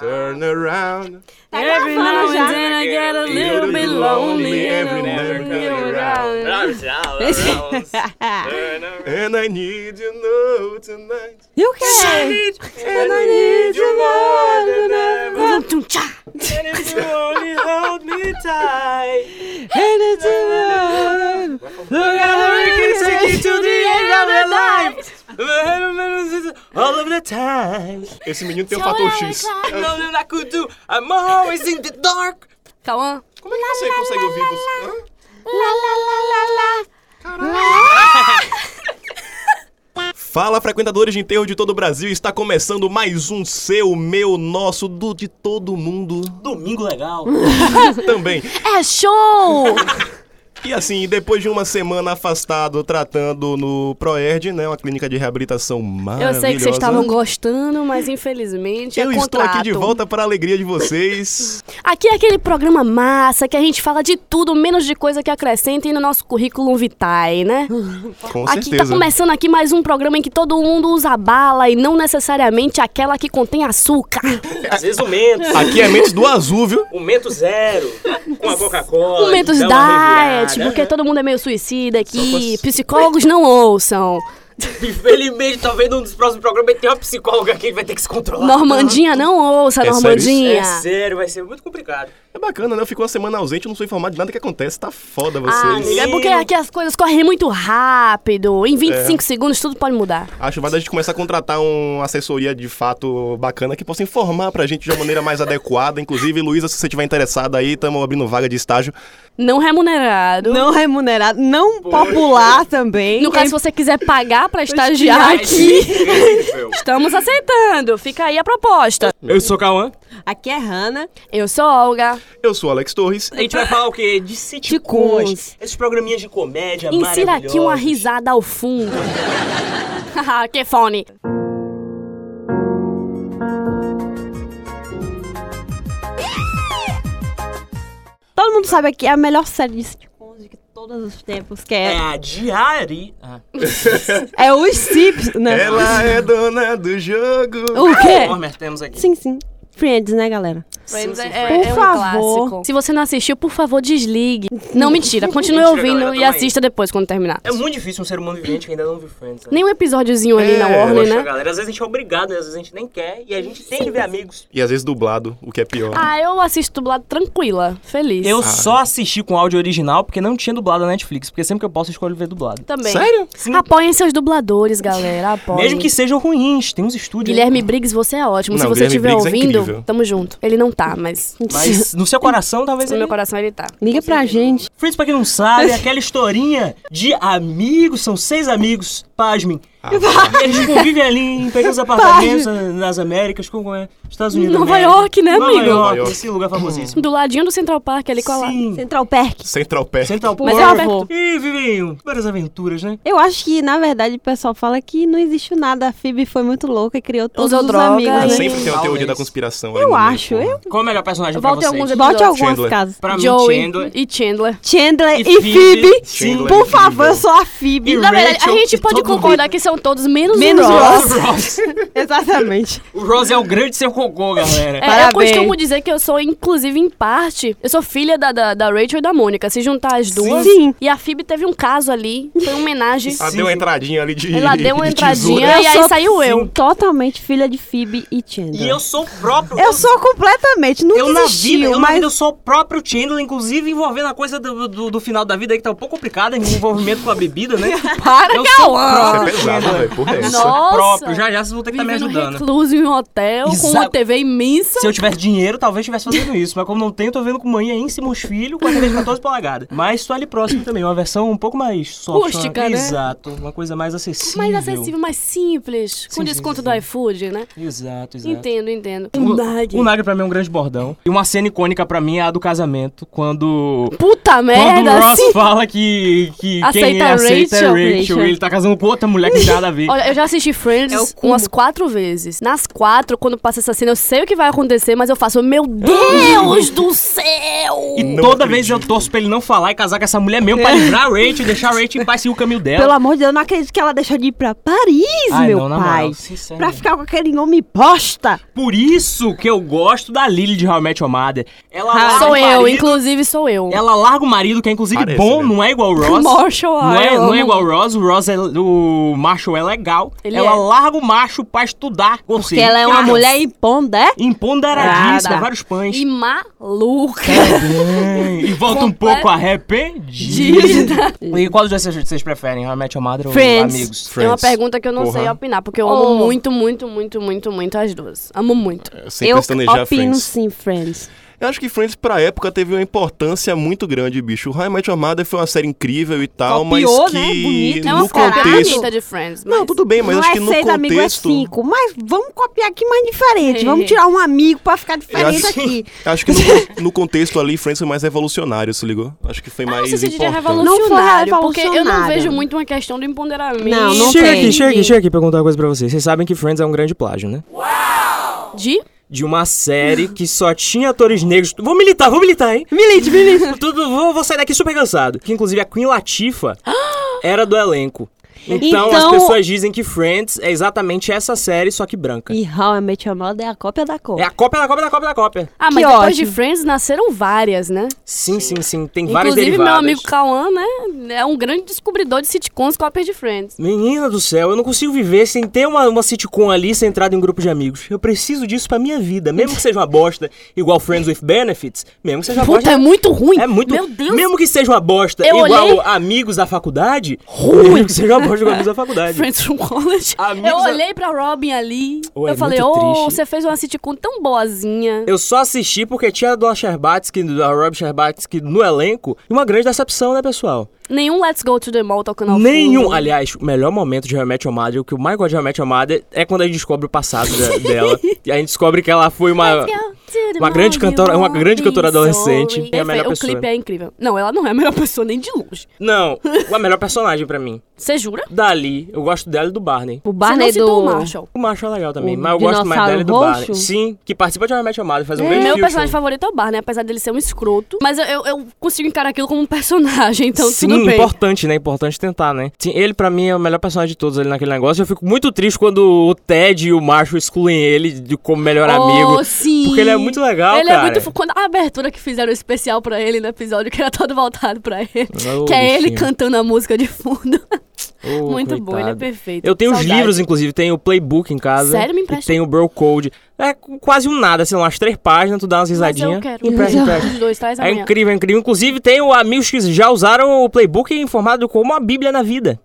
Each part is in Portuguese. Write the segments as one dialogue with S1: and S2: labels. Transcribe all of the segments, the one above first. S1: Turn around.
S2: Tá
S3: Every now
S2: gravando
S3: and
S2: já.
S3: then I get a little bit lonely and I'm
S1: Never
S3: looking
S1: coming
S3: around.
S1: And I need you know tonight.
S2: E o quê?
S1: And I need you more than ever.
S2: Tum, tchá.
S3: Look at the records take you to the end of your life. All of the time.
S1: Esse menino tem o fator X. Ah,
S3: No, no, I could do. I'm always in the dark.
S2: Cauã.
S1: Como é que você consegue ouvir você? Hã? Fala, frequentadores de enterro de todo o Brasil. Está começando mais um seu, meu, nosso, do de todo mundo
S3: Domingo legal.
S1: também.
S2: É show!
S1: E assim, depois de uma semana afastado, tratando no Proerd, né? Uma clínica de reabilitação
S2: Eu
S1: maravilhosa.
S2: sei que vocês estavam gostando, mas infelizmente é
S1: Eu estou
S2: contrato.
S1: aqui de volta para a alegria de vocês.
S2: Aqui é aquele programa massa que a gente fala de tudo, menos de coisa que acrescentem no nosso currículo vitae, né?
S1: Com
S2: aqui
S1: certeza.
S2: tá começando aqui mais um programa em que todo mundo usa bala e não necessariamente aquela que contém açúcar.
S3: Às vezes o Mentos.
S1: Aqui é Mentes do Azul, viu?
S3: O Mentos zero. Com a Coca-Cola.
S2: Momentos
S3: dá uma
S2: diet,
S1: né?
S3: aliviada.
S2: porque todo mundo é meio suicida aqui, psicólogos não ouçam.
S3: Infelizmente, talvez num dos próximos programas tenha uma psicóloga aqui que vai ter que se controlar.
S2: Normandinha não ouça,
S1: É sério isso?
S2: Normandinha.
S3: É sério, vai ser muito complicado.
S1: É bacana, né? Eu fico uma semana ausente, eu não sou informado de nada que acontece. Tá foda
S2: Ah,
S1: vocês.
S2: amiga, é porque aqui as coisas correm muito rápido. Em 25
S3: É.
S2: segundos tudo pode mudar.
S1: Acho válido a gente começar a contratar uma assessoria de fato bacana que possa informar pra gente de uma maneira mais adequada. Inclusive, Luísa, se você estiver interessada aí, estamos abrindo vaga de estágio.
S2: Não remunerado.
S4: Não remunerado, não popular também. É
S2: No caso, se você quiser pagar pra estagiar
S4: estagiar
S2: aqui, estamos aceitando. Fica aí a proposta.
S3: Eu sou o Cauã.
S4: Aqui é Hanna.
S2: Eu sou a Olga.
S1: Eu sou Alex Torres.
S3: A gente vai falar o quê? De sitcoms. Esses programinhas de comédia
S2: Insira aqui uma risada ao fundo. Haha, que fone.
S4: Todo mundo sabe aqui é a melhor série de sitcoms de todos os tempos, que
S3: É
S4: é,
S3: a diária. Ah,
S4: é os Sips, né?
S1: Ela é dona do jogo.
S2: Uh.
S4: O quê?
S3: Normer, é temos aqui.
S4: Sim, sim. Friends, né, galera?
S2: Friends é,
S4: Por
S2: é um
S4: favor.
S2: clássico. Se você não assistiu, por favor, desligue. Não, mentira. Continue
S3: Mentira,
S2: ouvindo
S3: galera,
S2: e
S3: tamo aí.
S2: assista depois quando terminar.
S3: É muito difícil um ser humano vivente que ainda não viu Friends. Né?
S2: Nem um episódiozinho ali
S1: É,
S2: na
S3: Poxa,
S2: ordem, né?
S3: galera, às vezes a gente é obrigado, né? às vezes a gente nem quer e a gente tem que ver amigos.
S1: E às vezes dublado, o que é pior.
S2: Ah, eu assisto dublado tranquila, feliz.
S3: Eu só assisti com áudio original porque não tinha dublado na Netflix, porque sempre que eu posso eu escolho ver dublado.
S2: também.
S1: Sério?
S3: Sim.
S2: Apoiem seus dubladores, galera. Apoiem.
S3: Mesmo que né? sejam ruins, tem uns estúdios.
S2: Guilherme Briggs, você é ótimo. Se
S1: Não, Guilherme
S2: você estiver
S1: Briggs é
S2: ouvindo,
S1: incrível.
S2: tamo junto. Ele não tá, mas
S3: Mas no seu coração talvez
S2: no
S3: ele...
S2: meu coração ele tá.
S4: Liga pra gente.
S3: Friends, pra quem não sabe, é aquela historinha de amigos, são seis amigos, pasmem.
S2: Ah, tá.
S3: Eles convivem ali em pequenos apartamentos ah, nas Américas, como é? Estados Unidos. da
S2: Nova
S3: América.
S2: York, né,
S3: Nova
S2: amigo?
S3: Nova
S1: York.
S3: York, esse lugar famosíssimo.
S2: Do ladinho do Central Park ali com a lá.
S3: Sim.
S4: Central Perk.
S1: Central Pé.
S3: Central
S2: Mas
S3: Park.
S2: é
S4: aberto.
S3: Ih, vivem várias aventuras, né?
S4: Eu acho que, na verdade, o pessoal fala que não existiu nada. A Phoebe foi muito louca e criou todos
S2: Usou
S4: os
S2: droga,
S1: Ah,
S2: né?
S4: amigos. né?
S1: sempre tem uma teoria da conspiração ali. no
S4: Eu
S1: meio,
S4: acho.
S1: pô.
S4: Eu
S3: Qual é o melhor personagem pra
S2: Voltei
S3: vocês?
S2: alguns
S4: bote
S2: episódios.
S4: algumas
S1: né, Chandler.
S4: casas.
S3: Pra mim,
S2: Joey É,
S3: Chandler.
S2: e Chandler.
S4: Chandler
S3: E
S4: e Phoebe.
S3: Sim.
S1: Chandler.
S4: Por favor, eu sou a
S3: E
S4: Phoebe.
S2: Na verdade, a
S3: Rachel
S2: gente
S3: e
S2: pode
S3: todo
S2: concordar que são todos menos,
S4: Menos
S2: o
S4: Ross.
S2: Ross.
S3: O Ross.
S4: Exatamente.
S3: O Ross é o grande seu cocô,
S2: É,
S3: galera.
S2: eu
S4: Parabéns.
S2: costumo dizer que eu sou, inclusive, em parte, eu sou filha da, da, da Rachel e da Mônica. Se juntar as duas.
S4: Sim.
S2: E a Phoebe teve um caso ali, foi uma homenagem.
S1: Ela Ah, deu uma entradinha ali de.
S2: Ela deu uma
S1: de tesoura.
S2: entradinha e
S4: Eu
S2: aí
S4: sou-
S2: saiu eu.
S4: Sim, Totalmente filha de Phoebe e Chandler.
S3: E eu sou o próprio.
S4: Eu sou completamente, nunca
S3: Eu na vida,
S4: existiu,
S3: eu, na
S4: mas
S3: vida, eu sou o próprio Chandler, inclusive envolvendo a coisa do, do, do final da vida aí que tá um pouco complicada, em envolvimento com a bebida, né?
S2: Para,
S3: eu sou o
S1: Isso é
S3: próprio
S1: pesado,
S3: Chandler.
S1: velho. Porra, é
S3: Eu
S1: essa.
S3: sou o
S2: Nossa.
S3: próprio, já já vocês vão ter que estar me
S2: Vivendo
S3: ajudando.
S2: recluso em um hotel, com uma
S3: Exato.
S2: TV imensa.
S3: Se eu tivesse dinheiro, talvez estivesse fazendo isso. Mas como não tenho, tô vendo com mãe aí em cima os filhos com a TV de 14 polegadas. Mas tô ali próximo também, uma versão um pouco mais soft.
S2: Rústica,
S3: uma-
S2: né?
S3: Exato, uma coisa mais acessível.
S2: Mais acessível, mais simples, com
S3: Sim,
S2: desconto
S3: sim,
S2: do
S3: sim.
S2: iFood, né?
S3: Exato, exato.
S2: Entendo, entendo.
S3: O-
S2: Nag.
S3: O Nag pra mim é um grande bordão. E uma cena icônica pra mim é a do casamento, quando.
S2: Puta
S3: Quando o
S2: merda,
S3: Ross
S2: assim.
S3: fala que, que
S2: Aceita
S3: quem
S2: a
S3: aceita é
S2: Rachel.
S3: Rachel,
S4: Rachel.
S3: ele tá casando com outra mulher que já
S5: nada a ver.
S2: Olha, eu já assisti Friends
S4: É o cubo.
S2: umas quatro vezes. Nas quatro, quando passa essa cena, eu sei o que vai acontecer, mas eu faço, meu Deus do céu!
S5: E
S1: Não
S5: toda vez eu torço pra ele não falar e casar com essa mulher mesmo pra livrar a Rachel, deixar a Rachel em paz seguir o caminho dela.
S4: É. Pelo amor de Deus, eu não acredito que ela deixou de ir pra Paris,
S5: Ai,
S4: meu
S5: não, na
S4: pai.
S5: moral, sinceramente.
S4: pra ficar com aquele homem bosta.
S5: Por isso que eu gosto da Lily de How I Met Your Mother. Ela
S4: Ah,
S5: larga
S4: um
S2: sou
S5: o
S2: eu,
S5: marido-
S2: inclusive sou eu.
S5: Ela larga o marido, que é inclusive
S1: Parece né?
S5: bom,
S1: mesmo.
S5: não é igual o Ross.
S2: Marshall,
S5: não
S2: ai,
S5: é,
S2: eu
S5: não é
S4: né?
S2: amo.
S5: igual o Ross, o Ross é. O macho é legal.
S2: Ele
S5: ela
S2: é.
S5: larga o macho pra estudar.
S4: Porque ela é uma mulher imponda, é?
S5: Imponderadíssima,
S4: Nada.
S5: vários pães.
S2: E maluca.
S3: É
S5: E volta um
S2: Comple-
S5: pouco arrependida. E qual dos dois vocês vocês preferem? How I Met Your Mother ou
S4: Friends.
S5: Amigos?
S2: É uma
S1: Friends.
S2: pergunta que eu não
S1: Porra.
S2: sei opinar, porque eu amo
S4: Oh.
S2: muito, muito, muito, muito, muito as duas. Amo muito.
S1: Sem
S4: eu
S1: pestanejar
S4: opino
S1: Friends.
S4: sim, Friends.
S1: Eu acho que Friends, pra época, teve uma importância muito grande, bicho. How I Met Your Mother foi uma série incrível e tal,
S4: Copiou,
S1: mas que
S4: né? Bonito.
S2: É
S1: no
S2: uma parada
S1: contexto...
S2: bonita de Friends, mas...
S1: Não, tudo bem, mas
S4: não
S1: acho
S4: é
S1: que no
S4: seis amigos é
S1: contexto...
S4: cinco, mas vamos copiar aqui mais diferente.
S2: É.
S4: Vamos tirar um amigo pra ficar
S1: Eu
S4: diferente
S1: acho,
S4: aqui.
S1: eu acho que no, no contexto ali, Friends foi mais revolucionário, se ligou? Acho que foi
S2: Ah,
S1: mais
S2: não sei se eu diria
S1: importante.
S2: revolucionário,
S4: Não foi
S2: porque eu não
S4: revolucionário.
S2: vejo muito uma questão do empoderamento.
S4: Não,
S2: de-
S4: não tem.
S3: Chega aqui, chega aqui, chega aqui pra contar uma coisa pra vocês. Vocês sabem que Friends é um grande plágio, né?
S2: De?
S3: De uma série que só tinha atores negros. Vou militar, vou militar, hein?
S4: Milite, milite.
S3: Tudo, vou, vou sair daqui super cansado. Que inclusive a Queen Latifa era do elenco. Então,
S4: Então-
S3: as pessoas dizem que Friends é exatamente essa série, só que branca.
S4: E How I Met Your Mother é a cópia da
S3: É
S4: cópia.
S3: a cópia da cópia da cópia da cópia.
S2: Ah, mas
S4: Que
S2: depois de
S4: ótimo.
S2: Friends nasceram várias, né?
S3: Sim, sim, sim. Tem várias
S2: Inclusive,
S3: derivadas.
S2: meu amigo Cauã, né? É um grande descobridor de sitcoms cópias de Friends.
S3: Menina do céu, eu não consigo viver sem ter uma, uma sitcom ali centrada em um grupo de amigos. Eu preciso disso pra minha vida. Mesmo que seja uma bosta, igual Friends with Benefits, mesmo que seja uma
S2: Puta,
S3: bosta.
S2: é muito ruim.
S3: É muito.
S2: Meu Deus.
S3: Mesmo que seja uma bosta,
S2: Eu
S3: igual
S2: olhei-
S3: amigos da faculdade. Ruim. Mesmo que seja uma bosta, igual amigos da faculdade.
S2: Friends from College.
S3: Amigos
S2: eu
S3: a-
S2: olhei pra Robin ali.
S3: Oh, é
S2: eu falei, ô,
S3: muito triste.
S2: você fez uma sitcom tão boazinha.
S3: Eu só assisti porque tinha a Dona Sherbatsky, a Rob Sherbatsky no elenco. E uma grande decepção, né, pessoal?
S2: Nenhum Let's Go to the Mall tocando ao
S3: Nenhum.
S2: fundo.
S3: Aliás, o melhor momento de Remet Omada, o que eu mais gosto de Remet Omada, é quando a gente descobre o passado da- dela. E a gente descobre que ela foi uma. Uma grande cantora- uma grande cantora adolescente. É a melhor
S2: o
S3: pessoa.
S2: clipe é incrível. Não, ela não é a melhor pessoa nem de longe.
S3: Não, a melhor personagem pra mim.
S2: Você jura?
S3: Dali, eu gosto dela e do Barney.
S2: Você
S4: O
S2: não
S4: Barney
S2: citou o
S4: do...
S2: Marshall.
S3: O macho é legal também,
S4: O
S3: mas eu gosto mais dela e do
S4: dinossauro
S3: Barney.
S4: roxo?
S3: Sim, que participa de Remet Omada, faz um grande
S2: Meu
S3: filme.
S2: personagem favorito é o Barney, apesar dele ser um escroto. Mas eu, eu, eu consigo encarar aquilo como um personagem, então
S3: Sim,
S2: tudo bem.
S3: importante, né? Importante tentar, né? Sim, ele pra mim é o melhor personagem de todos ali naquele negócio. Eu fico muito triste quando o Ted e o Macho excluem ele de como melhor amigo.
S2: Oh, sim.
S3: Porque ele é muito legal,
S2: Ele
S3: cara.
S2: é muito fo- Quando a abertura que fizeram especial pra ele no episódio, que era todo voltado pra ele.
S3: Oh,
S2: que é ele
S3: bichinho.
S2: cantando a música de fundo.
S3: Oh,
S2: muito bom, ele é
S3: coitado.
S2: perfeito.
S3: Eu tenho os
S2: Saudade.
S3: livros, inclusive, tem o playbook em casa.
S2: Sério? Me
S3: E
S2: empresta.
S3: tem o Bro Code. É qu- quase um nada, sei lá, umas três páginas, tu dá umas
S2: Mas eu
S3: risadinhas.
S2: quero.
S3: Empresta, empresta.
S2: Os dois, traz
S3: É
S2: amanhã.
S3: incrível, é incrível. Inclusive, tem o amigos que já usaram o playbook em formato como a Bíblia na vida.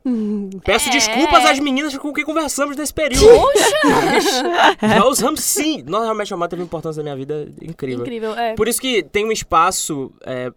S3: Peço
S2: É.
S3: desculpas às meninas com quem conversamos nesse período. já usamos sim. Nossa, realmente a Mata teve uma importância na minha vida incrível.
S2: Incrível, é.
S3: Por isso que tem um espaço é,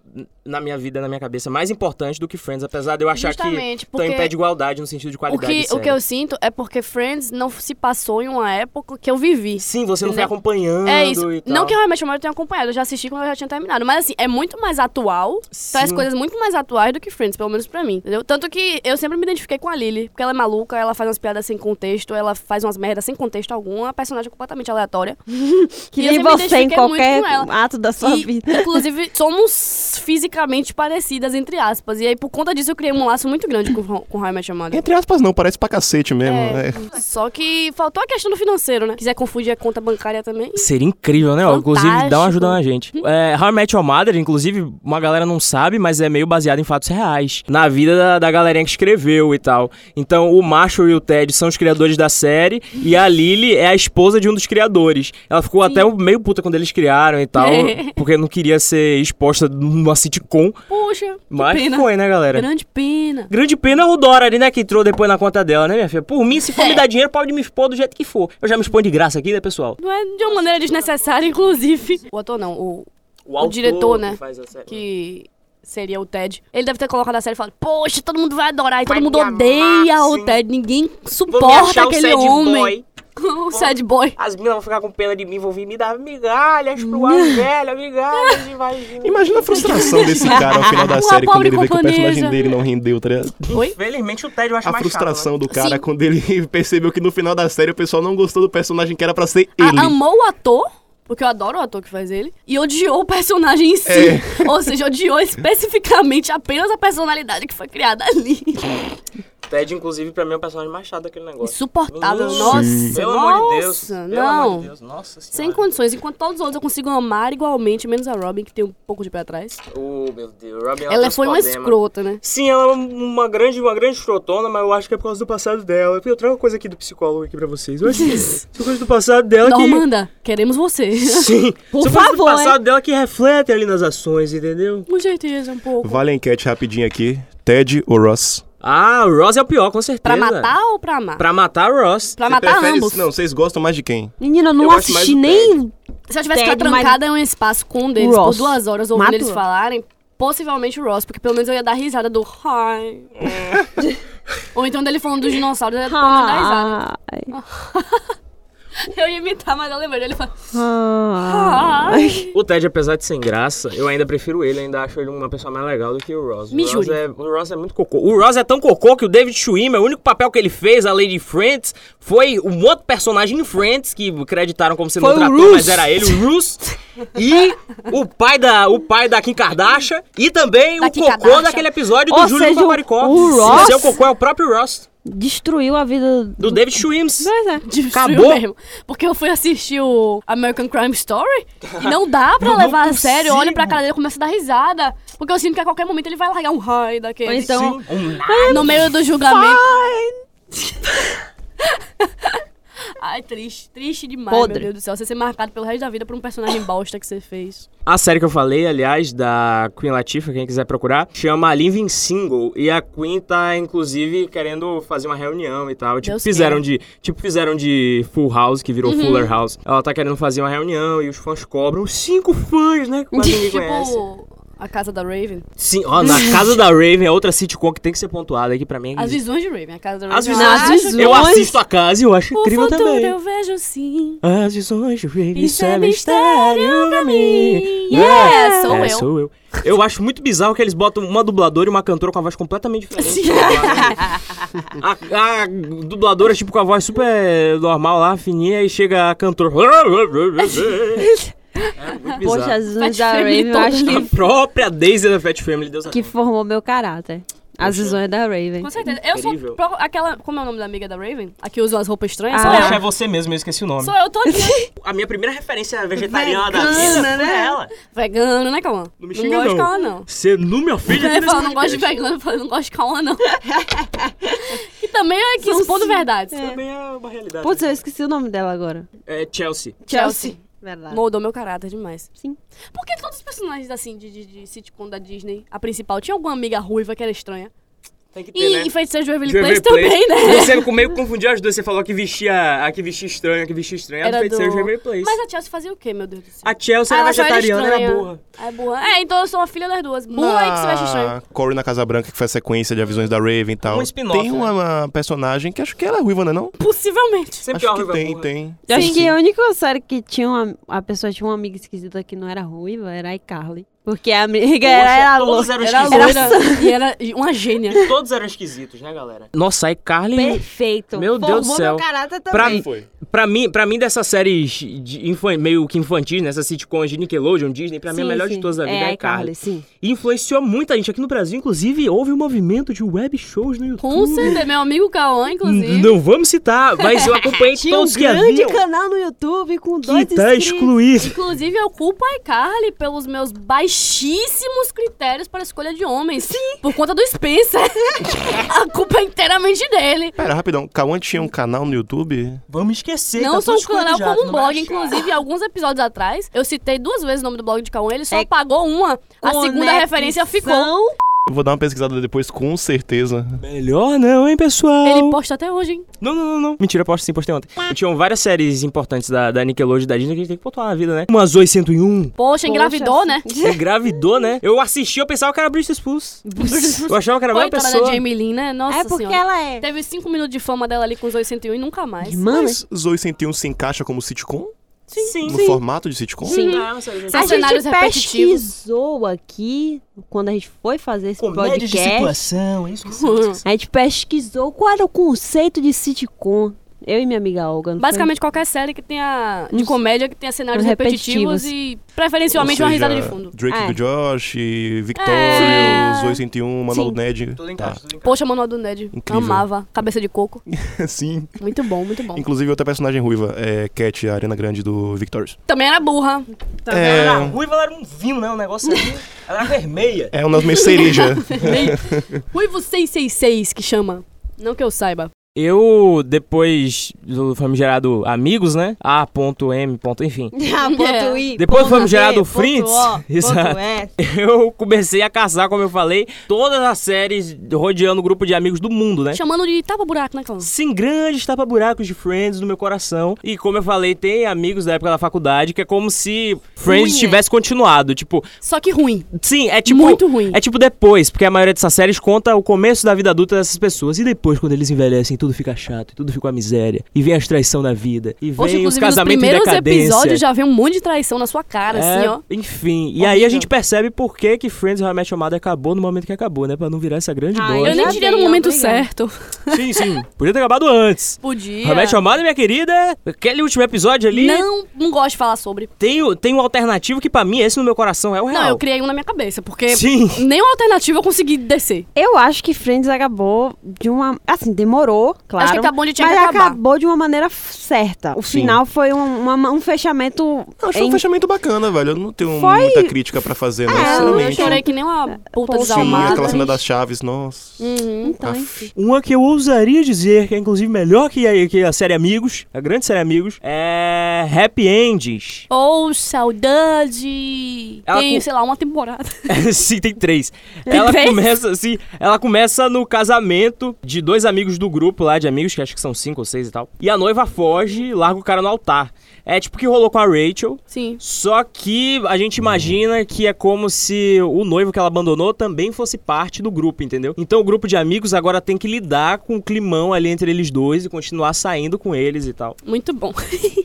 S3: na minha vida, na minha cabeça, mais importante do que Friends, apesar de eu achar
S2: Justamente,
S3: que
S2: porque-
S3: tem pé de igualdade no sentido de
S2: O
S3: qualidade.
S2: que,
S3: de
S2: o
S3: série.
S2: que eu sinto é porque Friends não se passou em uma época que eu vivi.
S3: Sim, você não foi
S2: Né?
S3: acompanhando
S2: É isso.
S3: e tal.
S2: Não que eu realmente eu tenha acompanhado, eu já assisti quando eu já tinha terminado. Mas assim, é muito mais atual. Traz
S3: Sim.
S2: coisas muito mais atuais do que Friends, pelo menos pra mim. Entendeu? Tanto que eu sempre me identifiquei com a Lily, porque ela é maluca, ela faz umas piadas sem contexto, ela faz umas merdas sem contexto algum, é uma personagem completamente aleatória.
S4: Que
S2: E eu
S4: nem
S2: sempre me
S4: você em
S2: identifiquei muito
S4: qualquer
S2: com ela.
S4: ato da sua
S2: E,
S4: vida.
S2: inclusive, somos fisicamente parecidas, entre aspas. E aí, por conta disso, eu criei um laço muito grande com, com How I Met Your Mother.
S1: Entre aspas, não, parece pra cacete mesmo. é.
S2: Só que faltou a questão do financeiro, né? Quiser confundir a conta bancária também.
S3: Seria incrível, né? ó? Inclusive,
S2: Fantástico. Hum.
S3: dá uma ajuda na gente. É, How I Met Your Mother, inclusive, uma galera não sabe, mas é meio baseado em fatos reais. Na vida da, da galerinha que escreveu e tal. Então, o Marshall e o Ted são os criadores da série e a Lily é a esposa de um dos criadores. Ela ficou até um meio puta quando eles criaram e tal, porque não queria ser exposta numa sitcom.
S2: Puxa, que
S3: Mas
S2: pena.
S3: foi, né, galera?
S2: Grande pena.
S3: Grande pena o Dora ali, né? Que entrou depois na conta dela, né, minha filha? Por mim, se for
S2: É.
S3: me dar dinheiro, pode me expor do jeito que for. Eu já me exponho de graça aqui, né, pessoal?
S2: Não é de uma maneira desnecessária, inclusive. O ator não, o O diretor, autor que né, que seria o Ted. Ele deve ter colocado a série e falado, poxa, todo mundo vai adorar e todo mundo odeia o Ted. Ninguém suporta aquele homem. O sad boy.
S3: As minas vão ficar com pena de mim, vão vir me dar migalhas pro ar velho, migalhas e vai vir.
S1: Imagina a frustração desse cara ao final da
S2: Uma
S1: série quando
S2: pobre
S1: ele vê que o
S2: camponesa.
S1: personagem dele não rendeu, tá ligado?
S2: Oi?
S3: Infelizmente o tédio eu acho
S1: A
S3: mais
S1: frustração
S3: chato. né?
S1: do cara
S2: Sim.
S1: quando ele percebeu que no final da série o pessoal não gostou do personagem que era pra ser ele.
S2: A- amou o ator, porque eu adoro o ator que faz ele, e odiou o personagem em si.
S3: É.
S2: Ou seja, odiou especificamente apenas a personalidade que foi criada ali.
S3: Né? O tédio, inclusive, pra mim é o personagem mais chato daquele negócio.
S2: Insuportável,
S3: Sim.
S2: nossa.
S3: Pelo
S2: nossa,
S3: amor de Deus.
S2: Não.
S3: Pelo amor de Deus. Nossa
S2: Sem
S3: senhora.
S2: condições, enquanto todos os outros eu consigo amar igualmente, menos a Robin, que tem um pouco de pé atrás.
S3: Oh, meu Deus. Robin,
S2: Ela
S3: tem
S2: foi uma
S3: esse problema.
S2: escrota, né?
S3: Sim, ela é uma grande, uma grande escrotona, mas eu acho que é por causa do passado dela. Eu trago uma coisa aqui do psicólogo aqui pra vocês. Eu acho que isso é coisa do passado dela que...
S2: Normanda, queremos você.
S3: Sim.
S4: Por
S3: Isso é coisa do
S4: favor,
S3: passado dela que reflete ali nas ações, entendeu?
S2: Com certeza, um pouco.
S1: Vale a enquete rapidinho aqui. Ted ou Ross?
S3: Ah, o Ross é o pior, com certeza.
S2: Pra matar ou pra amar? Pra,
S3: Pra matar o Ross.
S2: matar
S1: Prefere-
S2: ambos.
S1: Não, vocês gostam mais de quem?
S4: Menina, eu não
S1: Eu gosto mais
S4: assisti
S1: do
S4: nem.
S2: Se eu tivesse que
S4: Ted,
S2: ficar
S4: mas-
S2: trancada em um espaço com um deles
S4: Ross.
S2: por duas horas ouvindo
S4: Mato.
S2: eles falarem, possivelmente o Ross, porque pelo menos eu ia dar risada do hi. Ou então dele falando dos dinossauros, eu ia pelo menos dar risada.
S4: Ah,
S2: Eu ia imitar, mas eu lembrei dele falando
S4: ah,
S2: hi.
S3: O Ted, apesar de sem graça, eu ainda prefiro ele, ainda acho ele uma pessoa mais legal do que o Ross.
S2: Me
S3: o, Ross
S2: jure.
S3: é, o Ross é muito cocô. O Ross é tão cocô que o David Schwimmer, o único papel que ele fez, além de Friends, foi um outro personagem em Friends, que acreditaram como sendo
S4: Foi
S3: outro
S4: o
S3: ator,
S4: Russ.
S3: mas era ele, o Russ. E o pai da, o pai da Kim Kardashian. E também
S2: Da
S3: o
S2: Kim
S3: cocô
S2: Kardashian.
S3: daquele episódio do
S4: Ou
S3: Júlio
S4: seja,
S3: do Paparicó.
S4: o Ross-
S3: O seu cocô é o próprio Ross,
S4: destruiu a vida
S3: do David Schwimmer.
S4: Pois é.
S2: Destruiu
S3: Acabou?
S2: mesmo. Porque eu fui assistir o American Crime Story e não dá pra
S3: Não, não
S2: levar a sério. Eu olho pra
S3: consigo.
S2: cara dele e começo a dar risada. Porque eu sinto que a qualquer momento ele vai largar um hi daquele.
S4: Então,
S3: Um
S2: no meio do julgamento. Ai, triste. Triste demais,
S4: Podre.
S2: meu Deus do céu. Você ser marcado pelo resto da vida por um personagem bosta que você fez.
S3: A série que eu falei, aliás, da Queen Latifah, quem quiser procurar, chama Living Single. E a Queen tá, inclusive, querendo fazer uma reunião e tal. Tipo,
S2: Deus Uhum.
S3: fizeram de. Tipo, fizeram de Full House, que virou Fuller House. Ela tá querendo fazer uma reunião e os fãs cobram. Cinco fãs, né? Que quase ninguém conhece.
S2: Tipo, a casa da Raven.
S3: Sim, ó, na casa da Raven é outra sitcom que tem que ser pontuada aqui pra mim.
S2: As visões de Raven. A casa da Raven.
S3: As
S2: eu
S3: visões.
S2: acho
S4: As
S3: Eu
S4: visões.
S3: assisto a casa e eu acho
S2: O
S3: incrível
S2: futuro
S3: também.
S2: eu vejo sim.
S3: As visões de Raven,
S2: Isso
S3: isso
S2: é
S3: é mistério pra mim.
S2: Yeah, sou
S3: É,
S2: eu.
S3: sou eu. Eu acho muito bizarro que eles botam uma dubladora e uma cantora com a voz completamente diferente. a, a dubladora, tipo, com a voz super normal lá, fininha, e chega a cantora. é muito bizarro.
S4: poxa, as
S2: Fat
S4: visões da
S2: Family
S4: Raven, eu
S2: toda.
S4: acho
S3: A
S4: que,
S3: própria Daisy da Fat Family, Deus
S4: que
S3: abençoe.
S4: formou meu caráter. As visões da Raven.
S2: Com certeza. Eu
S3: Incrível.
S2: sou pro- aquela. Como é o nome da amiga da Raven? A que usa as roupas estranhas?
S4: Ah.
S2: sou
S3: Poxa,
S2: eu.
S3: é você mesmo, eu esqueci o nome.
S2: Sou eu todinha.
S3: A minha primeira referência vegetariana da vida
S4: Vegana,
S3: foi
S4: né?
S3: ela.
S2: Vegana, né, Calma?
S3: Não me xinga,
S2: gosto de
S3: não.
S2: Calma, não.
S3: Você não me ofende aqui
S2: Eu
S3: nesse
S2: falo, não gosto de
S3: podcast.
S2: vegano, eu falo, não gosto de calma, não. que também é que
S4: São
S2: expondo
S4: sim.
S2: verdade.
S3: Também é uma realidade.
S4: Putz, eu esqueci o nome dela agora.
S3: É Chelsea.
S2: Chelsea.
S4: Verdade.
S2: Moldou meu caráter demais.
S4: Sim.
S2: Por que todos os personagens, assim, de, de, de sitcom da Disney, a principal, tinha alguma amiga ruiva que era estranha?
S3: Tem que ter,
S2: E,
S3: né?
S2: e Feiticeiro de Waverly Place
S3: Waverly
S2: também, né?
S3: Você é no meio confundiu as duas. Você falou que vestia a que vestia estranho, a que vestia estranho.
S2: Era
S3: a do feiticeiro
S2: do-
S3: de Waverly Place.
S2: Mas a Chelsea fazia o quê, meu Deus do céu?
S3: A Chelsea
S2: Ah,
S3: era
S2: ela só era
S3: vegetariana, era,
S2: estranha.
S3: burra.
S2: É burra. É, então eu sou a filha das duas. Burra e que se
S1: Ah.
S2: veste estranho.
S1: Corey na Casa Branca, que foi a sequência de Avisões da Raven e tal.
S3: Um spin-off,
S1: Tem uma, uma personagem que acho que ela é ruiva, não é não?
S2: Possivelmente.
S3: Sempre
S1: acho
S3: é
S1: que
S3: uma
S1: tem,
S3: burra.
S1: tem.
S4: Eu acho
S2: Sim.
S4: que a única série que tinha uma, a pessoa tinha uma amiga esquisita que não era ruiva era a iCarly. Porque a amiga era, era
S3: todos
S4: louca.
S3: eram
S2: Era
S3: esquisitos.
S2: loira e era uma gênia.
S3: Todos eram esquisitos, né, galera?
S6: Nossa, aí Carly.
S4: Perfeito.
S3: Meu Deus do
S4: Formou
S3: céu.
S4: meu caráter
S3: Pra
S4: também.
S3: mim, pra mim, pra mim dessas séries de infan- meio que infantis, nessas sitcoms de Nickelodeon, Disney, pra mim a
S4: Sim,
S3: melhor
S4: sim.
S3: de todas da vida é,
S4: é
S3: a Carly.
S4: sim.
S3: E influenciou muita gente. Aqui no Brasil, inclusive, houve um movimento de web shows no YouTube.
S2: Com certeza, meu amigo Cauã, inclusive.
S3: N- Hum. Não vamos citar, mas eu acompanhei
S4: Tinha um
S3: todos que
S4: grande
S3: haviam.
S4: canal no YouTube com dois
S3: Que tá
S4: inscritos.
S3: excluído.
S2: Inclusive, eu culpo a iCarly pelos meus baixíssimos critérios para escolha de homens. Sim. Por conta do Spencer. a culpa é inteiramente dele.
S1: Pera, rapidão. Cauã tinha um canal no YouTube?
S3: Vamos esquecer.
S2: não
S3: tá
S2: sou um
S3: tudo
S2: canal
S3: escondidado,
S2: como um
S3: não vai
S2: blog.
S3: achar.
S2: Inclusive, alguns episódios atrás, eu citei duas vezes o nome do blog de Cauã. Ele só apagou uma. A segunda referência ficou.
S4: Conexão
S1: Eu vou dar uma pesquisada depois, com certeza.
S3: Melhor não, hein, pessoal?
S2: Ele posta até hoje, hein?
S3: Não, não, não, não. Mentira, posto sim, postei ontem. Tinham várias séries importantes da, da Nickelodeon e da Disney que a gente tem que pontuar na vida, né? Uma Zoe 101.
S2: Poxa, engravidou,
S4: Poxa,
S2: né?
S3: Engravidou, né? Eu assisti, eu pensava que era Britney Spears. Eu achava que era a mesma
S2: Coitada
S3: pessoa.
S2: da Jamie Lynn, né? Nossa
S4: É porque
S2: senhora.
S4: ela é.
S2: Teve cinco minutos de fama dela ali com os 801 e nunca mais.
S4: Irmã, né?
S1: Mas Zoe 101 se encaixa como sitcom?
S5: Sim, sim.
S1: No formato de sitcom?
S2: Sim.
S5: Ah, mas olha,
S2: Sim.
S4: A gente
S2: cenários repetitivos.
S4: pesquisou aqui, quando a gente foi fazer esse
S5: Comédia de
S4: podcast,
S5: situação, é isso que você
S4: a gente pesquisou qual era o conceito de sitcom. Eu e minha amiga Olga. não foi?
S2: Basicamente qualquer série que tenha de
S4: Uns-
S2: comédia que tenha cenários
S4: uns
S2: repetitivos, e preferencialmente
S1: Ou
S2: uma
S1: seja,
S2: risada de fundo.
S1: Drake
S4: É.
S1: do Josh, Victoria,
S2: É.
S1: Zoe 101, Manolo
S4: Sim.
S1: Ned.
S5: Tudo em
S1: Tá.
S5: casa, tudo em casa.
S2: Poxa, Manual do Ned.
S1: Incrível.
S2: Amava. Cabeça de coco.
S1: Sim.
S2: Muito bom, muito bom.
S1: Inclusive outra personagem ruiva, é Cat, a Arena Grande do Victorious.
S2: Também era burra.
S5: Tá vendo? Ela
S3: É.
S5: era ruiva, ela era um vinho, né? O negócio ali. Ela era vermelha.
S1: É uma das minhas cerejas.
S2: Ruivo 666 que chama. Não que eu saiba.
S3: Eu, depois do famigerado Amigos, né? A.M. ponto, Enfim.
S4: Ah,
S2: É.
S4: ponto I,
S3: Depois
S4: ponto
S3: fomos
S4: V,
S3: gerado
S4: ponto
S3: Fritz.
S4: O, ponto
S3: Exato.
S4: S.
S3: Eu comecei a caçar, como eu falei, todas as séries rodeando o grupo de amigos do mundo, né?
S2: Chamando de tapa buraco, né, Clã?
S3: Sim, grandes tapa-buracos de Friends no meu coração. E como eu falei, tem amigos da época da faculdade que é como se Friends
S2: né?
S4: Ruim, é.
S3: tivesse continuado. Tipo,
S2: Só que ruim.
S3: sim, é tipo.
S2: Muito ruim.
S3: É tipo depois, porque a maioria dessas séries conta o começo da vida adulta dessas pessoas. E depois, quando eles envelhecem, tudo fica chato, e tudo fica uma miséria. E vem as traição da vida. E
S2: Poxa,
S3: vem os
S2: inclusive, nos
S3: casamentos em
S2: primeiros
S3: decadência.
S2: episódios já vem um monte de traição na sua cara, assim,
S3: É,
S2: ó.
S3: Enfim, e aí a gente percebe por que que Friends e How I Met Your Mother acabou no momento que acabou, né? Pra não virar essa grande
S4: Ah,
S3: bosta.
S2: Eu nem
S4: já
S2: diria
S4: bem,
S2: no momento
S4: obrigada.
S2: certo.
S3: Sim, sim. Podia ter acabado antes.
S2: Podia.
S3: How I Met Your Mother, minha querida, aquele último episódio ali,
S2: Não, não gosto de falar sobre.
S3: tem, o- tem um alternativo que pra mim, esse no meu coração, é o real.
S2: Não, eu criei um na minha cabeça, porque
S3: Sim.
S2: nenhuma alternativa eu consegui descer.
S4: Eu acho que Friends acabou de uma. Assim, demorou, claro.
S2: Acho que acabou onde tinha
S4: mas
S2: que acabar.
S4: acabou de uma maneira f- certa. O
S1: Sim.
S4: final foi um, uma- um fechamento.
S1: Eu
S3: é
S1: achei um
S4: em-
S1: fechamento bacana, velho. Eu não tenho
S4: Foi-
S1: muita crítica pra fazer, não,
S4: É,
S2: eu
S1: sinceramente.
S2: chorei que nem uma puta
S1: Sim, aquela
S4: Sim, Desalmado,
S2: desalmada.
S1: cena
S4: triste.
S1: das chaves, nossa.
S2: Uhum.
S4: Então,
S1: Aff.
S4: enfim.
S3: Uma que eu ousaria dizer, que é inclusive melhor que a, que a série Amigos, a grande série Amigos, é Happy Endings.
S2: Ou saudade.
S3: Ela
S2: Tem,
S3: com-
S2: sei lá, uma temporada.
S3: Sim, tem três. ela
S2: três?
S3: começa assim, ela começa no casamento de dois amigos do grupo lá, de amigos, que acho que são cinco ou seis e tal. E a noiva foge e larga o cara no altar. É tipo o que rolou com a Rachel,
S2: Sim.
S3: só que a gente imagina que é como se o noivo que ela abandonou também fosse parte do grupo, entendeu? Então o grupo de amigos agora tem que lidar com o climão ali entre eles dois e continuar saindo com eles e tal.
S2: Muito bom.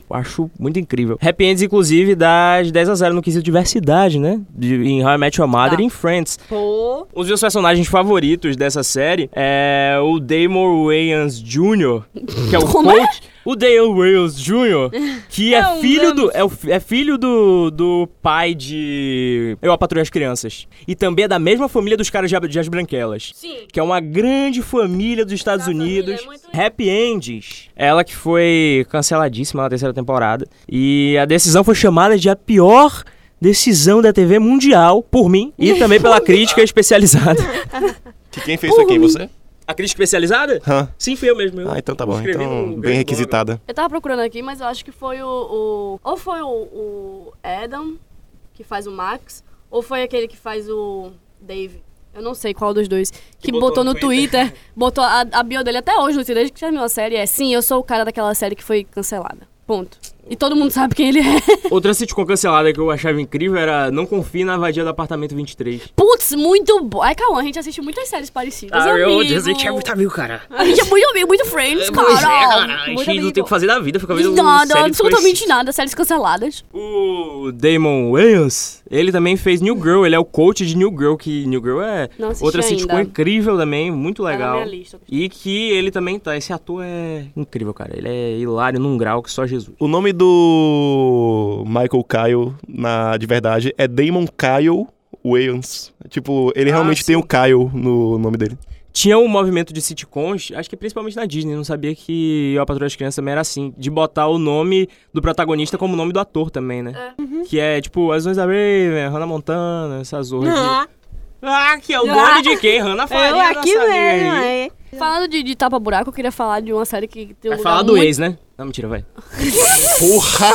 S3: Eu acho muito incrível. Happy Ends, inclusive, dá de 10 a 0 no quesito diversidade, né? De- em How I Met Your Mother
S2: Tá.
S3: e em Friends.
S4: Pô.
S3: Os meus personagens favoritos dessa série é o Damon Wayans Jr., que é o
S2: Como
S3: coach. O Damon Wayans Jr., que é
S4: É um
S3: filho do. É, o fi- é filho do, do pai de. Eu a patrulho as crianças. E também é da mesma família dos caras de, Ab- de As Branquelas.
S2: Sim.
S3: Que é uma grande família dos Estados
S2: Da família,
S3: Unidos.
S2: é muito-
S3: Happy Endings. Ela que foi canceladíssima na terceira temporada. E a decisão foi chamada de a pior decisão da TV mundial, por mim, e também pela crítica especializada.
S1: Que quem fez isso aqui, você?
S3: A crítica especializada?
S1: Hã?
S3: Sim, fui eu mesmo. eu.
S1: Ah, então tá bom.
S3: Escrevi um num
S1: Então,
S3: grande
S1: bem
S3: blog.
S1: requisitada.
S2: Eu tava procurando aqui, mas eu acho que foi o. o- ou foi o, o Adam, que faz o Max, ou foi aquele que faz o Dave. Eu não sei qual dos dois. Que, botou, no Twitter, botou a, a bio dele até hoje no Twitter, desde que terminou a série. É sim, eu sou o cara daquela série que foi cancelada. Ponto. E todo mundo sabe quem ele é.
S3: Outra sitcom cancelada que eu achava incrível era Não Confie na Vadia do Apartamento 23.
S2: Putz, muito bom. Ai, calma, a gente assiste muitas séries
S3: Ah,
S2: parecidas. é amigo.
S3: amigo, cara.
S2: A gente é muito amigo, muito friends, cara.
S3: Pois é, cara. A
S2: Muito
S3: gente não
S2: amigo.
S3: tem o que fazer da vida, fica vendo
S2: Nada,
S3: série de
S2: absolutamente nada. Séries canceladas.
S3: O Damon Wayans, ele também fez New Girl, ele é o coach de New Girl, que New Girl é
S2: Não assisti
S3: outra
S2: ainda.
S3: sitcom incrível também, muito
S2: Tá na
S3: legal.
S2: minha lista.
S3: E que ele também tá, esse ator é incrível, cara. Ele é hilário num grau que só Jesus.
S1: O nome do Michael Kyle, na, de verdade, é Damon Kyle Wayans. Tipo, ele
S3: Ah,
S1: realmente tem
S3: sim.
S1: o Kyle no nome dele.
S3: Tinha um movimento de sitcoms, acho que principalmente na Disney, não sabia que Eu, a Patrulha das Crianças também era assim, de botar o nome do protagonista como o nome do ator também, né?
S4: Uhum.
S3: Que é tipo, As Noites da Raven, Hannah Montana, essas outras.
S4: Ah,
S3: Ah, que é o
S4: Ah.
S3: nome de quem? Hannah Faria
S4: eu aqui
S3: nossa amiga
S4: mesmo.
S3: aí.
S4: É.
S2: Falando de, de tapa-buraco, eu queria falar de uma série que tem um
S3: né? Vai
S2: lugar
S3: falar do
S2: muito...
S3: ex, né? Não, mentira, vai.
S1: Porra!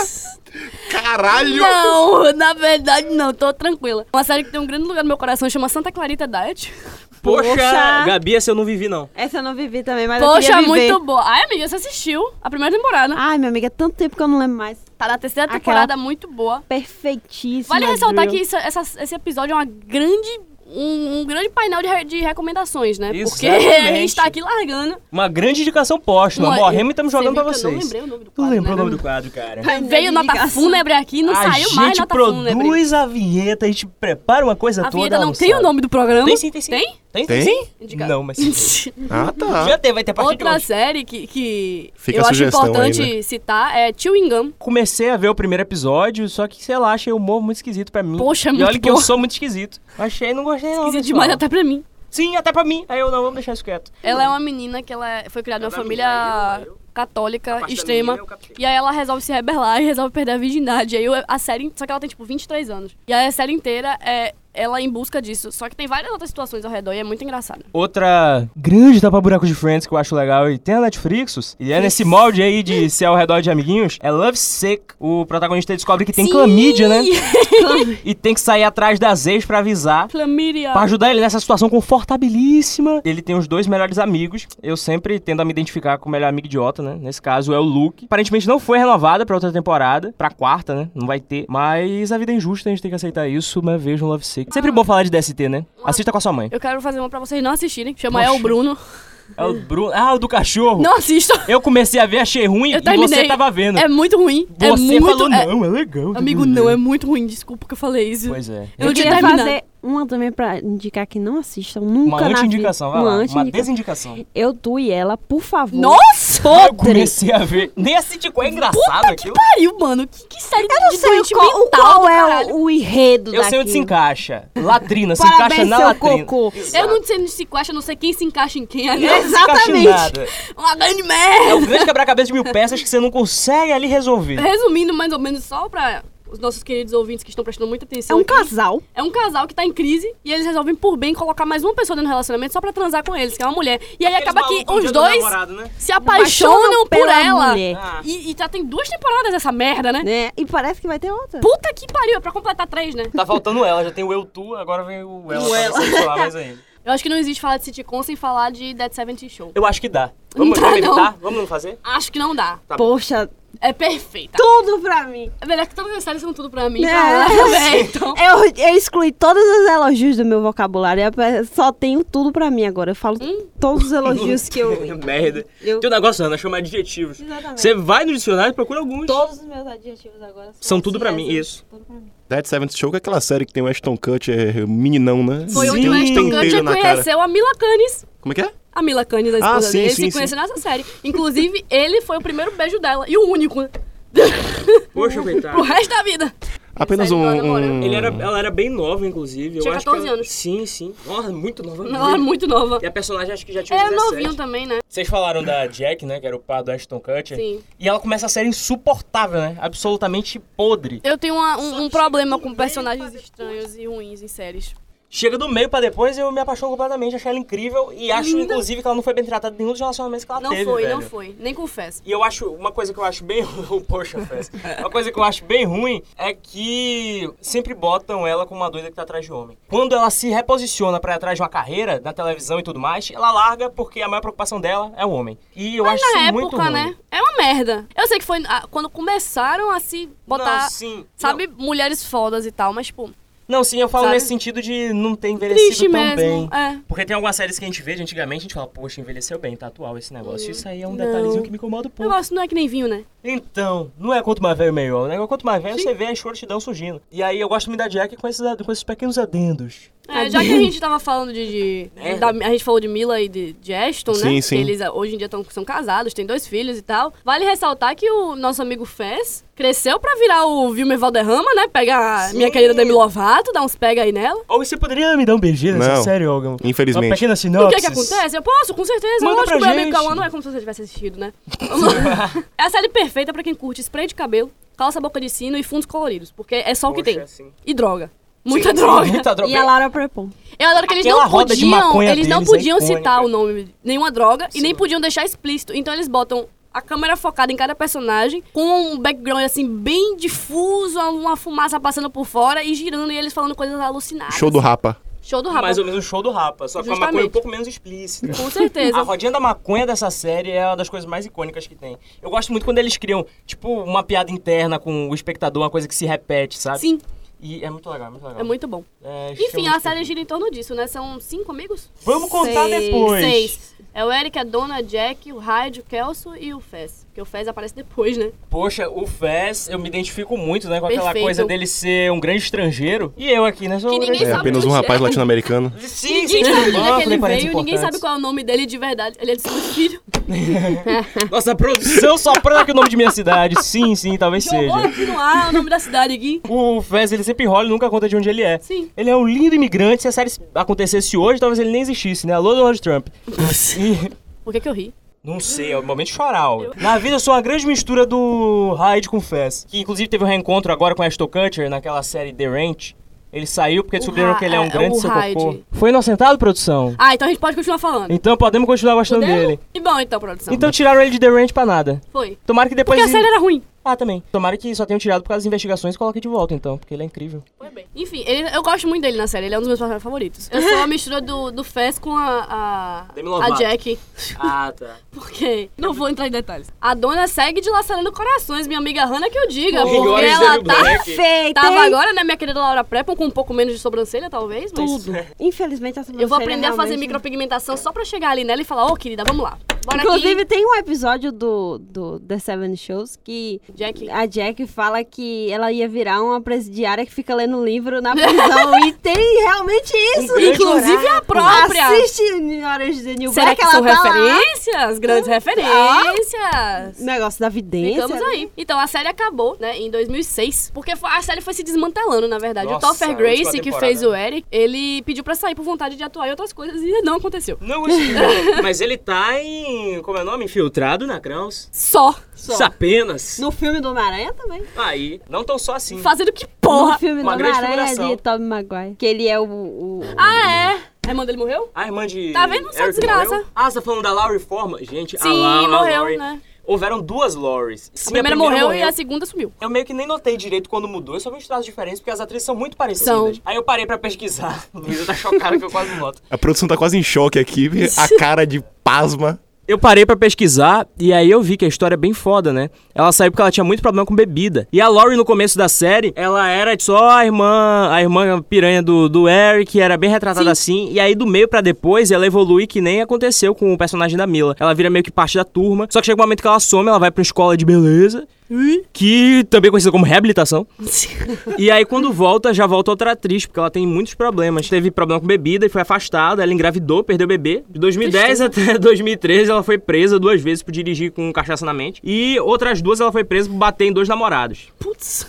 S1: Caralho!
S2: Não, na verdade não, tô tranquila. Uma série que tem um grande lugar no meu coração chama Santa Clarita Diet.
S3: Poxa,
S4: Poxa.
S3: Gabi, essa eu não vivi, não.
S4: Essa eu não vivi também, mas eu
S2: Poxa,
S4: queria viver.
S2: muito boa. Ai, amiga, você assistiu a primeira temporada.
S4: Ai, minha amiga, é tanto tempo que eu não lembro mais.
S2: Tá na terceira
S4: Aquela-
S2: temporada, muito boa.
S4: Perfeitíssima.
S2: Vale ressaltar
S4: Drew.
S2: que isso- essa- esse episódio é uma grande, um, um grande painel de, re- de recomendações, né? Porque a
S3: Exatamente.
S2: gente tá aqui largando.
S3: Uma grande indicação póstuma.
S2: Uma-
S3: Morremos e estamos
S2: Você
S3: jogando
S2: viu
S3: pra
S2: que Eu não
S3: vocês.
S2: lembrei o nome do
S3: Tu
S2: quadro,
S3: lembrou o
S2: né?
S3: nome do quadro, cara?
S4: Painel
S2: Veio
S4: de
S2: nota
S4: ligação.
S2: fúnebre aqui e não
S3: a
S2: saiu
S3: gente
S2: mais tá nota fúnebre.
S3: produz a vinheta, a gente prepara uma coisa
S2: A
S3: toda.
S2: vinheta
S3: ela
S2: não tem o
S3: sabe.
S2: nome do programa.
S3: Tem sim, tem sim.
S2: Tem?
S3: Tem?
S1: Tem?
S2: Indicado.
S3: Não, mas sim.
S1: Ah, tá.
S3: Já tem, vai ter a partir de
S2: Outra
S3: hoje.
S2: série que, que
S1: Fica
S2: eu
S1: a
S2: acho
S1: sugestão
S2: importante
S3: né?
S1: aí,
S2: citar é Chewing Gum.
S3: Comecei a ver o primeiro episódio, só que, sei lá, achei o humor muito esquisito pra mim.
S2: Poxa, é
S3: E
S2: muito
S3: olha que eu
S2: bom.
S3: sou muito esquisito. Achei, não gostei não,
S2: Esquisito
S3: pessoal.
S2: demais até pra mim.
S3: Sim, até pra mim. Aí eu, não, vamos deixar isso quieto.
S2: Ela é uma menina que ela é- foi criada numa família
S3: né? é
S2: católica,
S3: parte da
S2: extrema.
S3: menina eu captei.
S2: E aí ela resolve se rebelar e resolve perder a virgindade. E aí eu- a série. Só que ela tem tipo 23 anos. E aí a série inteira é ela em busca disso. Só que tem várias outras situações ao redor e é muito engraçada.
S3: Outra grande tapa buracos de Friends que eu acho legal e tem a Netflix, e é nesse molde aí de ser ao redor de amiguinhos, é Love Sick. O protagonista descobre que tem
S2: Sim!
S3: clamídia, né? e tem que sair atrás das ex pra avisar.
S2: Chlamydia.
S3: Pra ajudar ele nessa situação confortabilíssima. Ele tem os dois melhores amigos. Eu sempre tendo a me identificar com o melhor amigo idiota, né? Nesse caso é o Luke. Aparentemente não foi renovada pra outra temporada. Pra quarta, né? Não vai ter. Mas a vida é injusta, a gente tem que aceitar isso. Mas vejam Love Sick. Sempre bom falar de DST, né? Assista com a sua mãe.
S2: Eu quero fazer uma pra vocês não assistirem. Chama
S3: Poxa.
S2: É o Bruno.
S3: É o Bruno. Ah, o do cachorro.
S2: Não assistam.
S3: Eu comecei a ver, achei ruim
S2: Eu
S3: e você
S2: terminei.
S3: tava vendo.
S2: É muito ruim. é
S3: você
S2: muito,
S3: falou,
S2: é-
S3: não, é legal.
S2: Amigo, não, é muito ruim. Desculpa que eu falei isso.
S3: Pois é.
S2: Eu
S4: Eu
S2: não tinha
S4: queria
S2: terminado.
S4: fazer uma também pra indicar que não assistam nunca
S3: Uma
S4: na
S3: anti-indicação,
S4: vida.
S3: vai lá. Uma
S4: anti-indicação.
S3: desindicação.
S4: Eu, tu e ela, por
S3: é.
S4: favor.
S2: Nossa!
S3: Eu comecei a ver. Nem assisti, qual é engraçado aquilo.
S2: Pariu, mano. Que, que série eu não de
S4: Sei o
S2: doente
S4: qual, o
S2: mental
S4: qual
S2: do
S4: é
S2: caralho.
S4: o, o enredo
S3: Eu sei onde se
S4: daquilo.
S3: encaixa. Latrina, se
S4: Parabéns,
S3: encaixa na
S4: seu
S3: latrina.
S4: cocô.
S2: Eu não sei onde se encaixa, não sei quem se encaixa em quem ali.
S3: Não se encaixa em
S4: Exatamente.
S3: nada.
S2: Uma grande
S3: É um
S2: merda.
S3: grande quebra-cabeça de mil peças que você não consegue ali
S2: É,
S3: resolver.
S2: Resumindo, mais ou menos, só pra os nossos queridos ouvintes que estão prestando muita
S4: É
S2: atenção.
S4: um
S2: aqui,
S4: casal.
S2: É um casal que tá em crise e eles resolvem, por bem, colocar mais uma pessoa dentro do relacionamento só pra transar com eles, que é uma mulher. E aí acaba que os dois É. se apaixonam por
S4: pela
S2: ela.
S4: mulher.
S3: Ah.
S2: E, e já tem duas temporadas essa merda, né?
S4: Né? E parece que vai ter outra.
S2: Puta que pariu, é pra completar três, né?
S3: Tá faltando ela, já tem o eu tu, agora vem o ela.
S4: O
S3: pra
S4: ela.
S3: sensualizar mais ainda.
S2: Eu acho que não existe falar de sitcom sem falar de Dead 70 Show.
S3: Eu acho que dá. Vamos,
S2: Não dá,
S3: vamos evitar?
S2: não.
S3: Vamos não fazer?
S2: Acho que não dá.
S3: Tá
S4: Poxa,
S2: É perfeita.
S4: tudo pra mim.
S2: É melhor que todas as séries são tudo pra mim.
S4: É.
S2: Pra ela também, então.
S4: Eu, eu excluí todos os elogios do meu vocabulário. Eu pe- só tenho tudo pra mim agora. Eu falo
S2: Hum.
S4: todos os elogios que eu.
S3: Merda.
S4: eu
S3: Tem um negócio, Ana, chama adjetivos.
S4: Exatamente.
S3: Você vai no dicionário e procura alguns.
S4: Todos os meus adjetivos agora são,
S3: São tudo
S4: assim,
S3: pra mim,
S4: assim,
S3: isso.
S4: tudo pra mim.
S1: Dead Seventh Show, que é aquela série que tem o Ashton Kutcher, meninão, né?
S2: Foi onde
S3: Sim,
S2: o Ashton
S1: tem
S2: Kutcher
S1: telho na cara.
S2: conheceu a Mila Canis.
S1: Como é que é?
S2: A Mila Canis, a esposa
S1: Ah, sim,
S2: dele,
S1: sim,
S2: se conheceu nessa série. Inclusive, ele foi o primeiro beijo dela. E o único. né?
S3: Poxa, coitado.
S2: Pro resto da vida.
S1: Apenas
S2: Série
S1: um...
S2: do Adamora.
S1: um-
S3: Ele era, ela era bem nova, inclusive. eu
S2: Tinha
S3: acho que
S2: 14
S3: ela-
S2: anos.
S3: Sim, sim. Nossa, muito nova.
S2: Ela era muito nova.
S3: E a personagem acho que já tinha uns
S2: Era
S3: 17.
S2: novinho também, né?
S3: Vocês falaram da Jack, né? Que era o par do Ashton Kutcher.
S2: Sim.
S3: E ela começa a ser insuportável, né? Absolutamente podre.
S2: Eu tenho uma- um, um problema com personagens estranhos e ruins em séries.
S3: Chega do meio pra depois eu me apaixono completamente, acho ela incrível. E acho,
S2: Linda.
S3: inclusive, que ela não foi bem tratada em nenhum dos relacionamentos que ela
S2: Não
S3: teve,
S2: foi,
S3: velho.
S2: não foi. Nem confesso.
S3: E eu acho, uma coisa que eu acho bem ruim, poxa, Fez. Uma coisa que eu acho bem ruim é que sempre botam ela como uma doida que tá atrás de homem. Quando ela se reposiciona pra ir atrás de uma carreira, na televisão e tudo mais, ela larga porque a maior preocupação dela é o homem. E eu acho
S2: Na
S3: isso muito
S2: época,
S3: ruim.
S2: né? É uma merda. Eu sei que foi ah, quando começaram a se botar,
S3: Não, sim.
S2: sabe, mulheres fodas e tal, mas, tipo,
S3: Não, não, sim, eu falo
S2: Sabe?
S3: nesse sentido de não ter envelhecido
S2: triste
S3: tão
S2: mesmo.
S3: bem.
S2: É.
S3: Porque tem algumas séries que a gente vê de antigamente, a gente fala, poxa, envelheceu bem, tá atual esse negócio. Isso aí é um
S2: Hum. não.
S3: detalhezinho que me incomoda um
S2: O
S3: pouco.
S2: negócio não é que nem vinho, né?
S3: Então, não é quanto mais velho, melhor. Né? Quanto mais velho, você vê a escrotidão surgindo. E aí eu gosto muito da Jack com esses, com esses pequenos adendos.
S2: É, já que a gente tava falando de. de-
S3: É.
S2: da- a gente falou de Mila e de, de Ashton, né?
S1: Sim, sim.
S2: Que Eles ah, hoje em dia tão, são casados, têm dois filhos e tal. Vale ressaltar que o nosso amigo Fez cresceu pra virar o Vilmer Valderrama, né? Pegar a minha querida Demi Lovato, dar uns pega aí nela.
S3: Ou você poderia me dar um beijinho nessa
S1: Não.
S3: série, Olga?
S1: Infelizmente.
S3: Uma pequena
S2: O
S3: sinopse.
S2: que é que acontece? Eu posso, com certeza.
S3: Manda
S2: Lógico,
S3: pra
S2: meu amigo
S3: gente.
S2: Cauã não é como se você tivesse assistido, né? Vamos lá. é a série perfeita pra quem curte spray de cabelo, calça boca de sino e fundos coloridos, porque é só o que
S3: Poxa,
S2: tem.
S5: assim.
S3: sim.
S2: E droga. Muita droga.
S3: Muita droga.
S4: E a Lara Prepon.
S2: Eu adoro que eles
S3: Aquela
S2: não
S3: roda de
S2: podiam,
S3: maconha
S2: eles não
S3: deles é
S2: podiam
S3: icônica.
S2: citar o nome de nenhuma droga e nem podiam deixar explícito. Então eles botam a câmera focada em cada personagem, com um background assim bem difuso, uma fumaça passando por fora e girando e eles falando coisas alucinadas.
S1: Show do Rapa.
S2: Show do rabo.
S5: Mais ou menos o show do Rapa, só que uma maconha
S2: Justamente.
S5: um pouco menos explícita.
S2: Com
S5: A
S2: certeza.
S5: rodinha da maconha dessa série é uma das coisas mais icônicas que tem. Eu gosto muito quando eles criam, tipo, uma piada interna com o espectador, uma coisa que se repete, sabe?
S2: Sim,
S5: E é muito legal, é muito legal.
S2: é muito bom.
S5: É
S2: Enfim,
S5: extremamente
S2: a série
S5: divertido.
S2: gira em torno disso, né? São cinco amigos?
S5: Vamos contar
S4: Seis,
S5: depois.
S2: Seis. É o Eric, a Dona, a Jack, o Hyde, o Kelso e o Fez. Porque o Fez aparece depois, né?
S5: Poxa, o Fez, eu me identifico muito, né? Com aquela
S2: Perfeito.
S5: coisa dele ser um grande estrangeiro. E eu aqui, né? Sou
S2: Que
S5: um
S2: ninguém
S5: grande-
S1: É
S2: sabe
S1: apenas
S2: onde
S1: um
S2: é.
S1: rapaz latino-americano.
S5: Sim, sim,
S2: Ninguém sabe de onde é
S5: Ah,
S2: que ele
S5: falei parentes
S2: veio, ninguém sabe
S5: importantes.
S2: qual é o nome dele de verdade. Ele é de seu filho. é.
S5: Nossa, a produção só prova aqui o nome de minha cidade. Sim, sim, talvez
S2: Jogou
S5: seja.
S2: aqui no ar o nome da cidade aqui.
S5: O Fez, ele sempre rola e nunca conta de onde ele é.
S2: Sim.
S5: Ele é um lindo imigrante. Se a série acontecesse hoje, talvez ele nem existisse, né? Alô, Donald Trump. E-
S2: Por que que eu ri?
S5: Não sei, é o momento choral. Na vida eu sou uma grande mistura do Hyde com Fez. Que inclusive teve um reencontro agora com a Ashton Kutcher naquela série The Ranch. Ele saiu porque descobriram
S2: Ra-
S5: que ele é
S2: é,
S5: um grande
S2: o
S5: seu
S2: Hyde.
S5: cocô. Foi inocentado, produção?
S2: Ah, então a gente pode continuar falando.
S5: Então podemos continuar gostando
S2: Entendeu?
S5: dele.
S2: E bom, então, produção.
S5: Então tiraram ele de The Ranch pra nada.
S2: Foi.
S5: Tomara que depois...
S2: Porque a série era ruim.
S5: Ah, também. Tomara que só tenham tirado por causa das investigações e coloquem de volta então, porque ele é incrível.
S2: Enfim, ele- eu gosto muito dele na série, ele é um dos meus personagens favoritos. Eu sou a mistura do, do Fez com a.
S3: Demi
S2: A, a
S3: Lovato.
S2: Jack.
S3: Ah, tá.
S2: Porque. Não vou entrar em detalhes. A dona segue dilacerando corações, minha amiga Hannah que eu diga. Porque
S3: Melhores
S2: ela
S3: Demi
S2: tá.
S3: Black.
S4: Perfeito!
S2: Tava
S4: hein?
S2: agora, né, minha querida Laura Prepon, com um pouco menos de sobrancelha, talvez, mas.
S4: Tudo. Infelizmente, essa
S2: Eu vou
S4: sobrancelha
S2: aprender a fazer
S4: realmente-
S2: micropigmentação só pra chegar ali nela e falar, ô querida, vamos lá. Bora
S4: Inclusive,
S2: aqui.
S4: tem um episódio do, do The Seven Shows que
S2: Jack.
S4: a Jack fala que ela ia virar uma presidiária que fica lendo um livro na prisão. e tem realmente isso. né,
S5: grande
S2: Inclusive a própria.
S4: Assiste Orange is the New
S2: Será
S4: Black,
S2: que
S4: ela
S2: são
S4: tá lá.
S2: referências? Grandes referências.
S4: Negócio da vidência. né?
S2: Ficamos aí. Então, a série acabou, né, em 2006. Porque foi- a série foi se desmantelando, na verdade.
S5: Nossa,
S2: o Topher
S5: a
S2: Grace,
S5: última
S2: que
S5: temporada.
S2: fez o Eric, ele pediu pra sair por vontade de atuar em outras coisas e não aconteceu.
S5: Não gostei. Mas ele tá em... Como é o nome? Infiltrado na Kraus.
S2: Só.
S4: Só.
S5: Apenas.
S4: No filme do Homem-Aranha também.
S5: Aí. Não tão só assim.
S2: Fazendo que
S4: no
S2: porra.
S4: filme do
S5: uma grande
S4: Homem-Aranha
S5: figuração.
S4: de Tobey Maguire. Que ele é o... o-
S2: Ah, é. A irmã dele morreu?
S5: A irmã de.
S2: Tá vendo? Só
S5: Eric
S2: desgraça.
S5: morreu? Ah, você tá falando da Laurie Forma? Gente, a
S2: Sim,
S5: Laura.
S2: morreu,
S5: a Laurie-
S2: né?
S5: Houveram duas Lauries.
S2: A
S5: Sim,
S2: primeira morreu, e a segunda sumiu.
S5: Eu meio que nem notei direito quando mudou, eu só vi uns traços diferentes porque as atrizes são muito parecidas.
S2: São.
S5: Aí eu parei pra pesquisar. Luísa tá chocada que eu quase noto.
S1: A produção tá quase em choque aqui, a cara de pasma.
S3: Eu parei pra pesquisar e aí eu vi que a história é bem foda, né? Ela saiu porque ela tinha muito problema com bebida. E a Laurie no começo da série, ela era só a irmã, a irmã piranha do, do Eric, era bem retratada assim. E aí do meio pra depois ela evolui que nem aconteceu com o personagem da Mila. Ela vira meio que parte da turma. Só que chega um momento que ela some, ela vai pra uma escola de beleza, que também é conhecida como reabilitação. E aí, quando volta, já volta outra atriz, porque ela tem muitos problemas. Teve problema com bebida e foi afastada, ela engravidou, perdeu o bebê. De 2010 até 2013, ela foi presa duas vezes por dirigir com cachaça na mente. E outras duas, ela foi presa por bater em dois namorados.
S2: Putz.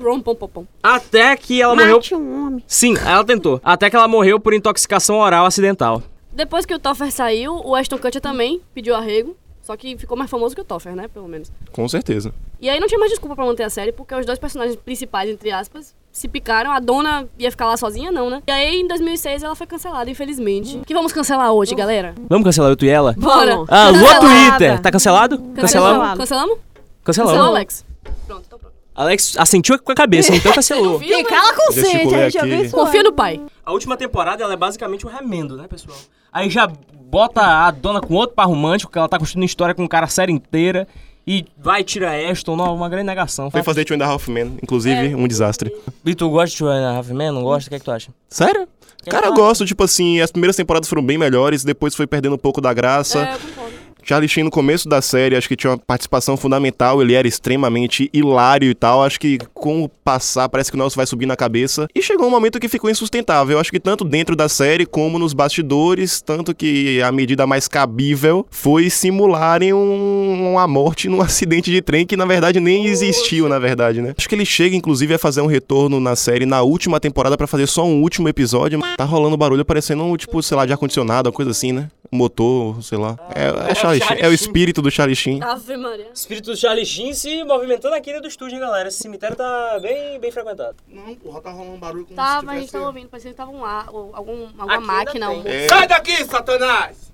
S2: Rom, pom, pom, pom.
S3: Até que ela morreu.
S4: Mate um homem.
S3: Sim, ela tentou. Até que ela morreu por intoxicação oral acidental.
S2: Depois que o Toffer saiu, o Ashton Kutcher também pediu arrego. Só que ficou mais famoso que o Toffer, né? Pelo menos.
S1: Com certeza.
S2: E aí não tinha mais desculpa pra manter a série, porque os dois personagens principais, entre aspas, se picaram. A dona ia ficar lá sozinha, não, né? E aí, em 2006, ela foi cancelada, infelizmente. Que vamos cancelar hoje, galera?
S3: Vamos cancelar eu, tu e ela?
S2: Bora!
S4: Vamos.
S3: Alô,
S2: Cancelada.
S3: Twitter! Tá cancelado? Cancelamos?
S4: Cancelado.
S2: Cancelamos? Cancelou,
S3: Cancelamos.
S2: Alex. Pronto, então pronto.
S3: Alex assentiu com a cabeça, então cancelou.
S2: Confia, mas-
S4: Cala com
S1: Gesticulei
S4: sede, a gente já
S1: aqui.
S4: viu isso
S2: Confia no
S4: antes.
S2: pai.
S5: A última temporada ela é basicamente um remendo, né, pessoal? Aí já bota a dona com outro par romântico, que ela tá construindo história com o cara a série inteira. E vai tirar Ashton, não, uma grande negação. tá?
S1: Foi fazer Two and a Half Men,
S2: É.
S1: inclusive, um desastre.
S5: E tu gosta de Joanna Huffman? Não gosta? O que é que tu acha?
S1: Sério? Cara, eu gosto, tipo assim, as primeiras temporadas foram bem melhores, depois foi perdendo um pouco da graça.
S2: É, eu concordo.
S1: Charlie Sheen no começo da série, acho que tinha uma participação fundamental, ele era extremamente hilário e tal. Acho que com o passar, parece que o Nelson vai subir na cabeça. E chegou um momento que ficou insustentável. Acho que tanto dentro da série como nos bastidores, tanto que a medida mais cabível foi simularem um- uma morte num acidente de trem que na verdade nem existiu, na verdade, né? Acho que ele chega inclusive a fazer um retorno na série na última temporada pra fazer só um último episódio. Tá rolando barulho parecendo um tipo, sei lá, de ar condicionado, uma coisa assim, né? motor, sei lá. É, é, Charlie Sheen, é o espírito do Charlie Sheen.
S2: Ave Maria.
S5: Espírito do Charlie Sheen se movimentando aqui dentro do estúdio, hein, galera? Esse cemitério tá bem, bem frequentado.
S1: Não, porra, tá rolando um barulho com
S2: Tá, mas a gente tava ouvindo, parecia que tava um ar, ou algum, alguma
S5: Aqui ainda
S2: máquina.
S5: tem.
S2: Algum...
S1: É.
S6: Sai daqui, Satanás!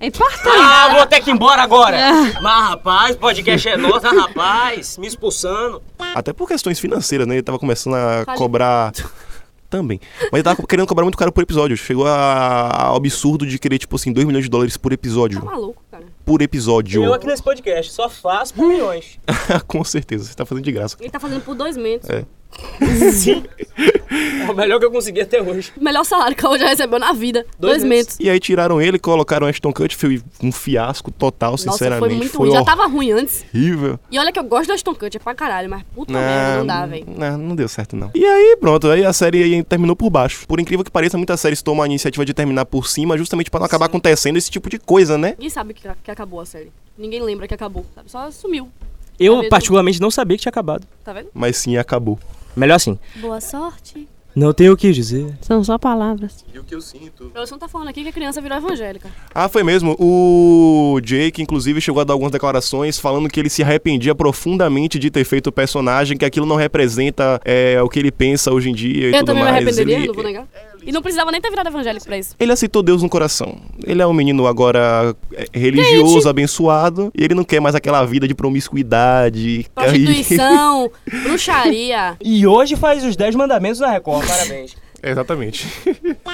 S4: É importante.
S5: Ah, vou ter que ir embora agora. Mas, rapaz, podcast é nosso, ah, rapaz. Me expulsando.
S1: Até por questões financeiras, né? Ele tava começando a
S2: Fale.
S1: cobrar. Também. Mas ele tava querendo cobrar muito caro por episódio. Chegou a- ao absurdo de querer, tipo assim, 2 milhões de dólares por
S2: Tá
S1: episódio.
S2: maluco, cara.
S1: Por episódio.
S5: Eu aqui nesse podcast só faço por milhões.
S1: Com certeza, você tá fazendo de graça.
S2: Ele tá fazendo por dois meses.
S1: É.
S5: É o melhor que eu consegui até hoje.
S2: O melhor salário que eu já recebeu na vida.
S5: Dois
S2: Dois,
S5: meses.
S2: meses.
S1: E aí tiraram ele, colocaram Ashton Kutcher, foi um fiasco total,
S2: Nossa, foi
S1: sinceramente.
S2: muito ruim. Já tá- tava ruim antes.
S1: horrível.
S2: E olha que eu gosto da Aston Kutcher pra caralho, mas puta merda, não dá, velho.
S1: não, não deu certo, não. E aí, pronto, aí a série aí terminou por baixo. Por incrível que pareça, muitas séries tomam a iniciativa de terminar por cima, justamente pra não acabar acontecendo esse tipo de coisa, né?
S2: Ninguém sabe que, que acabou a série. Ninguém lembra que acabou, sabe? Só sumiu,
S3: Eu,
S2: Talvez
S3: particularmente, não sabia que tinha acabado.
S2: tá vendo?
S1: Mas sim, acabou.
S3: Melhor assim.
S2: Boa sorte.
S3: Não tenho o que dizer.
S4: São só palavras.
S1: E o que eu sinto?
S2: O professor tá falando aqui que a criança virou evangélica.
S1: Ah, foi mesmo. O Jake, inclusive, chegou a dar algumas declarações falando que ele se arrependia profundamente de ter feito o personagem, que aquilo não representa é, o que ele pensa hoje em dia e
S2: eu
S1: tudo
S2: também
S1: mais.
S2: me arrependeria,
S1: Ele- É
S2: não vou negar.
S3: É,
S2: E não precisava nem ter virado evangélico pra isso.
S1: Ele aceitou Deus no coração. Ele é um menino agora é, religioso, abençoado, e ele não quer mais aquela vida de promiscuidade. é
S2: Prostituição, bruxaria.
S5: E hoje faz os 10 mandamentos na Record, parabéns.
S1: Exatamente.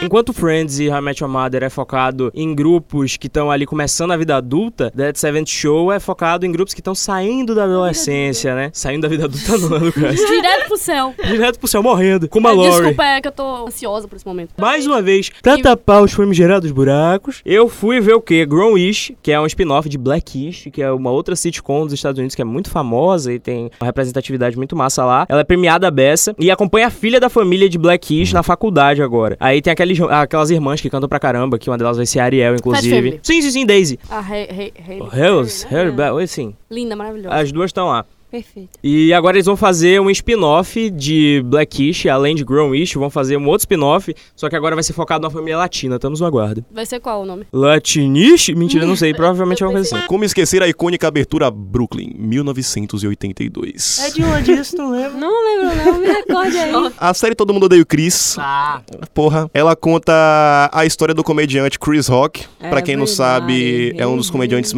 S3: Enquanto Friends e How I Met Your Mother é focado em grupos que estão ali começando a vida adulta, Dead Seventh Show é focado em grupos que estão saindo da adolescência, né? Saindo da vida adulta não, no caso.
S2: Direto pro céu.
S3: Direto pro céu, morrendo. Com uma
S2: É,
S3: Lori.
S2: Desculpa, é que eu tô ansiosa por esse momento.
S3: Mais uma vez, pra tapar os gerados buracos, eu fui ver o quê? Grownish, que é um spin-off de Blackish, que é uma outra sitcom dos Estados Unidos que é muito famosa e tem uma representatividade muito massa lá. Ela é premiada à beça e acompanha a filha da família de Blackish na faculdade agora. Aí tem aqueles, aquelas irmãs que cantam pra caramba, que uma delas vai ser a Ariel, inclusive.
S2: Family.
S3: Sim, sim, sim, Daisy.
S2: A Rei. Rei- Rei-
S1: Oh,
S3: Hells,
S2: Rei, né?
S3: Harry, Bell, sim.
S2: Linda, maravilhosa.
S1: Ah.
S3: As duas estão lá.
S4: Perfeito.
S3: E agora eles vão fazer um spin-off de Blackish, além de Grownish, vão fazer um outro spin-off, só que agora vai ser focado na família latina, estamos no aguardo.
S2: Vai ser qual o nome?
S3: Latinish? Mentira, não sei, provavelmente é uma coisa assim.
S1: Como esquecer a icônica abertura Brooklyn, 1982.
S2: É
S3: de onde isso, não lembro.
S4: Não lembro, não. Me recorde aí.
S1: A série Todo Mundo Odeia o Chris,
S5: Tá.
S1: porra, ela conta a história do comediante Chris Rock.
S4: É
S1: pra quem não
S4: verdade.
S1: sabe, é um dos comediantes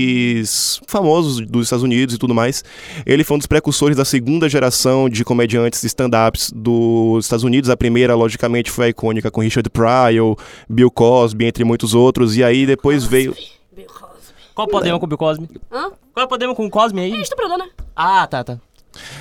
S1: mais famosos dos Estados Unidos e tudo mais. Ele foi um dos precursores da segunda geração de comediantes stand-ups dos Estados Unidos. A primeira, logicamente, foi a icônica com Richard Pryor, Bill Cosby, entre muitos outros. E aí depois veio...
S2: Bill Cosby.
S3: Qual o problema com o Bill Cosme?
S2: Hã?
S3: Qual o problema com o Cosme aí?
S2: É estuprador, né?
S3: Ah, tá, tá.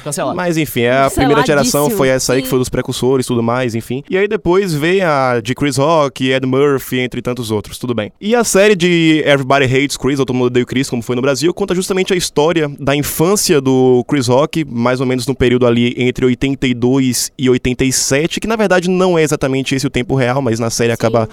S3: Cancelado.
S1: Mas enfim, a primeira geração foi essa aí que foi dos precursores e tudo mais, enfim. E aí depois veio a de Chris Rock, Ed Murphy, entre tantos outros, tudo bem. E a série de Everybody Hates Chris, ou Todo Mundo Odeia o Chris, como foi no Brasil, conta justamente a história da infância do Chris Rock, mais ou menos no período ali entre 82 e 87, que na verdade não é exatamente esse o tempo real, mas na série acaba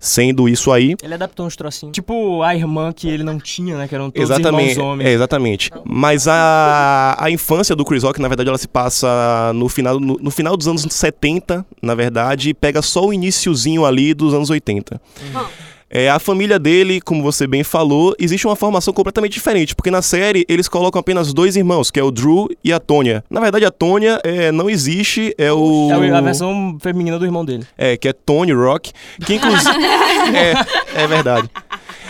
S1: sendo isso aí.
S3: Ele adaptou uns trocinhos. Tipo a irmã que ele não tinha, né? Que eram todos
S1: Exatamente.
S3: irmãos homens.
S1: É, exatamente. Mas a, a infância do Chris Rock, na verdade, ela se passa no final, no, no final dos anos 70, na verdade, e pega só o iniciozinho ali dos anos 80.
S2: Bom.
S1: É, a família dele, como você bem falou, existe uma formação completamente diferente, porque na série eles colocam apenas dois irmãos, que é o Drew e a Tonya. Na verdade, a Tonya é, não existe, é o.
S3: É a versão feminina do irmão dele.
S1: É, que é Tony Rock, que inclusive. é, é verdade.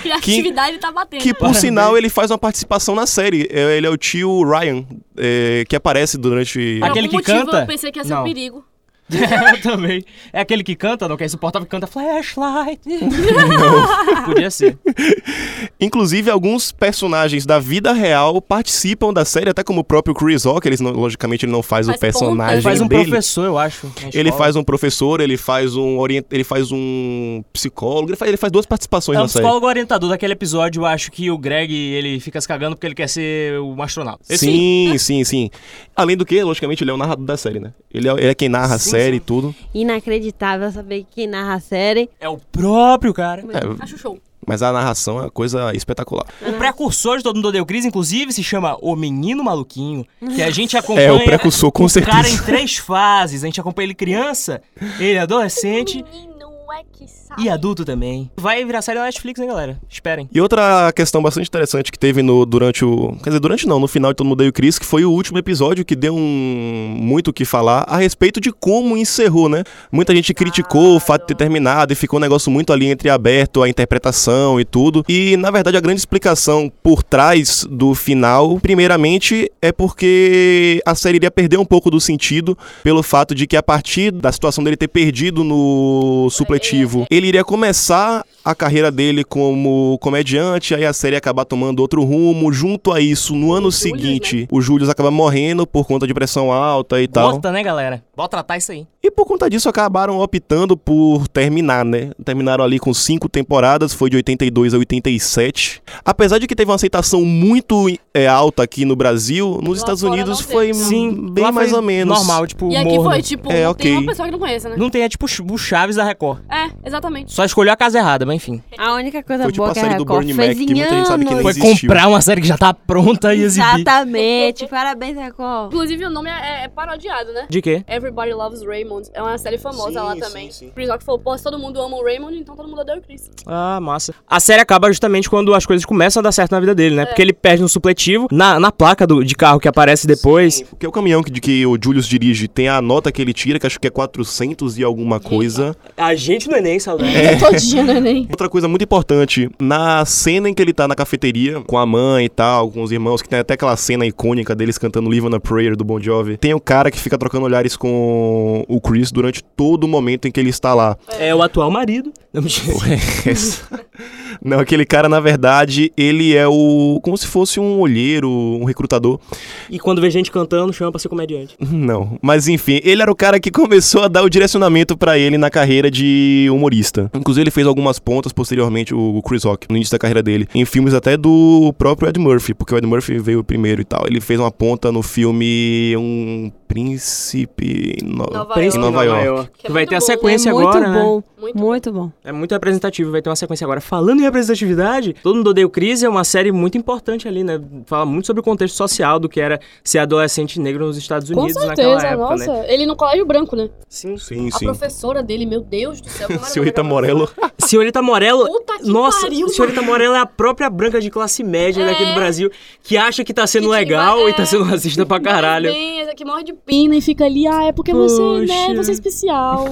S2: Criatividade tá batendo.
S1: Que por sinal ele faz uma participação na série. É, Ele é o tio Ryan, é, que aparece durante.
S2: Por
S3: Aquele
S2: algum
S3: que
S2: motivo,
S3: canta?
S2: Eu pensei que ia ser
S3: Não.
S2: um perigo.
S3: Eu também. É aquele que canta, não? Que é insuportável, que canta flashlight. Podia ser.
S1: Inclusive, alguns personagens da vida real participam da série, até como o próprio Chris Rock. Eles não- logicamente, ele não faz,
S2: Faz
S1: o
S2: ponta.
S1: personagem
S3: Ele faz um
S1: dele.
S3: professor, eu acho. na
S1: Ele
S3: escola.
S1: faz um professor, ele faz um orient... ele faz um psicólogo, ele faz, ele faz duas participações
S3: É um
S1: na série.
S3: psicólogo orientador daquele episódio, eu acho que o Greg, ele fica se cagando porque ele quer ser um astronauta. Esse-
S1: Sim, sim, sim. Além do que, logicamente, ele é o narrador da série, né? Ele é, ele é quem narra a
S3: Sim,
S1: série e
S3: sim.
S1: tudo.
S4: Inacreditável saber que narra a série.
S3: É o próprio cara.
S1: É,
S2: Acho show.
S1: mas a narração é uma coisa espetacular.
S3: O precursor de todo mundo odeia o Cris, inclusive, se chama O Menino Maluquinho, que a gente acompanha.
S1: É, o precursor, com
S3: O cara
S1: certeza.
S3: em três fases. A gente acompanha ele criança, ele adolescente
S6: Como é que sabe?
S3: E adulto também. Vai virar série na Netflix, hein, galera? Esperem.
S1: E outra questão bastante interessante que teve no, durante o. Quer dizer, durante não, no final de Todo Mundo Odeia o Chris, que foi o último episódio que deu um, muito o que falar a respeito de como encerrou, né? Muita gente criticou o fato de ter terminado e ficou um negócio muito ali entreaberto, a interpretação e tudo. E, na verdade, a grande explicação por trás do final, primeiramente, é porque a série iria perder um pouco do sentido pelo fato de que, a partir da situação dele ter perdido no supletivo, ele iria começar a carreira dele como comediante, aí a série ia acabar tomando outro rumo. Junto a isso, no ano seguinte, o Július acaba morrendo por conta de pressão alta e tal.
S3: Bota, né, galera? Bota tratar isso aí.
S1: E por conta disso acabaram optando por terminar, né? Terminaram ali com cinco temporadas, foi de 82 a 87. Apesar de que teve uma aceitação muito é, alta aqui no Brasil, nos
S2: Lá
S1: Estados
S2: fora
S1: Unidos
S2: não
S1: foi
S2: teve.
S1: hum, bem
S3: Lá
S1: mais
S3: foi
S1: ou menos.
S3: Normal, tipo,
S2: E aqui
S3: morno.
S2: foi, tipo,
S1: É,
S2: tem
S1: ok.
S2: uma pessoa que não conhece, né?
S3: Não tem, é tipo o Chaves da Record.
S2: É, exatamente.
S3: Só escolheu a casa errada, mas enfim.
S4: A única coisa
S1: Foi tipo
S4: boa
S1: a
S4: que a
S1: série do
S4: Record
S1: Bernie
S4: fez
S1: Mac, que
S4: em
S1: muita gente sabe é. que nem
S3: Foi
S4: anos.
S1: Existiu.
S3: comprar uma série que já tá pronta e exibir.
S4: Exatamente. Parabéns, Record.
S2: Inclusive, o nome é, é parodiado, né?
S3: De quê?
S2: Everybody Loves Raymond. É uma série famosa
S1: Sim,
S2: lá
S1: sim,
S2: também.
S1: sim.
S2: Chris Rock falou, pô, se todo mundo ama o Raymond, então todo mundo odeia o Chris.
S3: Ah, massa. A série acaba justamente quando as coisas começam a dar certo na vida dele, né? Porque ele perde um supletivo na, na placa do, de carro que aparece depois.
S1: Porque o caminhão que, de que o Julius dirige tem a nota que ele tira, que acho que é 400 e alguma coisa.
S3: A gente no Enem, saudade.
S2: Todinha, né, nem?
S1: Outra coisa muito importante, na cena em que ele tá na cafeteria com a mãe e tal, com os irmãos, que tem até aquela cena icônica deles cantando Live on a Prayer do Bon Jovi, tem o cara que fica trocando olhares com o Chris durante todo o momento em que ele está lá. É
S3: É o atual marido. Não, mentira.
S1: Não, aquele cara, na verdade, ele é o. como se fosse um olheiro, um recrutador.
S3: E quando vê gente cantando, chama pra ser comediante.
S1: Não, mas enfim, ele era o cara que começou a dar o direcionamento pra ele na carreira de humorista. Inclusive, ele fez algumas pontas posteriormente, o Chris Rock, no início da carreira dele, em filmes até do próprio Ed Murphy, porque o Ed Murphy veio primeiro e tal. Ele fez uma ponta no filme Um Príncipe em No-
S2: Nova
S1: Príncipe em
S2: York.
S1: Nova York.
S2: Que é
S3: vai
S2: muito
S3: ter a
S2: bom,
S3: sequência
S4: é muito
S3: agora, né?
S4: bom.
S2: Muito,
S4: Muito bom.
S3: É muito representativo, vai ter uma sequência agora. Falando em representatividade, Todo Mundo Odeia o Cris é uma série muito importante ali, né? Fala muito sobre o contexto social do que era ser adolescente negro nos Estados
S2: Com
S3: Unidos naquela
S2: certeza,
S3: época,
S2: nossa.
S3: né?
S2: Ele no colégio branco, né?
S3: Sim.
S1: Sim,
S2: A
S1: sim.
S2: professora dele, meu Deus do céu. como era o nome
S1: Senhorita
S2: daquela
S1: Morello.
S3: Senhorita Morello...
S2: professora? Puta que
S3: Nossa,
S2: pariu, É.
S3: senhorita Morello é a própria branca de classe média daqui do Brasil que acha que tá sendo
S2: Que te-
S3: legal
S2: é.
S3: e tá sendo racista pra caralho.
S2: Bem, essa é que morre de pena e fica ali, ah, é porque você, né,
S3: Poxa.
S2: você é especial.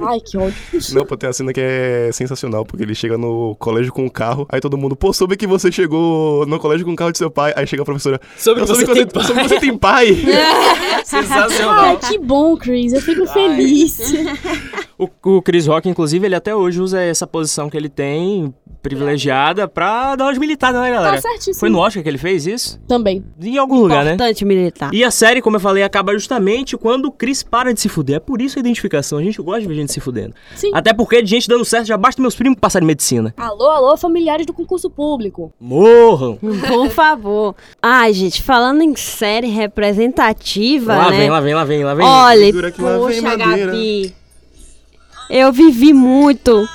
S2: Ai, que ódio.
S1: Não, pô, tem uma cena que é sensacional, porque ele chega no colégio com um carro, aí todo mundo, pô, soube que você chegou no colégio com o carro de seu pai, aí chega a professora,
S3: Sobre
S1: eu soube
S3: você,
S1: que
S3: tem
S1: você, soube que você tem pai.
S3: Sensacional. né?
S2: Ah, que bom, Chris, eu fico feliz.
S3: O, o Chris Rock, inclusive, ele até hoje usa essa posição que ele tem, privilegiada, pra dar umas militadas, né, galera?
S2: Tá certíssimo.
S3: Foi no Oscar que ele fez isso?
S2: Também.
S3: Em algum lugar, né?
S4: Importante militar.
S3: E a série, como eu falei, acaba justamente quando o Chris para de se fuder. É por isso a identificação. A gente gosta de ver gente se fudendo.
S2: Sim.
S3: Até porque de gente dando certo já basta meus primos passarem medicina.
S2: Alô, alô, familiares do concurso público.
S3: Morram!
S4: Por favor. Ai, gente, falando em série representativa,
S3: Lá
S4: né?
S3: vem, lá vem, lá vem, lá vem.
S1: Segura
S4: Olha,
S1: que lá vem
S4: poxa,
S1: madeira.
S4: Gabi. Eu vivi muito.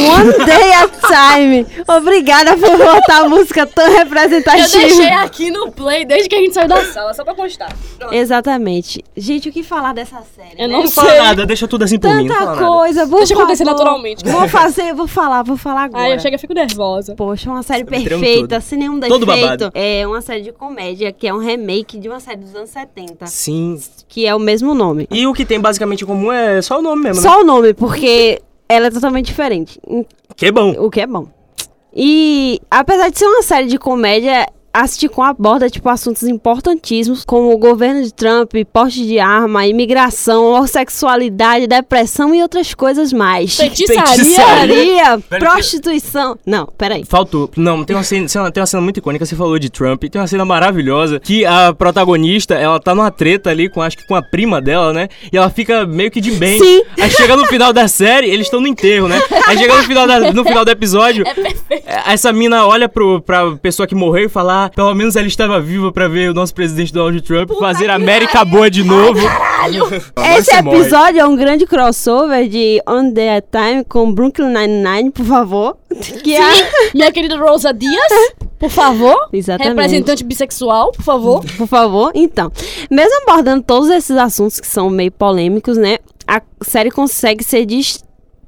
S4: One Day at Time. Obrigada por botar a música tão
S2: Eu deixei
S4: representativa.
S2: aqui no play desde que a gente saiu da sala, só pra constar.
S4: Exatamente. Gente, o que falar dessa série?
S2: Eu
S4: né?
S2: não
S3: Não fala
S2: sei.
S3: nada, deixa tudo assim por mim. Não fala
S4: Tanta
S3: nada.
S4: coisa. Vou
S2: Deixa acontecer
S4: favor.
S2: naturalmente.
S4: Vou fazer, vou falar, vou falar agora.
S2: Ai, eu chego e fico nervosa.
S4: Poxa, uma série
S3: Entramos
S4: perfeita, sem nenhum defeito.
S3: Todo babado.
S4: É uma série de comédia, que é um remake de uma série dos anos 70,
S3: Sim.
S4: que é o mesmo nome.
S3: E o que tem basicamente em comum é só o nome mesmo, né?
S4: Só o nome, porque ela é totalmente diferente,
S3: Que bom.
S4: o que é bom. E apesar de ser uma série de comédia, a sitcom aborda tipo assuntos importantíssimos como o governo de Trump, porte de arma, imigração, homossexualidade, depressão e outras coisas mais.
S2: Feitiçaria.
S3: Feitiçaria.
S4: Putaria,
S3: que-
S4: prostituição. Não, peraí.
S3: Faltou. Não, tem uma, cena, cena- tem uma cena muito icônica, você falou de Trump, e tem uma cena maravilhosa que a protagonista, ela tá numa treta ali com, acho que com a prima dela, né? E ela fica meio que de bem.
S4: Sim.
S3: Aí chega no final da série, eles estão no enterro, né? Aí chega no final, da- no final do episódio,
S4: É
S3: é, essa mina olha pro, pra pessoa que morreu e fala, "Ah, pelo menos ela estava viva pra ver o nosso presidente Donald Trump fazer a América boa de novo. Agora
S4: Esse
S3: você morre.
S4: episódio é um grande crossover de On The Time com Brooklyn Nine-Nine, por favor. Que é...
S2: Minha querida Rosa Dias, por favor.
S4: Exatamente.
S2: Representante bissexual, por favor.
S4: Por favor. Então, mesmo abordando todos esses assuntos que são meio polêmicos, né? A série consegue ser dis-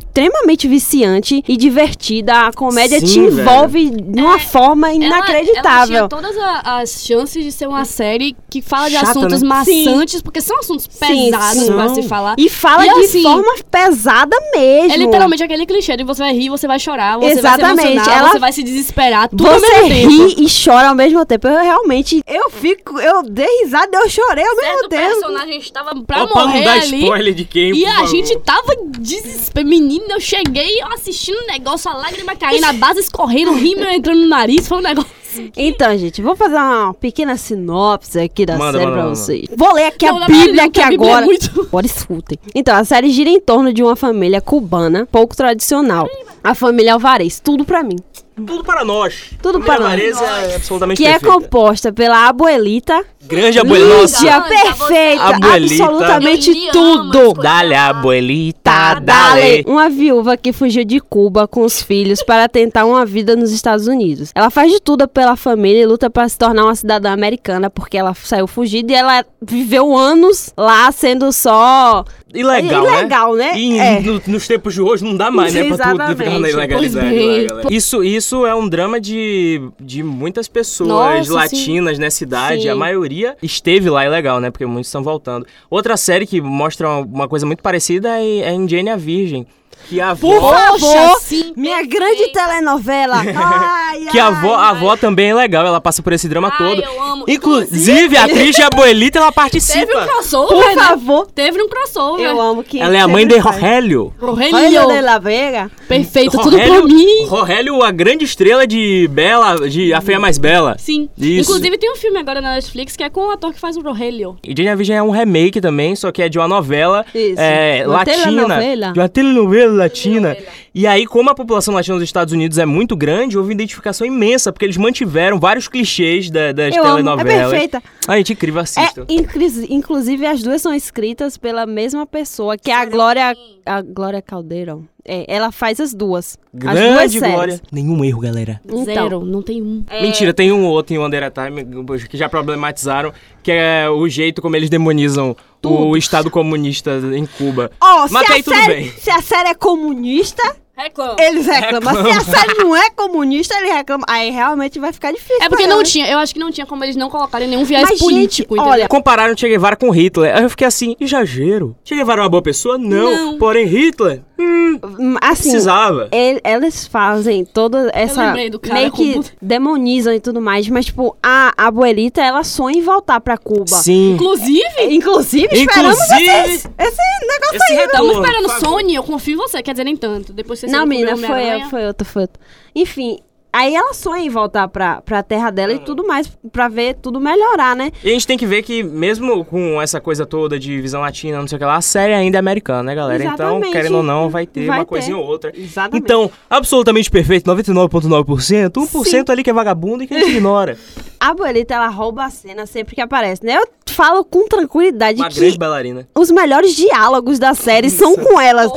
S4: extremamente viciante e divertida. A comédia
S3: Sim,
S4: te
S3: velho.
S4: envolve de uma
S2: É,
S4: forma
S2: Ela-
S4: inacreditável.
S2: Ela, tinha todas a- as chances de ser uma série que fala de
S3: Chata,
S2: assuntos
S3: né?
S2: maçantes, porque são assuntos pesados
S3: sim.
S2: pra
S3: São.
S2: se falar.
S4: E fala
S2: E
S4: de
S2: assim,
S4: forma pesada mesmo.
S2: É literalmente aquele clichê de você vai rir, você vai chorar, você vai
S4: Exatamente,
S2: se emocionar,
S4: ela-
S2: você vai se desesperar, tudo ao
S4: Você
S2: mesmo tempo.
S4: ri e chora ao mesmo tempo. Eu realmente. Eu fico. Eu dei risada, eu chorei ao mesmo
S2: Certo
S4: tempo.
S2: personagem estava pra
S3: Ó, pra não
S2: morrer
S3: dar
S2: ali.
S3: spoiler de quem,
S2: E
S3: por
S2: a
S3: favor.
S2: gente tava desesperado. Menino, eu cheguei eu assistindo o negócio, a lágrima caindo, a base escorrendo, o rímel entrando no nariz. Foi um negócio.
S4: Então, gente, vou fazer uma pequena sinopse aqui da
S3: Manda,
S4: série
S3: manda,
S4: pra
S3: manda.
S4: vocês. Vou ler aqui
S2: Não,
S4: a
S2: na
S4: Bíblia
S2: verdade,
S4: aqui
S2: porque a Bíblia é
S4: agora.
S2: muito-
S4: Agora escutem. Então, a série gira em torno de uma família cubana pouco tradicional. A família Alvarez, tudo pra mim.
S3: Tudo para nós.
S4: Tudo
S3: Família
S4: para nós.
S3: Varese é absolutamente
S4: Que é
S3: perfeita.
S4: composta pela abuelita,
S3: Grande
S2: Lídia.
S3: abuelita.
S4: Lídia,
S2: Nossa,
S4: perfeita,
S3: Abuelita.
S4: absolutamente
S2: Eu amo as
S4: tudo.
S2: coisas.
S3: Dale, abuelita,
S4: Tadale,
S3: dale.
S4: uma viúva que fugiu de Cuba com os filhos para tentar uma vida nos Estados Unidos. Ela faz de tudo pela família e luta para se tornar uma cidadã americana, porque ela saiu fugida e ela viveu anos lá sendo só
S3: Ilegal, né?
S4: ilegal, né?
S3: E
S4: É.
S3: no- nos tempos de hoje não dá mais, né? Pra tudo ficar na
S4: Exatamente.
S3: ilegalidade
S2: Pois
S3: lá,
S2: bem.
S3: galera. Isso, isso é um drama de, de muitas pessoas
S2: Nossa, sim.
S3: latinas nessa cidade.
S4: Sim.
S3: A maioria esteve lá ilegal, né? Porque muitos estão voltando. Outra série que mostra uma, uma coisa muito parecida é, é Indiana Virgem. Que a
S4: Por
S3: avó.
S4: favor,
S2: sim,
S4: minha
S2: perfeita.
S4: grande telenovela. Ai,
S3: Que a
S4: ai,
S3: avó, a avó também é legal, ela passa por esse drama
S2: Ai,
S3: todo.
S2: eu amo.
S3: Inclusive, a atriz de Abuelita, ela
S2: Teve um
S3: participa.
S2: crossover,
S4: Por
S2: né?
S4: favor.
S2: Teve um crossover.
S4: Eu amo que
S3: Ela é a mãe de
S4: sempre faz.
S3: Rogelio.
S4: Olha
S2: Rogelio.
S4: de La Vega.
S2: Perfeito,
S4: tá
S2: tudo pra mim.
S3: Rogelio, a grande estrela de Bela, de A Feia Mais Bela.
S2: Sim.
S3: Isso.
S2: Inclusive tem um filme agora na Netflix que é com o ator que faz o Rogelio.
S3: E Jane Virgem é um remake também, só que é de uma novela
S4: Isso.
S3: é,
S4: Uma
S3: latina.
S2: Ah.
S4: telenovela.
S3: De uma telenovela latina. E aí, como a população latina dos Estados Unidos é muito grande, houve identificação imensa, porque eles mantiveram vários clichês da- das
S4: Eu amo. É
S3: telenovelas.
S4: perfeita.
S3: Ai, gente, incrível,
S4: É,
S3: assistam.
S4: incri- inclusive as duas são escritas pela mesma pessoa, que é a Glória, a Glória Caldeirão. É, ela faz as duas. as duas
S3: Grande
S4: séries.
S3: glória. Nenhum erro, galera.
S4: Então.
S2: Zero, não tem um.
S4: É.
S3: Mentira, tem um outro em Under Time que já problematizaram, que é o jeito como eles demonizam o Estado comunista em Cuba.
S4: Ó, se,
S3: Mas até
S4: a
S3: aí tudo
S4: série,
S3: bem.
S4: se a série é comunista,
S2: Reclama.
S4: eles reclamam. Se a série não é comunista, eles reclamam. Aí realmente vai ficar difícil.
S2: É porque
S4: pra
S2: não
S4: ela.
S2: tinha, eu acho que não tinha como eles não colocarem nenhum viés
S4: Mas, gente,
S2: político, entendeu?
S4: olha,
S3: Compararam Che Guevara com Hitler. Aí eu fiquei assim, exagero. Che Guevara é uma boa pessoa? Não.
S2: Não.
S3: Porém, Hitler
S4: Hum, Assim,
S3: precisava.
S4: el- elas fazem toda essa.
S2: lembrei do cara
S4: meio que
S2: com-
S4: demonizam e tudo mais. Mas, tipo, a a abuelita, ela sonha em voltar pra Cuba.
S3: Sim.
S2: Inclusive,
S4: Inclusive, esperamos
S3: Inclusive-
S4: esse, esse negócio
S3: Esse
S2: estamos
S3: retorno,
S2: esperando
S3: por favor.
S2: Sony, eu confio em você, quer dizer, nem tanto. Depois que você
S4: Não,
S2: sabe
S4: menina,
S2: comer
S4: foi,
S2: Homem-Aranha.
S4: foi outro, foi outro. Enfim, aí ela sonha em voltar pra, pra terra dela e tudo mais, pra ver tudo melhorar, né?
S3: E a gente tem que ver que, mesmo com essa coisa toda de visão latina, não sei o que lá, a série ainda é americana, né, galera? Então,
S4: Exatamente.
S3: querendo ou não, vai ter
S4: Vai
S3: uma
S4: ter.
S3: coisinha ou outra.
S4: Exatamente.
S3: Então, absolutamente perfeito, 99,9%, 1% ali que é vagabundo e que a gente ignora.
S4: A Abuelita, ela rouba a cena sempre que aparece, né? Eu falo com tranquilidade
S3: Uma
S4: que
S3: grande bailarina.
S4: os melhores diálogos da série são com elas.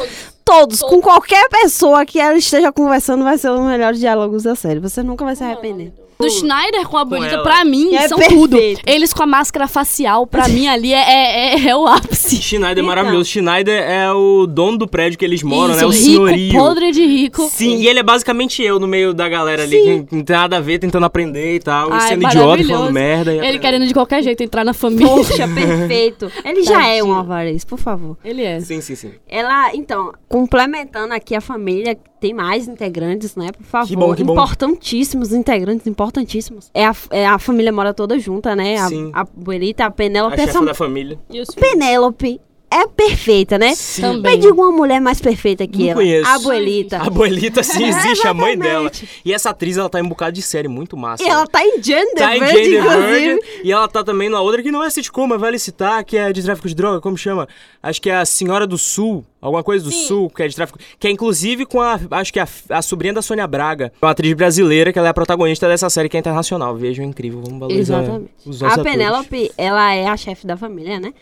S4: Todos, com qualquer pessoa que ela esteja conversando, vai ser os melhores diálogos da série. Você nunca vai se arrepender.
S2: Do Schneider com a bonita,
S3: ela.
S2: pra mim,
S4: É
S2: são
S4: perfeito.
S2: tudo. Eles com a máscara facial, pra mim, ali é, é, é- é o ápice.
S3: Schneider é
S4: Então.
S3: maravilhoso. Schneider é o dono do prédio que eles moram, né?
S2: Isso,
S3: O
S2: rico,
S3: senhorio.
S2: podre de rico.
S3: Sim, e ele é basicamente eu no meio da galera ali, que não tem nada a ver, tentando aprender e tal, e
S2: Ai,
S3: sendo idiota, falando
S2: maravilhoso.
S3: merda. E
S2: Ele
S3: aprendendo.
S2: querendo de qualquer jeito entrar na família.
S4: Poxa, perfeito. Ele já é um alvarez, por favor.
S2: Ele é.
S3: Sim, sim, sim.
S4: Ela, então, complementando aqui a família, que tem mais integrantes, né? Por favor.
S3: Que bom, que bom.
S4: importantíssimos integrantes, importantíssimos. É a, é a família mora toda junta, né? A,
S3: Sim.
S4: a Abuelita, a
S3: A
S4: Penélope.
S3: chefa
S4: Essa
S3: da família.
S2: Isso.
S4: Penélope é perfeita, né?
S3: Sim.
S2: Também.
S4: Eu digo uma mulher mais perfeita que
S3: Não
S4: ela.
S3: conheço.
S4: A Abuelita.
S3: A abuelita, sim, existe, a mãe dela.
S4: Exatamente.
S3: E essa atriz, ela tá em um bocado de série muito massa.
S4: E ela tá em Gender
S3: tá em
S4: Bird,
S3: Jane the
S4: inclusive.
S3: Virgin, e ela tá também na outra que não é sitcom, mas vale citar, que é de tráfico de droga, como chama? Acho que é a Senhora do Sul, alguma coisa do Sul, que é de tráfico, que é inclusive com a, acho que é a, a sobrinha da Sônia Braga, uma atriz brasileira, que ela é a protagonista dessa série que é internacional, vejam, é incrível, vamos valorizar
S4: Exatamente.
S3: os nossos
S4: A
S3: atores.
S4: Penélope, ela é a chefe da família, né?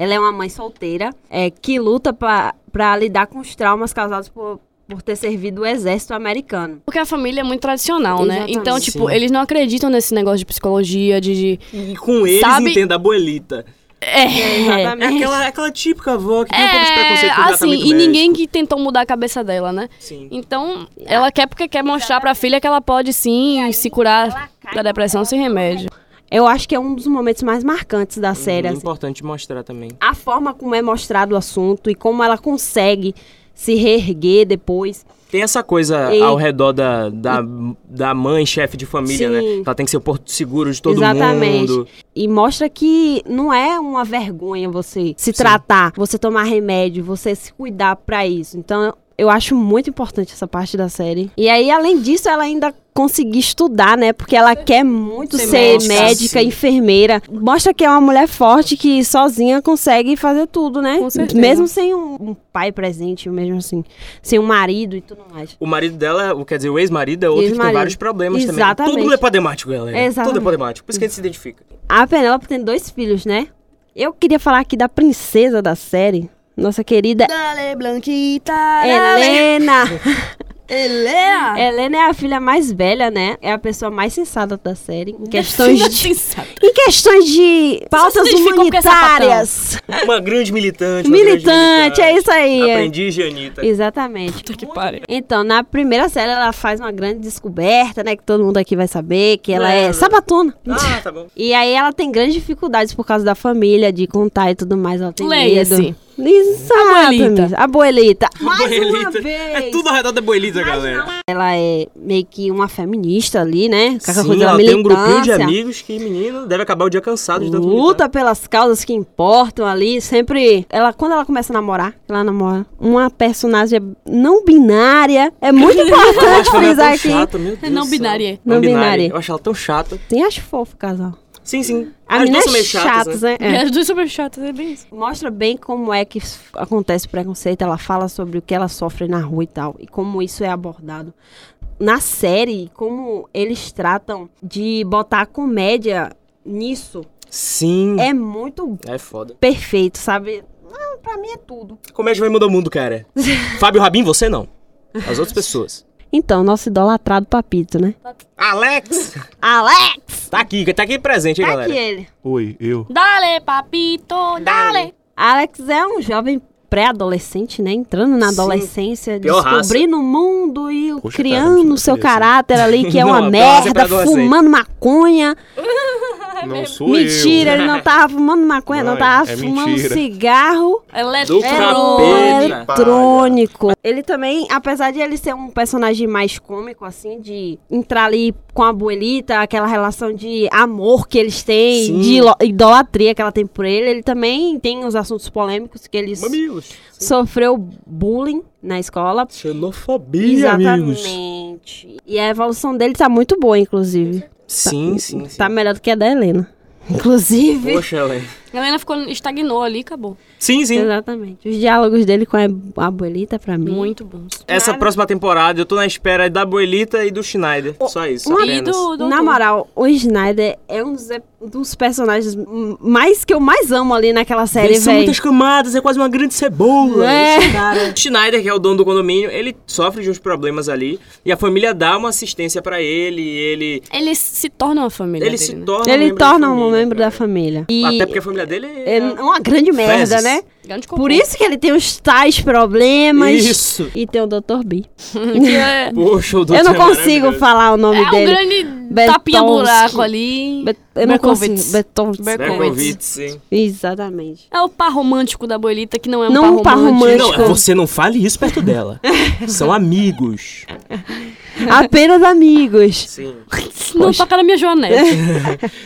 S4: Ela é uma mãe solteira é, que luta pra pra lidar com os traumas causados por, por ter servido o exército americano.
S2: Porque a família é muito tradicional, né?
S4: Exatamente.
S2: Então, tipo,
S3: Sim.
S2: eles não acreditam nesse negócio de psicologia, de. de-
S3: E com eles,
S2: Sabe-
S3: entenda a abuelita.
S4: É, exatamente.
S3: Aquela, aquela típica avó que tem um pouco de
S2: É,
S3: preconceito com o
S2: assim,
S3: tratamento
S2: e
S3: médico.
S2: ninguém que tentou mudar a cabeça dela, né?
S3: Sim.
S2: Então, ela quer porque quer mostrar pra filha que ela pode sim se curar da depressão sem remédio.
S4: Eu acho que é um dos momentos mais marcantes da série.
S3: É
S4: assim.
S3: importante mostrar também.
S4: A forma como é mostrado o assunto e como ela consegue se reerguer depois.
S3: Tem essa coisa
S4: E-
S3: ao redor da, da, da mãe, chefe de família,
S4: Sim.
S3: né? Ela tem que ser o porto seguro de todo
S4: Exatamente.
S3: mundo.
S4: E mostra que não é uma vergonha você se tratar, você tomar remédio, você se cuidar pra isso. Então, eu acho muito importante essa parte da série. E aí, além disso, ela ainda conseguir estudar, né? Porque ela quer muito
S2: Ser
S4: ser
S2: médica,
S4: médica,
S3: sim.
S4: enfermeira. Mostra que é uma mulher forte que sozinha consegue fazer tudo, né?
S2: Com certeza.
S4: Mesmo sem um, um pai presente, mesmo assim, sem um marido e tudo mais.
S3: O marido dela, o- quer dizer, o ex-marido é outro que tem
S4: Ex-marido.
S3: vários problemas também.
S4: Exatamente.
S3: Tudo é problemático, galera. Tudo
S4: Exatamente.
S3: é problemático. Por isso que a gente se identifica.
S4: A Penélope tem dois filhos, né? Eu queria falar aqui da princesa da série, nossa querida
S2: Dale, Blanquita!
S4: Helena.
S2: é Helena!
S4: Helena é a filha mais velha, né? É a pessoa mais sensata da série. Em questões de, em questões de pautas
S2: se identificou com essa
S4: humanitárias.
S3: Uma grande militante. uma grande
S4: Militante, é isso aí.
S3: Aprendiz de Anitta.
S4: Exatamente.
S2: Puta que pariu.
S4: Então, na primeira série, ela faz uma grande descoberta, né? Que todo mundo aqui vai saber que ela é
S3: Não.
S4: sabatona.
S3: Ah, tá bom.
S4: E aí ela tem grandes dificuldades por causa da família, de contar e tudo mais. Ela tem
S2: Leia-se.
S4: medo. Exatamente.
S2: Abuelita.
S4: Abuelita. Mais uma
S3: Boelita.
S4: vez.
S3: É tudo ao redor da boelita, galera.
S4: Ela é meio que uma feminista ali, né? Com aquela
S3: Sim,
S4: coisa da
S3: ela tem um grupinho de
S4: militância.
S3: amigos que, menino, deve acabar o dia cansado de tanto militar.
S4: Luta pelas causas que importam ali, sempre. Ela, quando ela começa a namorar, ela namora uma personagem não binária. É muito
S3: Eu
S4: importante
S3: acho ela tão
S4: frisar aqui.
S3: chata, meu Deus
S2: Não
S3: do céu.
S2: binária.
S4: Não binária.
S3: Eu acho ela tão chata.
S4: Tem acho fofo, o casal.
S3: Sim, sim.
S4: A
S3: As duas
S4: menina é
S3: são meio
S4: chata,
S3: chatas, né?
S4: né? É.
S2: As duas são meio chatas, é bem isso.
S4: Mostra bem como é que s- acontece o preconceito. Ela fala sobre o que ela sofre na rua e tal. E como isso é abordado na série. Como eles tratam de botar a comédia nisso.
S3: Sim.
S4: É muito
S3: É foda.
S4: perfeito, sabe? Não, pra mim é tudo.
S3: Comédia vai mudar o mundo, cara. Fábio Rabin, você não. As outras pessoas.
S4: Então, nosso idolatrado papito, né?
S3: Alex!
S4: Alex!
S3: Tá aqui, tá aqui presente, hein,
S4: Tá
S3: galera?
S4: aqui ele.
S1: Oi, eu.
S2: Dale, papito, dale!
S4: Alex é um jovem pré-adolescente, né? Entrando na
S3: Sim.
S4: adolescência,
S3: Pior raça.
S4: descobrindo o mundo e o-
S1: Poxa, cara,
S4: criando
S1: que
S4: o seu
S1: beleza.
S4: caráter ali, que é
S3: Não,
S4: uma
S3: a pior raça é
S4: merda,
S3: pré-adolescente.
S4: fumando maconha.
S3: É
S1: Não sou
S4: mentira, ele não tava fumando maconha, não,
S1: Vai,
S4: tava
S1: é
S4: fumando
S1: mentira.
S4: cigarro.
S2: Eletro!
S3: Do
S4: É
S3: capeta.
S4: eletrônico. Ele também, apesar de ele ser um personagem mais cômico, assim, de entrar ali com a abuelita, aquela relação de amor que eles têm,
S3: Sim.
S4: de ilo- idolatria que ela tem por ele, ele também tem os assuntos polêmicos que ele s-
S3: Mamilos.
S4: sofreu bullying na escola.
S3: Xenofobia, amigos.
S4: Exatamente. E a evolução dele tá muito boa, inclusive.
S3: Sim, sim, sim.
S4: Tá melhor do que a da Helena. Inclusive.
S3: Poxa, Helena.
S2: A Helena ficou, estagnou ali, acabou.
S3: Sim, sim.
S4: Exatamente. Os diálogos dele com a abuelita, pra mim.
S2: Muito bons.
S3: Essa próxima temporada eu tô na espera da Boelita e do Schneider. Só isso,
S4: uma-
S2: E
S3: apenas.
S2: do, do
S4: Na moral, o Snyder é um dos, um dos personagens m- mais que eu mais amo ali naquela série,
S3: Eles são
S4: velho.
S3: muitas camadas, é quase uma grande cebola.
S4: É.
S3: esse cara. Schneider, que é o dono do condomínio, ele sofre de uns problemas ali e a família dá uma assistência pra ele, e ele
S2: Ele se torna uma família.
S3: ele
S2: dele,
S3: se
S2: né?
S3: torna um
S4: Ele
S3: membro da
S4: torna um
S3: família,
S4: membro da
S3: cara.
S4: família.
S3: Até
S4: E
S3: porque a família dele é,
S4: é uma grande merda,
S3: Fezes. é?
S4: né?
S2: Grande
S4: Por isso que ele tem os tais problemas.
S3: Isso.
S4: E tem o Dr. B.
S2: que é,
S3: Poxa, o doutor
S4: eu não
S3: é
S4: consigo
S3: maravilhoso.
S4: falar o nome
S2: é um
S4: dele.
S2: grande
S4: Bertolski.
S2: tapinha buraco ali.
S4: Bet- eu não
S2: Berkowitz.
S4: consigo. Beton.
S3: Né,
S2: Berkowitz.
S3: Berkowitz, sim.
S4: Exatamente.
S2: É o par romântico da Boelita, que não é um
S4: Não
S2: par
S4: um par
S2: romântico.
S4: romântico.
S3: Não, você não fale isso perto dela. São amigos.
S4: Apenas amigos.
S3: Sim.
S2: Não toca na minha joanete.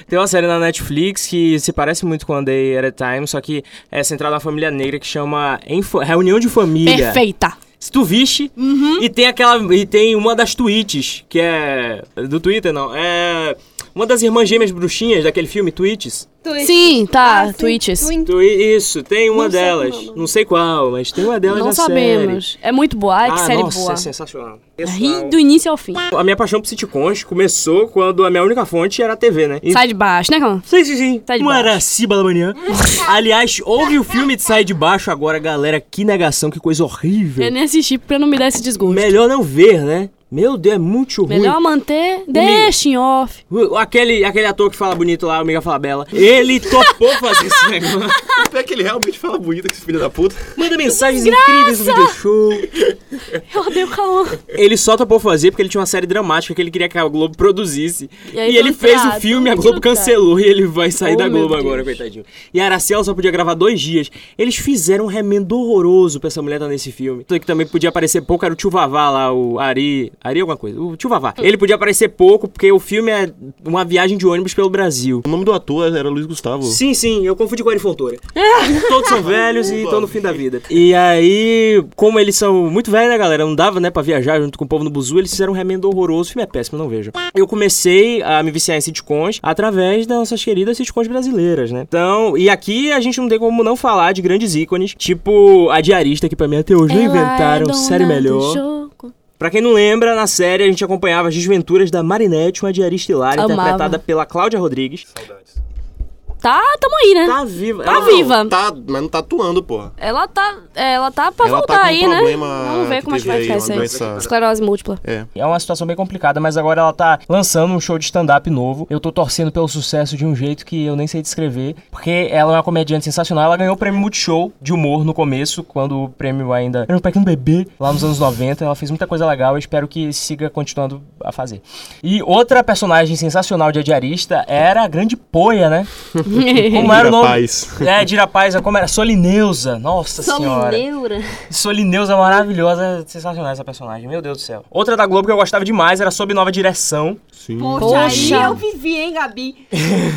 S3: Tem uma série na Netflix que se parece muito com A Day at a Time, só que é centrada na família negra que chama Em Fa- Reunião de Família.
S2: Perfeita.
S3: Se tu viste,
S2: Uhum.
S3: e tem aquela. E tem uma das tweets, que é. Do Twitter, não. É. Uma das irmãs gêmeas bruxinhas daquele filme Tweets.
S2: Sim, tá. Twitches.
S3: Twi- isso, tem uma
S4: Não sei
S3: delas.
S4: qual é o nome.
S3: não sei qual, mas tem uma delas
S2: Não
S3: na série.
S2: sabemos. É muito boa. Ai, que
S3: ah,
S2: série
S3: nossa,
S2: boa. Tá
S3: é sensacional.
S2: Ri do início ao fim.
S3: A minha paixão por sitcoms começou quando a minha única fonte era a TV, né? E-
S2: Sai de baixo, né, Cão?
S3: Sim, sim, sim.
S2: Sai de
S3: Não
S2: baixo.
S3: era Ciba da Manhã. Aliás, houve o filme de Sai de Baixo agora, galera. Que negação, que coisa horrível.
S2: É Eu nem assisti pra não me dar esse desgosto.
S3: Melhor não ver, né? Meu Deus, é muito ruim.
S2: Melhor manter, deixa em off.
S3: Uh, Aquele, aquele ator que fala bonito lá, o Miguel Falabella, ele topou fazer esse negócio.
S1: Pior é que ele realmente fala bonito que esse filho da puta.
S3: Manda mensagens incríveis no video show.
S2: Eu odeio o Cauã.
S3: Ele só topou fazer porque ele tinha uma série dramática que ele queria que a Globo produzisse.
S2: E
S3: E,
S2: aí
S3: ele fez o
S2: cancelaram,
S3: filme, a Globo
S2: cancelaram.
S3: cancelou e ele vai sair
S2: Oh,
S3: da
S2: meu
S3: Globo
S2: Deus.
S3: agora, coitadinho. E a Araceli só podia gravar dois dias. Eles fizeram um remendo horroroso pra essa mulher estar nesse filme. Então, Que também podia aparecer pouco, era o Tio Vavá lá, o Ari... Ari é alguma coisa? O Tio Vavá.
S2: Hum.
S3: Ele podia aparecer pouco porque o filme é uma viagem de ônibus pelo Brasil.
S1: O nome do ator é- era Luiz Gustavo.
S3: Sim, sim, eu confundi com a Arifontora. Todos são velhos e estão no fim da vida. E aí, como eles são muito velhos, né, galera? Não dava, né, pra viajar junto com o povo no Buzu, eles fizeram um remendo horroroso. O filme é péssimo, não vejo. Eu comecei a me viciar em sitcoms através das nossas queridas sitcoms brasileiras, né? Então, e aqui a gente não tem como não falar de grandes ícones, tipo a Diarista, que pra mim até hoje
S2: Ela
S3: não
S2: é
S3: inventaram
S2: dona
S3: série
S2: do
S3: melhor.
S2: jogo.
S3: Pra quem não lembra, na série a gente acompanhava as desventuras da Marinette, uma diarista hilária,
S2: Amava.
S3: interpretada pela Cláudia Rodrigues.
S2: Tá, tamo aí, né?
S3: Tá viva.
S2: Tá
S3: Ela-
S2: viva.
S1: Tá, mas não tá atuando, porra.
S2: Ela tá, é, ela tá pra
S1: Ela tá
S2: voltar
S1: com um
S2: aí, né?
S1: problema
S2: Vamos ver
S1: que
S2: como é que
S1: teve
S2: vai ficar
S1: aí,
S2: isso aí.
S1: uma doença-
S2: Esclerose múltipla.
S1: É.
S3: É uma situação bem complicada, mas agora ela tá lançando um show de stand-up novo. Eu tô torcendo pelo sucesso de um jeito que eu nem sei descrever, porque ela é uma comediante sensacional. Ela ganhou o prêmio Multishow de humor no começo, quando o prêmio ainda era um pequeno bebê, lá nos anos 90. Ela fez muita coisa legal, eu espero que siga continuando a fazer. E outra personagem sensacional de A diarista era a grande poia, né? Como era o nome?
S1: Rapaz.
S3: É, Dira Paz, como era? Solineusa, nossa senhora. Solineusa é maravilhosa, sensacional essa personagem, meu Deus do céu. Outra da Globo que eu gostava demais era Sob Nova Direção,
S1: Sim.
S4: Poxa,
S2: Poxa.
S4: aí eu vivi, hein, Gabi?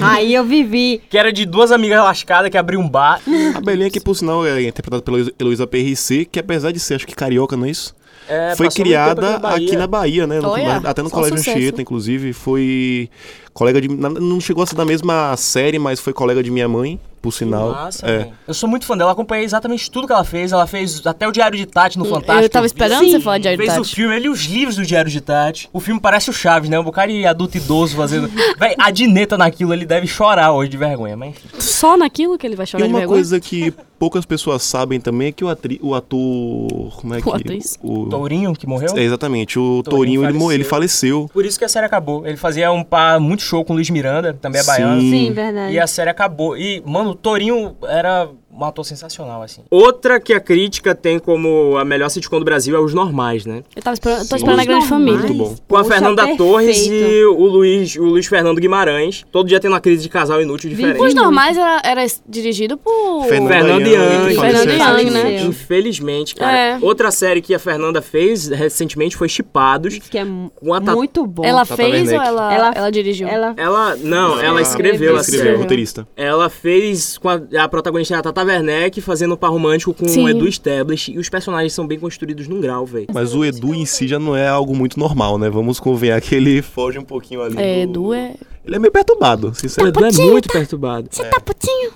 S4: aí eu vivi.
S3: que era de duas amigas lascadas que abriam um bar.
S1: A Belinha, que por sinal é interpretada pela Heloísa PRC, que apesar de ser, acho que carioca, não é isso?
S3: É,
S1: foi
S3: passou muito tempo
S1: criada aqui na Bahia, né? No-
S2: Olha,
S1: até no
S2: só
S1: Colégio
S2: sucesso.
S1: Anchieta, inclusive. Foi colega de. na- Não chegou a ser da mesma série, mas foi colega de minha mãe, por sinal.
S3: Massa,
S1: é.
S3: velho. Eu sou muito fã dela, acompanhei exatamente tudo que ela fez. Ela fez até o Diário de Tati no Fantástico.
S2: Eu tava esperando
S3: Sim.
S2: você falar de Diário de
S3: Fez o
S2: Tati.
S3: filme, ele e os livros do Diário de Tati. O filme parece o Chaves, né? Um bocado de adulto idoso fazendo. Véi, a dineta naquilo, ele deve chorar hoje de vergonha, mas enfim.
S2: Só naquilo que ele vai
S1: E
S2: chorar de
S1: uma
S2: vergonha.
S1: coisa que poucas pessoas sabem também é que o, atri- o ator. Como é que.
S2: atriz.
S1: O,
S3: Tourinho, que morreu.
S1: é, exatamente, o
S3: Tourinho
S1: Tourinho, ele, mo- ele faleceu.
S3: Por isso que a série acabou. Ele fazia um par muito show com o Luiz Miranda, que também é baiano.
S1: Sim.
S4: Sim, verdade.
S2: É.
S3: E a série acabou. E, mano, o Torinho era um ator sensacional, assim. Outra que a crítica tem como a melhor sitcom do Brasil é Os Normais, né?
S2: Eu tava esperando, eu tô
S1: Sim.
S2: esperando a grande
S4: Normais.
S2: família.
S1: Muito bom.
S3: Com a
S4: tá Poxa,
S3: Fernanda
S4: perfeito.
S3: Torres e o Luiz, o Luiz Fernando Guimarães. Todo dia tendo uma crise de casal inútil diferente.
S2: Os normais era, era dirigido por.
S3: Fernanda e Anne.
S1: que faleceu.
S2: Fernanda e Anne, né?
S4: Faleceu.
S3: Infelizmente, cara.
S2: É.
S3: Outra série que a Fernanda fez recentemente foi Chipados.
S4: Que é mu-
S3: Com a Tata
S4: muito bom.
S2: Ela
S1: Tata
S2: fez ou
S1: Werneck.
S2: ela, ela,
S4: Ela-
S2: dirigiu?
S4: Ela-
S3: Ela, não, ela
S1: Ah,
S3: escreveu
S1: Ela
S3: a
S2: assim,
S1: escreveu,
S2: né?
S3: série.
S1: roteirista.
S3: Ela fez com a, a protagonista era a Tata Werneck fazendo um par romântico com
S2: Sim.
S3: o Edu Stablish e os personagens são bem construídos num grau, velho.
S1: Mas o Edu em si já não é algo muito normal, né? Vamos convenhar que ele foge um pouquinho ali.
S2: É,
S1: do-
S2: Edu é.
S1: Ele é meio perturbado,
S3: O
S1: sinceramente.
S3: Edu é muito perturbado.
S2: Você tá putinho?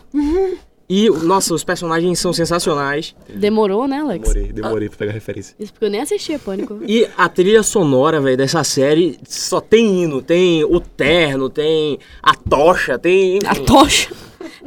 S3: E, nossa, os personagens são sensacionais.
S2: Demorou, né, Alex?
S1: Demorei, demorei pra pegar a referência.
S2: Isso porque eu nem assistia Pânico.
S3: E a trilha sonora, velho, dessa série só tem hino. Tem o terno, tem a tocha, tem.
S2: A tocha.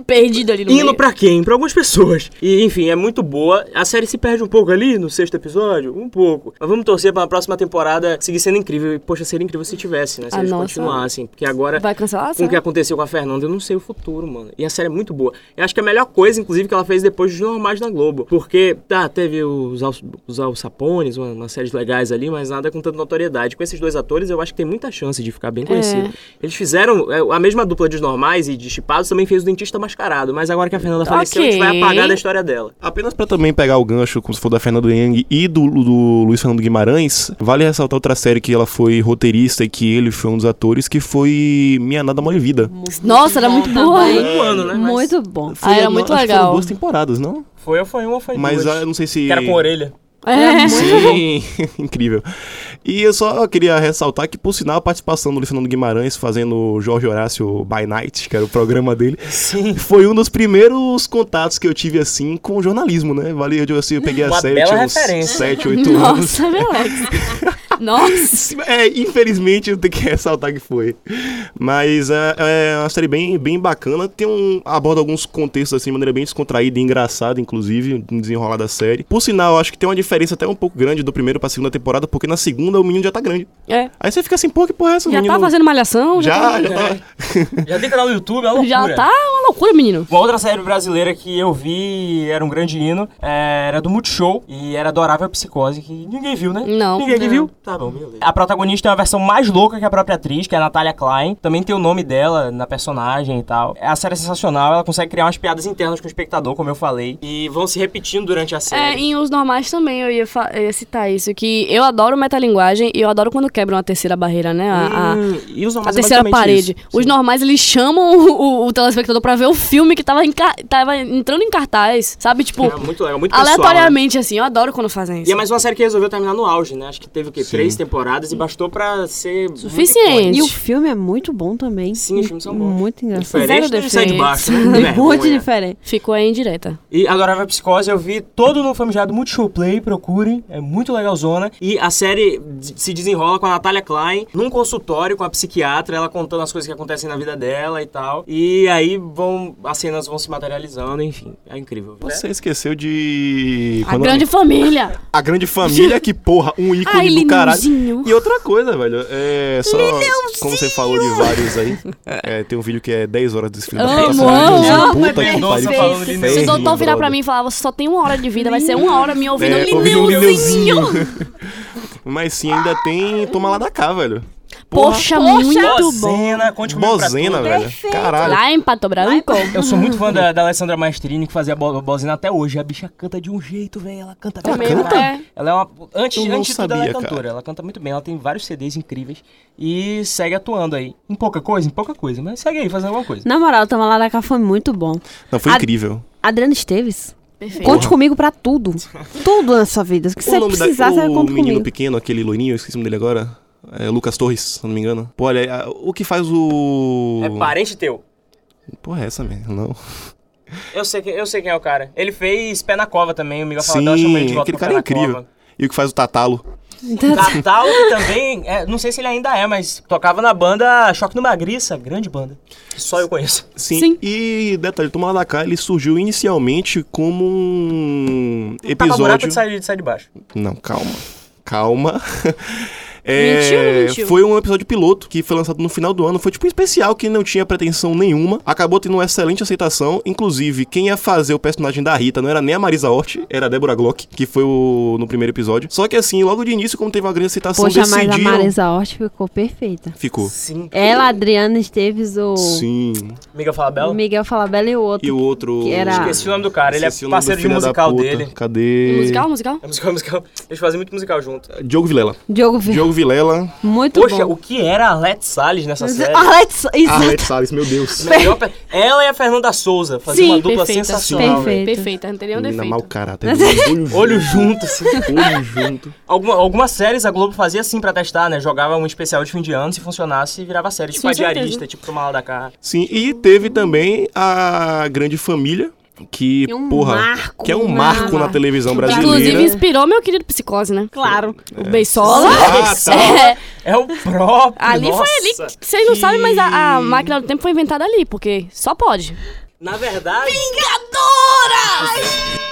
S2: Perdida ali no
S3: Hino
S2: meio.
S3: pra quem? Pra algumas pessoas. E enfim, é muito boa. A série se perde um pouco ali no sexto episódio, um pouco. Mas vamos torcer pra próxima temporada seguir sendo incrível. E poxa, seria incrível se tivesse, né? Se
S2: Ah,
S3: eles
S2: nossa.
S3: continuassem. Porque agora
S2: Vai cancelar a
S3: com o que
S2: série?
S3: aconteceu com a Fernanda, eu não sei o futuro, mano. E a série é muito boa. Eu acho que é a melhor coisa, inclusive, que ela fez depois dos normais na Globo. Porque, tá, teve os, Al- os Alçapones, uma- umas séries legais ali, mas nada com tanta notoriedade. Com esses dois atores, eu acho que tem muita chance de ficar
S2: É.
S3: bem conhecido. Eles fizeram é, a mesma dupla de normais e de chipados, também fez o Dentista Mascarado. Mas agora que a Fernanda faleceu, a gente
S2: Ok.
S3: vai apagar da história dela.
S1: Apenas pra também pegar o gancho, como se for da Fernando Yang e do, do Luiz Fernando Guimarães, vale ressaltar outra série que ela foi roteirista e que ele foi um dos atores, que foi Minha Nada Mole Vida.
S2: Nossa, era muito
S4: Tá
S2: boa.
S3: Foi um ano, né? Mas
S4: Muito bom.
S1: Foi,
S2: Ah, era
S1: não,
S2: muito
S1: acho que
S2: legal.
S1: Foram duas temporadas, não?
S3: Foi ou foi uma ou foi
S1: Mas
S3: duas.
S1: ah, eu não sei se.
S3: Que era com orelha.
S2: É.
S1: Sim, incrível. E eu só queria ressaltar que, por sinal, a participação do Luiz Fernando Guimarães fazendo o Jorge Horácio by Night, que era o programa dele,
S3: Sim.
S1: foi um dos primeiros contatos que eu tive, assim, com o jornalismo, né? Valeu, eu, assim, eu peguei a
S3: Uma
S1: série,
S3: bela
S1: tinha uns
S3: referência.
S1: 7, 8 anos.
S2: Nossa, meu Alex. Nossa!
S1: É, infelizmente eu tenho que ressaltar que foi. Mas é, é uma série bem, bem bacana. Tem um. aborda alguns contextos assim de maneira bem descontraída e engraçada, inclusive, no desenrolar da série. Por sinal, eu acho que tem uma diferença até um pouco grande do primeiro pra segunda temporada, porque na segunda o menino já tá grande.
S2: É.
S1: Aí você fica assim, pô, que porra é essa
S2: Já
S1: menino?
S2: tá fazendo malhação?
S1: Já,
S2: tá-
S1: já tá.
S3: Já tem canal no YouTube, é uma loucura.
S2: Já tá uma loucura, menino.
S3: Uma outra série brasileira que eu vi, era um grande hino, é, era do Multishow e era Adorável Psicose, que ninguém viu, né?
S2: Não.
S3: Ninguém aqui
S2: Não.
S3: viu? Tá bom, beleza. A protagonista é uma versão mais louca que a própria atriz, que é a Natália Klein. Também tem o nome dela na personagem e tal. A série é sensacional, ela consegue criar umas piadas internas com o espectador, como eu falei, e vão se repetindo durante a
S2: É,
S3: série.
S2: em Os Normais também eu ia, fa- eu ia citar isso, que eu adoro metalinguagem e eu adoro quando quebram a terceira barreira, né? A, a-
S3: Hum, e os
S2: a
S3: normais é
S2: terceira
S3: basicamente
S2: parede.
S3: isso.
S2: Os
S3: Sim.
S2: normais, eles chamam o, o- o telespectador pra ver o filme que tava, em ca- tava entrando em cartaz, sabe? Tipo,
S3: É muito legal, muito pessoal, né?
S2: aleatoriamente, assim. Eu adoro quando fazem isso.
S3: E é mais uma série que resolveu terminar no auge, né? Acho que teve o quê? Três temporadas e bastou pra ser. muito
S2: Suficiente.
S3: icônica.
S4: E o filme é muito bom também.
S3: Sim, os filmes são bons.
S4: Muito engraçado.
S2: Zero
S3: Diferente do Sai de
S2: defeitos.
S3: Baixo, né? Que
S4: Muito
S3: vergonha.
S4: diferente.
S2: Ficou aí indireta.
S3: E agora vai Psicose, eu vi todo no famigerado Multishow Play, procurem, é muito legalzona. E a série d- se desenrola com a Natália Klein num consultório com a psiquiatra, ela contando as coisas que acontecem na vida dela e tal. E aí vão as cenas vão se materializando, enfim, é incrível. viu?
S1: Você esqueceu de.
S2: A
S1: quando-
S2: grande família.
S1: a grande família, que porra, um ícone
S2: Ai,
S1: do caralho.
S2: Lineuzinho.
S1: E outra coisa, velho, é só. Como você falou de vários aí, é, tem um vídeo que é 10 horas desse filme.
S2: Amo,
S4: amo.
S1: Puta
S4: Não,
S1: que pariu.
S4: é perfeito.
S1: Ferrinho,
S3: Se o
S2: Se o
S3: Ferrinho,
S2: doutor virar pra
S1: brother.
S2: mim e falar, você só tem uma hora de vida, vai ser uma hora me ouvindo.
S1: É, ouvindo um
S2: Lineuzinho.
S1: Mas sim, ainda tem Toma Lá da Cá, velho.
S2: Poxa, é muito bom.
S3: Bozena, conte comigo pra
S1: Bozena,
S3: tudo.
S1: velho. Caralho.
S2: Lá em Pato Branco.
S3: Eu sou muito fã da, da Alessandra Maestrini, que fazia bo- bozina até hoje. A bicha canta de um jeito, velho. Ela canta
S1: Ela
S3: pra
S1: canta?
S3: caralho. Ela é uma. Antes,
S1: Eu não
S3: antes de tudo, ela é
S1: sabia,
S3: cantora.
S1: cara.
S3: Ela canta muito bem. Ela tem vários CDs incríveis e segue atuando aí. Em pouca coisa, em pouca coisa. Mas segue aí, fazendo alguma coisa.
S4: Na moral, Toma Lá da Cá foi muito bom.
S1: Não, foi
S4: A-
S1: incrível.
S4: Adriano Esteves,
S2: Perfeito.
S4: conte comigo pra tudo. Tudo na sua vida. O que
S1: o
S4: você
S1: nome
S4: precisar,
S1: da, o
S4: você conta
S1: menino
S4: comigo.
S1: pequeno, aquele loirinho, eu esqueci o nome dele agora. É Lucas Torres, se eu não me engano. Pô, olha, a- o que faz o.
S3: É parente teu.
S1: Porra, é essa mesmo, não.
S3: Eu sei, que- eu sei quem é o cara. Ele fez Pé na Cova também. O Miguel
S1: Sim,
S3: Faladão chamou ele de volta
S1: aquele
S3: pro
S1: cara é
S3: Pé na
S1: incrível.
S3: Cova.
S1: E o que faz o Tatalo.
S3: Natal que também, é, não sei se ele ainda é, mas tocava na banda Choque no Magriça, grande banda. que Só eu conheço.
S1: Sim.
S2: Sim.
S1: E detalhe, Toma Lá da Cá, ele surgiu inicialmente como um
S3: Tapa buraco
S1: episódio.
S3: de sair, de sair de baixo.
S1: Não, calma. Calma. É,
S2: Mentiu ou não mentiu?
S1: Foi um episódio piloto que foi lançado no final do ano. Foi tipo um especial que não tinha pretensão nenhuma. Acabou tendo uma excelente aceitação. Inclusive, quem ia fazer o personagem da Rita não era nem a Marisa Hort, era a Débora Glock, que foi o- no primeiro episódio. Só que assim, logo de início, como teve uma grande aceitação,
S4: Poxa, mas a
S1: decidiram...
S4: Marisa Hort ficou perfeita.
S1: Ficou.
S3: Sim.
S4: Ela, Adriana Esteves, o
S1: Sim.
S3: Miguel Falabella?
S4: Miguel Falabella e o outro.
S1: E o outro...
S4: Que era-
S3: Esqueci o nome do cara, ele é
S1: Esqueci o nome do
S3: parceiro de
S1: filho da
S3: musical
S1: puta.
S3: dele.
S1: Cadê?
S2: Musical, musical?
S3: É musical, musical. Eles fazem muito musical junto.
S1: Diogo Vilela.
S4: Diogo Vitor.
S1: Diogo Vilela.
S4: Muito
S3: Poxa,
S4: bom. é- Ah,
S3: o que era a Arlette Salles nessa série?
S1: Ah,
S4: Alex, exato.
S1: Arlete Salles, meu Deus.
S3: Melhor pe- Ela e a Fernanda Souza faziam
S4: Sim,
S3: uma dupla
S2: perfeita.
S3: sensacional. velho.
S4: Perfeito.
S2: Perfeita, é, não tem nenhum
S1: Menina mau
S2: defeito.
S1: caráter. Olho junto.
S3: Olho junto, assim.
S1: Olho junto.
S3: Alguma- algumas séries a Globo fazia assim pra testar, né? Jogava um especial de fim de ano, se funcionasse, virava série, tipo
S2: Sim,
S3: a
S2: certeza.
S3: diarista, tipo Toma Lá da Cá.
S1: Sim, e teve também a Grande Família, que,
S4: É um
S1: porra,
S4: marco,
S1: que é um
S4: né?
S1: marco na televisão brasileira.
S2: Inclusive, inspirou meu querido psicose, né?
S4: Claro.
S1: É
S2: O Beisola.
S1: Ah, tá.
S2: É,
S3: É o próprio.
S2: ali
S3: nossa.
S2: foi ali. que- Vocês não sabem, mas a, a máquina do tempo foi inventada ali, porque só pode.
S3: Na verdade,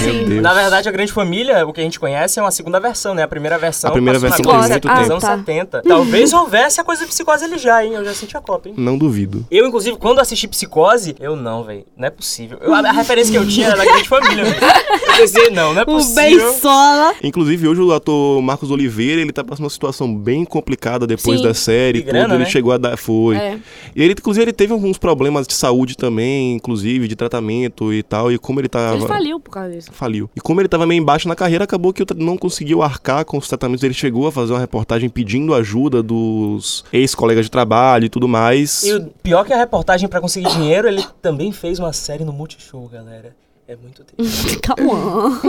S1: Meu Deus.
S3: na verdade, a Grande Família, o que a gente conhece, é uma segunda versão, né? A primeira versão.
S1: A primeira
S3: passou
S1: versão
S3: na
S1: tem
S3: Globo
S1: muito
S3: nos anos
S2: tempo. Ah, tá.
S3: 70. Talvez houvesse a coisa do psicose ali já, hein? Eu já senti a copa, hein?
S1: Não duvido.
S3: Eu, inclusive, quando assisti Psicose, eu não, velho. Não é possível. Eu- a, a referência que eu tinha era da grande família. velho. Eu pensei, não, não é
S4: O
S3: possível.
S4: Beisola.
S1: Inclusive, hoje o ator Marcos Oliveira, ele tá passando uma situação bem complicada depois
S2: Sim.
S1: da série.
S3: E grana,
S1: tudo. Ele
S3: né?
S1: chegou a dar... Foi.
S2: É.
S1: E ele, inclusive, ele teve alguns problemas de saúde também, inclusive, de tratamento e tal. E como ele tava...
S2: Ele faliu por causa disso.
S1: faliu. E como ele tava meio embaixo na carreira, acabou que o tra- não conseguiu arcar com os tratamentos. Ele chegou a fazer uma reportagem pedindo ajuda dos ex-colegas de trabalho e tudo mais.
S3: E o pior que a reportagem pra conseguir dinheiro, ele também fez uma série no Multishow, galera. É muito triste.
S2: Calma.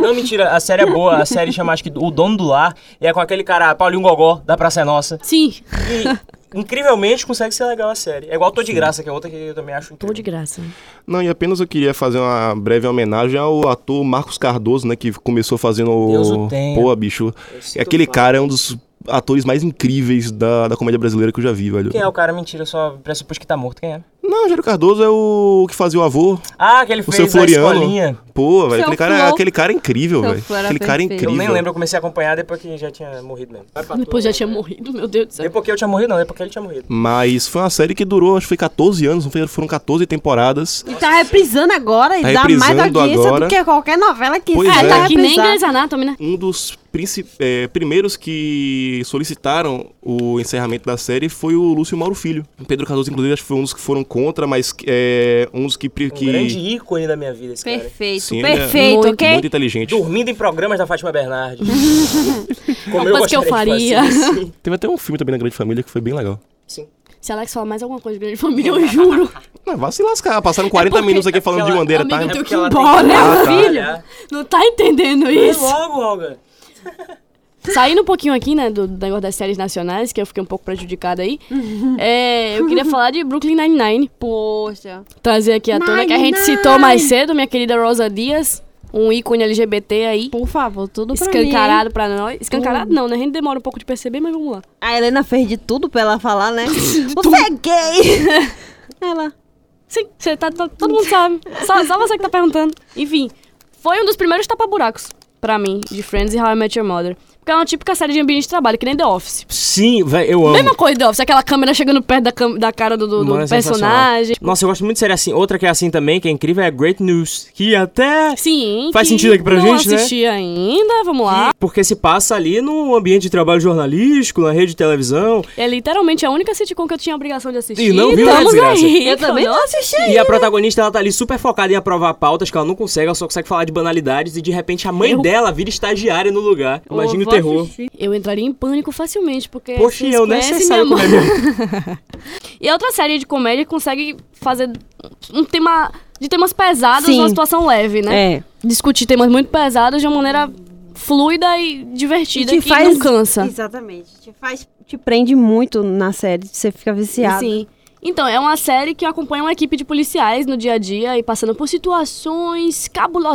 S3: Não, mentira, a série é boa. A série chama, acho que, O Dono do Lar. E é com aquele cara, Paulinho Gogó, da Praça é Nossa.
S2: Sim,
S3: E, incrivelmente, consegue ser legal a série. É igual Tô de Graça, que é outra que eu também acho
S2: tô
S3: incrível.
S2: de graça.
S1: Não, e apenas eu queria fazer uma breve homenagem ao ator Marcos Cardoso, né? Que começou fazendo
S3: Deus
S1: o.
S3: o tenha.
S1: Pô, bicho.
S3: Eu sinto
S1: Aquele
S3: falta.
S1: cara é um dos atores mais incríveis da, da comédia brasileira que eu já vi, velho.
S5: Quem é o cara? Mentira, só pressupus que tá morto. Quem é?
S1: Não, Jairo Cardoso é o que fazia o avô.
S5: Ah, aquele
S1: O
S5: fez
S1: seu
S5: a
S1: Floriano.
S5: escolinha.
S1: Pô, velho,
S4: Seu
S1: aquele cara,
S4: Flo.
S1: aquele cara é incrível,
S4: Seu
S1: velho.
S4: Flo era
S1: Aquele cara é
S4: perfeito.
S1: incrível.
S5: Eu nem lembro, eu comecei a acompanhar depois que já tinha morrido mesmo. Vai pra
S2: Depois já tinha morrido, meu Deus do céu.
S5: Depois que eu tinha morrido, não, depois que ele tinha morrido.
S1: Mas foi uma série que durou, acho que foi 14 anos, não foi- foram 14 temporadas.
S4: E tá reprisando agora e
S1: Tá
S4: dá mais
S1: reprisando
S4: audiência
S1: agora.
S4: do que qualquer novela que
S1: Pois
S4: saia,
S1: é.
S2: É, tá que nem
S4: reprisando.
S2: Grey's Anatomy, né?
S1: Um dos princi- eh, primeiros que solicitaram o encerramento da série foi o Lúcio Mauro Filho. O Pedro Cardoso, inclusive, acho que foi um dos que foram contra, mas eh, um dos que. pri-
S5: Um
S1: que-
S5: grande ícone da minha vida, esse cara.
S4: Perfeito,
S1: Sim, ele é
S4: perfeito,
S1: muito,
S4: ok?
S1: muito inteligente.
S5: Dormindo em programas da Fátima Bernardes. tipo Como
S2: Uma coisa que eu
S5: gostaria de
S2: faria.
S5: fazer isso.
S1: Teve até um filme também na Grande Família que foi bem legal.
S5: Sim.
S2: Se Alex falar mais alguma coisa de grande família, eu juro.
S1: Não, vai se lascar, passaram 40
S2: porque-
S1: minutos aqui
S5: é porque
S1: falando de
S5: ela-
S1: bandeira, tá?
S2: Amigo, eu tenho
S5: porque
S2: que ir
S5: ela tem
S2: embora,
S5: que
S2: meu
S5: trabalhar.
S2: filho. Não tá entendendo
S5: Vai
S2: isso.
S5: logo, Olga.
S2: Saindo um pouquinho aqui, né, do do negócio das séries nacionais, que eu fiquei um pouco prejudicada aí, é, eu queria falar de Brooklyn Nine-Nine.
S4: Poxa.
S2: Trazer aqui à tona que a gente
S4: Nine-Nine.
S2: citou mais cedo, minha querida Rosa Dias, um ícone LGBT aí.
S4: Por favor, tudo pra mim.
S2: Escancarado pra nós. Escancarado não, né? A gente demora um pouco de perceber, mas vamos lá.
S4: hein? A Helena fez de tudo pra ela falar, né? Você é gay! ela.
S2: Sim, você tá, tá- todo mundo sabe. Só, só você que tá perguntando. Enfim, foi um dos primeiros tapa-buracos pra mim, de Friends e How I Met Your Mother. Porque é uma típica série de ambiente de trabalho, que nem The Office.
S3: Sim, velho, eu amo.
S2: Mesma coisa The Office, aquela câmera chegando perto da, cam- da cara do, do- do
S3: Mano, é sensacional.
S2: personagem.
S3: Nossa, eu gosto muito de série assim. Outra que é assim também, que é incrível, é Great News. Que até.
S2: Sim.
S3: Faz
S2: que
S3: sentido aqui pra
S2: não
S3: gente, né?
S2: assisti ainda, vamos lá.
S3: Porque se passa ali no ambiente de trabalho jornalístico, na rede de televisão.
S2: É literalmente a única sitcom que eu tinha a obrigação de assistir.
S3: E não viu, né,
S2: Tamo
S3: desgraça?
S2: aí.
S4: Eu também não assisti.
S3: E a protagonista, ela tá ali super focada em aprovar pautas que ela não consegue, ela só consegue falar de banalidades e de repente a mãe
S2: Eu-
S3: dela vira estagiária no lugar. Imagina o
S4: Vou
S3: terror.
S4: assistir.
S2: Eu entraria em pânico facilmente, porque
S3: Poxa,
S2: vocês
S3: e eu
S2: conhecem
S3: necessário
S2: minha mãe.
S3: comer meu.
S2: E a outra série de comédia que consegue fazer um tema de temas pesados
S4: Sim.
S2: numa situação leve, né?
S4: É.
S2: Discutir temas muito pesados de uma maneira fluida e divertida
S4: Te
S2: que
S4: faz-
S2: não cansa.
S4: Exatamente. Te faz. Te prende muito na série. Você fica viciado.
S2: Sim. Então, é uma série que acompanha uma equipe de policiais no dia a dia e passando por situações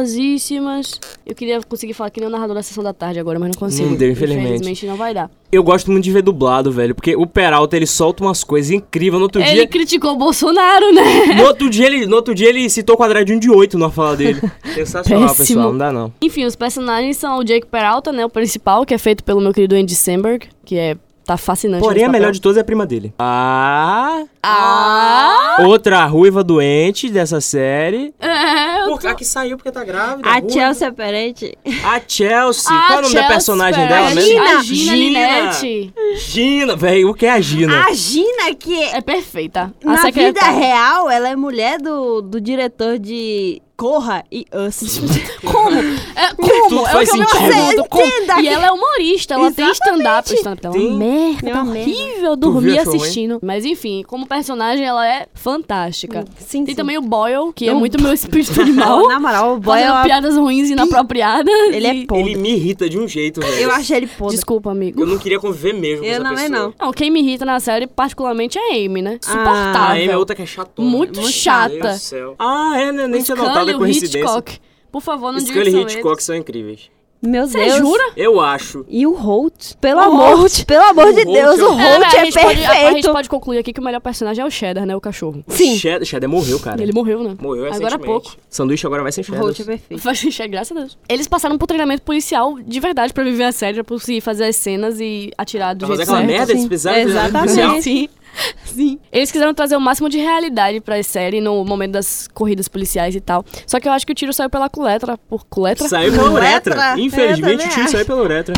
S2: cabulosíssimas. Eu queria conseguir falar que nem o narrador da sessão da tarde agora, mas não consigo.
S3: Não deu, infelizmente.
S2: Infelizmente não vai dar.
S3: Eu gosto muito de ver dublado, velho, porque o Peralta, ele solta umas coisas incríveis. No outro
S2: Ele
S3: dia,
S2: criticou o Bolsonaro, né?
S3: no outro dia, ele, no outro dia ele citou o quadradinho de 8 na fala dele. Sensacional,
S2: Péssimo.
S3: pessoal, não dá não.
S2: Enfim, os personagens são o Jake Peralta, né? O principal, que é feito pelo meu querido Andy Samberg, que é. Tá fascinante.
S3: Porém,
S2: nesse
S3: a
S2: papel.
S3: melhor de todas é a prima dele. Ah,
S2: Ah!
S3: outra ruiva doente dessa série.
S2: É, eu
S5: Por, a que saiu porque tá grávida.
S4: A
S5: ruim.
S4: Chelsea Peretti.
S3: A Chelsea.
S2: Ah,
S3: Qual é o nome da
S2: Chelsea
S3: personagem
S2: Perez.
S3: dela mesmo? Ah,
S2: A Gina,
S3: Gina.
S2: Linete.
S3: Gina, velho, o que é a Gina?
S4: A Gina, Ah, que
S2: É perfeita. A
S4: na vida
S2: secretária.
S4: real, ela é mulher do, do diretor de Corra e Us.
S2: Como? É, como?
S3: Tudo
S2: é
S3: faz
S2: o que eu me
S3: sentido.
S2: pergunto. Como?
S4: Entenda
S2: E
S4: que-
S2: ela é humorista, ela tem stand-up. Stand-up ela é uma
S3: Tem.
S2: merda,
S4: É uma
S2: horrível,
S3: Tu viu,
S2: dormir
S3: achou ruim?
S2: assistindo. Mas enfim, como personagem, ela é fantástica.
S4: Hum. Sim,
S2: Tem
S4: sim.
S2: também o Boyle, que é
S4: Eu-
S2: muito meu espírito
S4: Não,
S2: animal.
S4: na moral, o boy é
S2: fazendo
S4: uma...
S2: piadas ruins e inapropriadas.
S4: Ele
S2: e-
S4: é
S3: Ele
S4: podre.
S3: me irrita de um jeito, velho.
S4: Eu achei ele podre.
S2: Desculpa, amigo.
S3: Eu não queria conviver mesmo com
S4: Eu
S3: essa
S4: também
S3: pessoa.
S4: não.
S2: Não, quem me irrita na série, particularmente, é a Amy,
S4: Ah,
S2: né?
S3: A
S2: Suportável.
S3: Amy é outra que é chatona.
S2: Muito
S3: Meu
S2: chata.
S3: Deus do céu. Ah, é, né? Nem tinha notado
S2: Scully,
S3: a
S2: o
S3: coincidência.
S2: Hitchcock. Por favor, não diga
S3: Scully
S2: que
S3: e
S2: são eles.
S3: Hitchcock são incríveis.
S4: Meu
S2: Você
S4: Deus.
S2: jura?
S3: Eu acho.
S4: E o Holt. Pelo
S2: O
S4: amor,
S2: Holt.
S4: pelo amor de
S3: O Holt
S4: Deus,
S3: é-
S4: o
S3: É,
S2: É,
S4: Holt
S2: a
S4: é,
S2: gente pode- a- a gente
S4: perfeito.
S2: pode concluir aqui que o melhor personagem é o Cheddar, né? O cachorro.
S4: Sim.
S3: Cheddar, Cheddar morreu, cara.
S2: Ele morreu, né?
S3: Morreu
S2: Agora há
S3: recentemente.
S2: pouco.
S3: Sanduíche agora vai sem
S4: O
S3: Cheddar.
S4: Holt é perfeito.
S2: Vai deixar, graças a Deus. Eles passaram por treinamento policial de verdade pra viver a série, pra conseguir fazer as cenas e atirar do
S3: Pra fazer
S2: jeito
S3: aquela
S2: certo.
S3: merda, né? eles
S4: sim.
S3: precisaram de treinamento
S4: Exatamente.
S3: policial.
S2: Sim. Sim. Eles quiseram trazer o máximo de realidade pra série no momento das corridas policiais e tal. Só que eu acho que o tiro saiu pela culetra. Por culetra?
S3: Saiu pela
S4: Uretra.
S3: uretra.
S4: Eu
S3: Infelizmente,
S4: também
S3: o tiro
S4: acho.
S3: saiu pela uretra.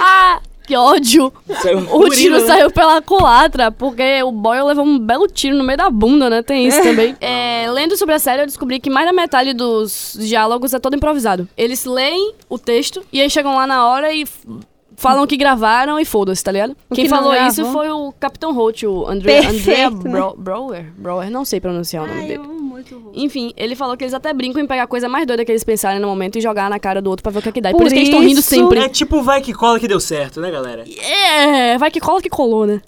S2: Ah, que ódio!
S3: Saiu
S2: O
S3: urina,
S2: tiro
S3: né?
S2: saiu pela culatra, porque o Boyle levou um belo tiro no meio da bunda, né? Tem isso também. É, lendo sobre a série, eu descobri que mais da metade dos diálogos é todo improvisado. Eles leem o texto e aí chegam lá na hora e f- falam que gravaram e foda-se, tá ligado?
S4: O
S2: Quem
S4: que não
S2: falou
S4: gravou.
S2: isso foi o Capitão Holt, o André, Andrea
S4: Perfeito, né?
S2: Bro- Brower. Brower, não sei pronunciar o nome
S4: Ai, eu
S2: dele.
S4: amo muito o Holt.
S2: Enfim, ele falou que eles até brincam em pegar a coisa mais doida que eles pensarem no momento e jogar na cara do outro pra ver o que é que dá. E por,
S4: Por
S2: isso que eles estão rindo
S4: isso-
S2: sempre.
S3: É tipo vai que cola que deu certo, né, galera?
S2: É, vai que cola que colou, né?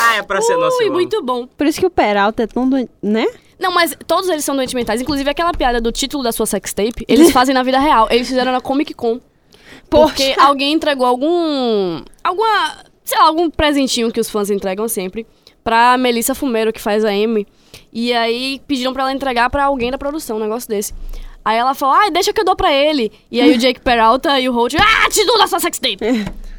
S3: Ah, é pra ser nosso.
S2: Ui,
S3: irmão.
S2: muito bom.
S4: Por isso que o Peralta é tão doente, né?
S2: Não, mas todos eles são doentes mentais. Inclusive, aquela piada do título da sua sextape, eles fazem na vida real. Eles fizeram na Comic Con. Porque
S4: Poxa.
S2: alguém entregou algum. alguma. sei lá, algum presentinho que os fãs entregam sempre pra Melissa Fumeiro, que faz a M. E aí pediram pra ela entregar pra alguém da produção, um negócio desse. Aí ela falou, ah, deixa que eu dou pra ele. E aí o Jake Peralta e o Holt, ah, te dou da sua sex tape.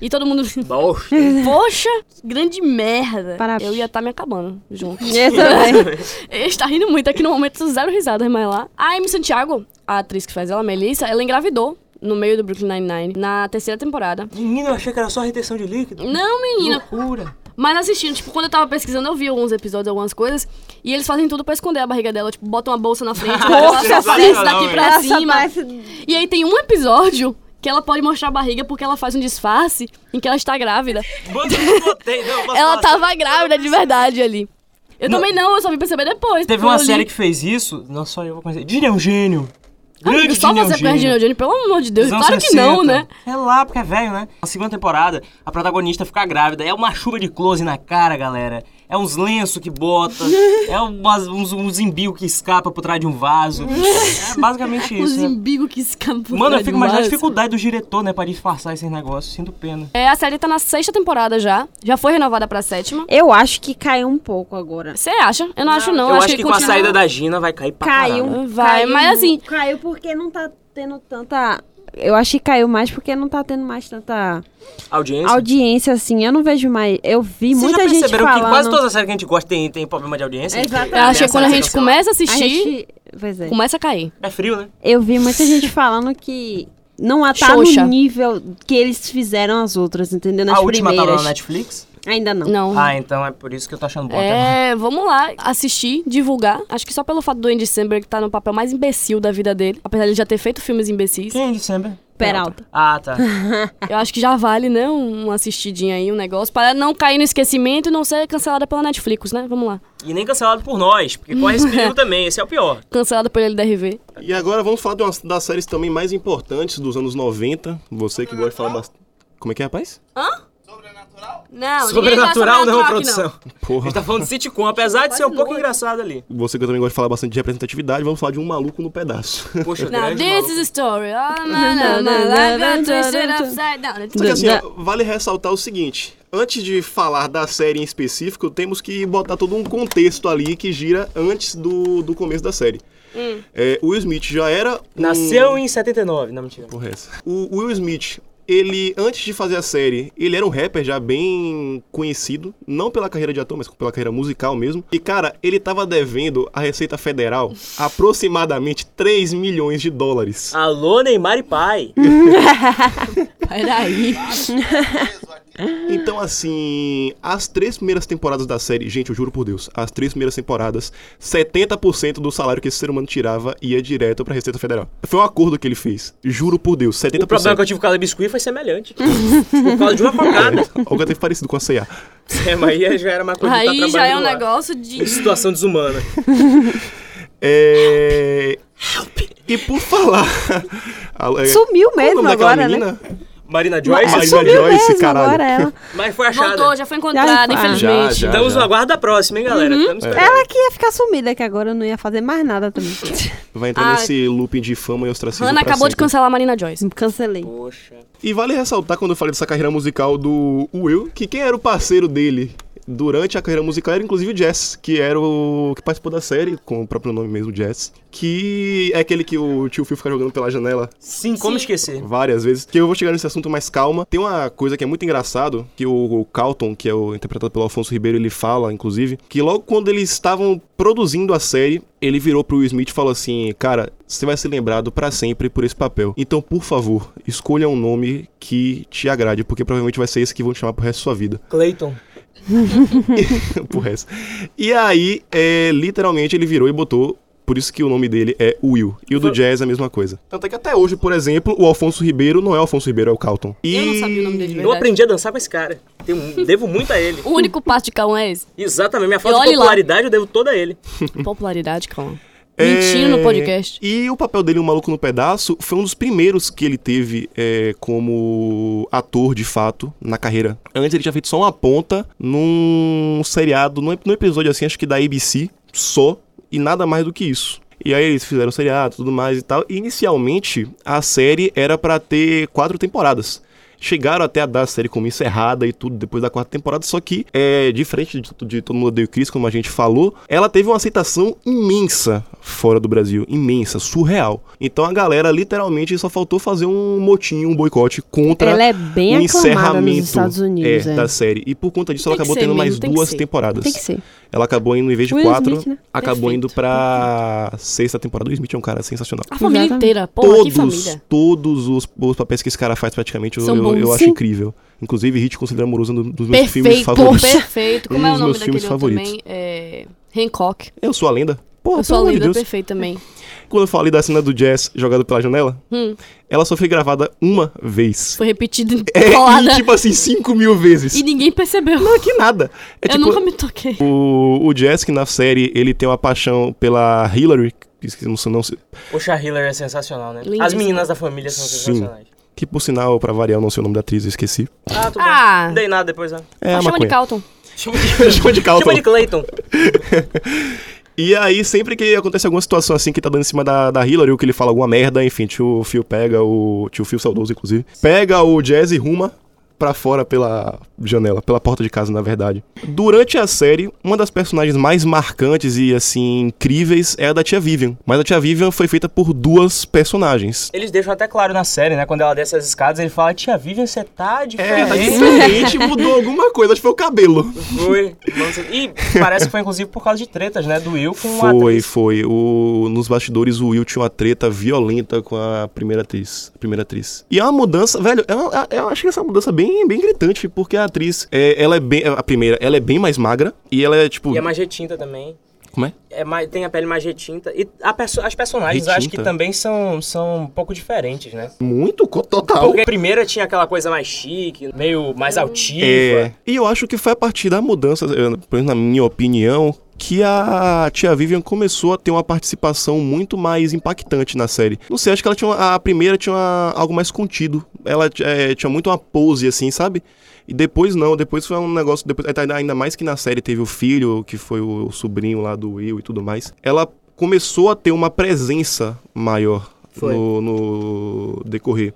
S2: E todo mundo,
S5: Nossa.
S2: poxa, que grande merda.
S4: Parabéns.
S2: Eu ia estar me acabando junto.
S4: Eu também.
S2: Ele está rindo muito aqui no momento, zero risadas, mas lá. A Amy Santiago, a atriz que faz ela, a Melissa, ela engravidou no meio do Brooklyn Nine-Nine, na terceira temporada.
S5: Menino, eu achei que era só retenção de líquido.
S2: Não, menina.
S5: Loucura.
S2: Mas assistindo, tipo, quando eu tava pesquisando, eu vi alguns episódios, algumas coisas, e eles fazem tudo pra esconder a barriga dela. Tipo, botam uma bolsa na frente, ela
S4: Poxa,
S2: aparece
S5: sim.
S2: daqui pra
S4: Ela só
S2: cima.
S4: parece-
S2: E aí tem um episódio que ela pode mostrar a barriga porque ela faz um disfarce em que ela está grávida.
S5: Botei, não, posso falar?
S2: Ela tava grávida de verdade ali. Eu
S5: Não.
S2: também não, eu só vim perceber depois.
S5: Teve
S2: porque eu
S5: uma
S2: li.
S5: série que fez isso, não só eu vou conhecer. Dini é um gênio.
S2: Amigo,
S5: Grande
S2: Ah, só
S5: Dini é um
S2: você
S5: gênio.
S2: perde o Johnny, pelo amor de Deus.
S5: Dos anos
S2: Claro que não,
S5: 60.
S2: né?
S5: É lá, porque é velho, né? Na segunda temporada, a protagonista fica grávida. É uma chuva de close na cara, galera. É uns lenços que bota. é umas- uns, uns imbigo que escapa por trás de um vaso. É basicamente
S2: Os
S5: isso, né?
S2: imbigos que escampam.
S5: Mano, eu fico imaginando a
S2: demais.
S5: dificuldade do diretor, né, pra disfarçar esses negócios. Sinto pena.
S2: É, a série tá na sexta temporada já. Já foi renovada pra sétima.
S4: Eu acho que caiu um pouco agora.
S2: Você acha? Eu não, acho, não.
S3: eu
S2: acho,
S3: acho que, com a
S2: continua.
S3: saída da Gina vai cair pra
S4: Caiu. um,
S3: caralho.
S2: Vai,
S4: caiu,
S2: mas assim-
S4: Caiu porque não tá tendo tanta. Eu acho que caiu mais porque não tá tendo mais tanta
S3: Audiência?
S4: audiência assim. Eu não vejo mais. Eu vi
S5: Vocês
S4: muita
S5: já
S4: gente
S5: perceberam
S4: falando. É
S5: que quase todas as séries que a gente gosta tem, tem problema de audiência?
S4: Exatamente.
S2: Eu acho que é quando a gente
S5: começa
S2: começa a
S4: A
S2: assistir,
S4: gente- Pois é.
S2: começa a cair.
S5: É frio, né?
S4: Eu vi muita gente falando que não a- tá
S2: Xoxa.
S4: no nível que eles fizeram as outras, entendeu? Nas
S5: a
S3: tá
S5: última
S4: primeiras.
S5: tava na Netflix.
S4: Ainda não.
S2: Não.
S5: Ah, então é por isso que eu tô achando bom. até.
S2: É, vamos lá, assistir, divulgar. Acho que só pelo fato do Andy Samberg estar no papel mais imbecil da vida dele, apesar de ele já ter feito filmes imbecis,
S5: Quem é de sempre?
S4: Peralta.
S5: Ah, tá.
S2: eu acho que já vale, né, uma assistidinha aí, um negócio, para não cair no esquecimento e não ser cancelada pela Netflix, né? Vamos lá.
S3: E nem cancelado por nós, porque corre esse perigo também, esse é o pior.
S2: Cancelada por LDRV.
S1: E agora vamos falar de uma das séries também mais importantes dos anos 90. Você que gosta de falar bastante. Como é que é, rapaz?
S2: Não,
S3: Sobrenatural não, produção. A
S1: Porra.
S3: gente tá falando de sitcom, apesar de ser um pouco engraçado ali.
S1: Você que também gosta de falar bastante de representatividade, vamos falar de um maluco no pedaço.
S3: Poxa,
S2: Now
S3: grande
S2: this
S3: maluco.
S2: is a story. Oh, man, oh, man, life got twisted upside down.
S1: Só que assim,
S4: Da-
S1: ó, vale ressaltar o seguinte: antes de falar da série em específico, temos que botar todo um contexto ali que gira antes do, do começo da série. É, o Will Smith já era. um-
S3: Nasceu em 79, não mentira.
S1: Porra, essa. O Will Smith, ele, antes de fazer a série, ele era um rapper já bem conhecido, não pela carreira de ator, mas pela carreira musical mesmo. E, cara, ele tava devendo à Receita Federal aproximadamente 3 milhões de dólares.
S3: Alô, Neymar e pai.
S2: Peraí.
S1: Então, assim, as três primeiras temporadas da série, gente, eu juro por Deus, as três primeiras temporadas, 70% do salário que esse ser humano tirava ia direto pra Receita Federal. Foi um acordo que ele fez, juro por Deus, 70%.
S3: O problema é que eu tive com a Biscuit foi semelhante. Por causa de uma focada.
S1: É, Algo até parecido com a C&A.
S3: É, mas aí já era uma coisa que tá
S2: Aí já é um
S3: trabalhando lá.
S2: negócio de.
S3: Que Situação desumana.
S1: É... E por falar... a- é-
S4: Sumiu mesmo
S1: Como é aquela
S4: agora, né?
S1: menina?
S3: Marina Joyce?
S1: Mas-
S3: Mas,
S1: Marina
S4: Sumiu
S1: Joyce,
S4: mesmo
S1: caralho.
S4: agora ela.
S3: foi achada.
S2: Voltou, já foi encontrada,
S4: Já- ah.
S1: Já,
S2: infelizmente.
S1: já.
S3: Estamos no aguardo da próxima, hein, galera?
S2: Uhum.
S3: Estamos
S2: É.
S3: esperando.
S4: Ela que ia ficar sumida, que agora eu não ia fazer mais nada também.
S1: Vai entrar
S2: Ah.
S1: nesse looping de fama e ostracismo
S2: Hannah
S1: pra
S2: acabou de
S1: sempre.
S2: cancelar a Marina Joyce.
S4: Cancelei.
S3: Poxa.
S1: E vale ressaltar quando eu falei dessa carreira musical do Will, que quem era o parceiro dele durante a carreira musical era inclusive o Jess, que era o que participou da série, com o próprio nome mesmo, Jess, que é aquele que o tio Phil fica jogando pela janela
S3: Sim, como esquecer?
S1: várias vezes, que eu vou chegar nesse assunto mais calma. Tem uma coisa que é muito engraçado, que o, o Calton, que é o interpretado pelo Alfonso Ribeiro, ele fala, inclusive, que logo quando eles estavam produzindo a série, ele virou pro Will Smith e falou assim, cara, você vai ser lembrado pra sempre por esse papel. Então, por favor, escolha um nome que te agrade, porque provavelmente vai ser esse que vão te chamar pro resto da sua vida.
S3: Clayton.
S1: pro resto. E aí, é, literalmente, ele virou e botou... Por isso que o nome dele é Will. E o do Jazz é a mesma coisa. Tanto é que até hoje, por exemplo, o Alfonso Ribeiro não é o Alfonso Ribeiro, é o Calton. E...
S2: Eu não sabia o nome dele de
S3: Eu
S2: verdade.
S3: aprendi a dançar com esse cara. Tenho- um- devo muito a ele.
S2: O único passo de Cauã é esse.
S3: Exatamente. Minha falta
S2: E
S3: de
S2: olhe lá.
S3: popularidade eu devo toda a ele.
S2: Popularidade, Cauã.
S1: É,
S2: Mentindo no podcast.
S1: E o papel dele, O Maluco no Pedaço, foi um dos primeiros que ele teve é, como ator de fato na carreira. Antes ele tinha feito só uma ponta num seriado, num, ep- num episódio assim, acho que da ABC, só, e nada mais do que isso. E aí eles fizeram o seriado, tudo mais e tal. E inicialmente, a série era pra ter quatro temporadas. Chegaram até a dar a série como encerrada e tudo depois da quarta temporada, só que, é, diferente de, de Todo Mundo Odeia o Chris, como a gente falou, ela teve uma aceitação imensa fora do Brasil, imensa, surreal. Então a galera literalmente só faltou fazer um motim, um boicote contra
S4: Ela é bem
S1: o um
S4: aclamada
S1: encerramento
S4: nos Estados Unidos,
S1: é,
S4: é.
S1: da série. E por conta disso,
S2: Tem
S1: ela
S2: que
S1: acabou
S2: ser
S1: tendo
S2: mesmo,
S1: mais
S2: tem que
S1: duas
S2: ser.
S1: temporadas.
S4: Tem que ser.
S1: Ela acabou indo, em vez de
S4: Will
S1: quatro,
S4: Smith, né?
S1: acabou
S2: Perfeito.
S1: indo pra sexta temporada. O Smith é um cara sensacional.
S2: A família
S4: Exatamente.
S2: inteira, porra, que
S1: todos,
S2: família.
S1: todos os, os papéis que esse cara faz, praticamente, eu,
S2: São
S1: eu- eu
S2: bons.
S1: acho
S4: Sim.
S1: incrível. Inclusive, Hit Considera Amorosa é um dos meus filmes
S2: Perfeito,
S1: favoritos.
S2: perfeito. Como
S1: Um
S2: é o
S1: dos
S2: nome
S1: meus filmes
S2: daquele outro
S1: favoritos.
S2: também? É... Hancock.
S1: Eu sou a lenda. Pô,
S2: eu sou a
S1: pelo amor de
S2: lenda,
S1: Deus.
S2: perfeito também.
S1: Quando eu falei da cena do jazz jogado pela janela,
S2: Hum.
S1: ela só foi gravada uma vez.
S2: Foi repetido em
S1: É,
S2: colada
S1: e, tipo assim, cinco mil vezes.
S2: e ninguém percebeu.
S1: Não, que nada. É
S2: eu
S1: tipo,
S2: nunca me toquei.
S1: O, o Jess, que na série, ele tem uma paixão pela Hillary, que, que não, sei- não sei-
S3: Poxa, a Hiller é sensacional, né?
S2: Lindíssima.
S3: As meninas da família são
S1: Sim.
S3: sensacionais.
S1: que por sinal, pra variar, eu não sei o nome da atriz, eu esqueci.
S3: Ah, tudo bem.
S2: Ah,
S3: Não dei nada depois, né?
S1: É a
S2: chama de
S1: maconha.
S2: Calton.
S3: Chama de,
S1: Chama de Calton.
S3: Chama de Clayton.
S1: E aí, sempre que acontece alguma situação assim que tá dando em cima da, da Hillary, ou que ele fala alguma merda, enfim, tio Phil pega o. Tio Phil saudoso, inclusive. Pega o Jazz e ruma pra fora pela janela, pela porta de casa, na verdade. Durante a série, uma das personagens mais marcantes e, assim, incríveis é a da tia Vivian. Mas a tia Vivian foi feita por duas personagens.
S3: Eles deixam até claro na série, né? Quando ela desce as escadas, ele fala, tia Vivian, você tá
S1: É, tá
S3: diferente.
S1: diferente, mudou alguma coisa, acho que foi o cabelo.
S3: Foi. Não sei- E parece que foi, inclusive, por causa de tretas, né? Do Will com a
S1: Foi,
S3: atriz.
S1: foi. O, nos bastidores, o Will tinha uma treta violenta com a primeira atriz. Primeira atriz. E é uma mudança, velho, é uma- é- eu acho que essa mudança bem, bem gritante, porque a atriz, é, ela é bem. A primeira, ela é bem mais magra e ela é tipo.
S3: E é mais retinta também.
S1: Como é?
S3: É mais, tem a pele mais retinta. E a perso- as personagens eu acho que
S1: Retinta?
S3: também são, são um pouco diferentes, né?
S1: Muito co- total.
S3: Porque a primeira tinha aquela coisa mais chique, meio mais altiva.
S1: É. E eu acho que foi a partir da mudança, eh, pelo menos na minha opinião, que a tia Vivian começou a ter uma participação muito mais impactante na série. Não sei, acho que ela tinha uma- a primeira tinha uma- algo mais contido. Ela eh, tinha muito uma pose assim, sabe? E depois não, depois foi um negócio depois ainda- ainda mais que na série teve o filho, que foi o sobrinho lá do Will e tudo mais. Ela começou a ter uma presença maior
S3: Foi.
S1: no, no decorrer.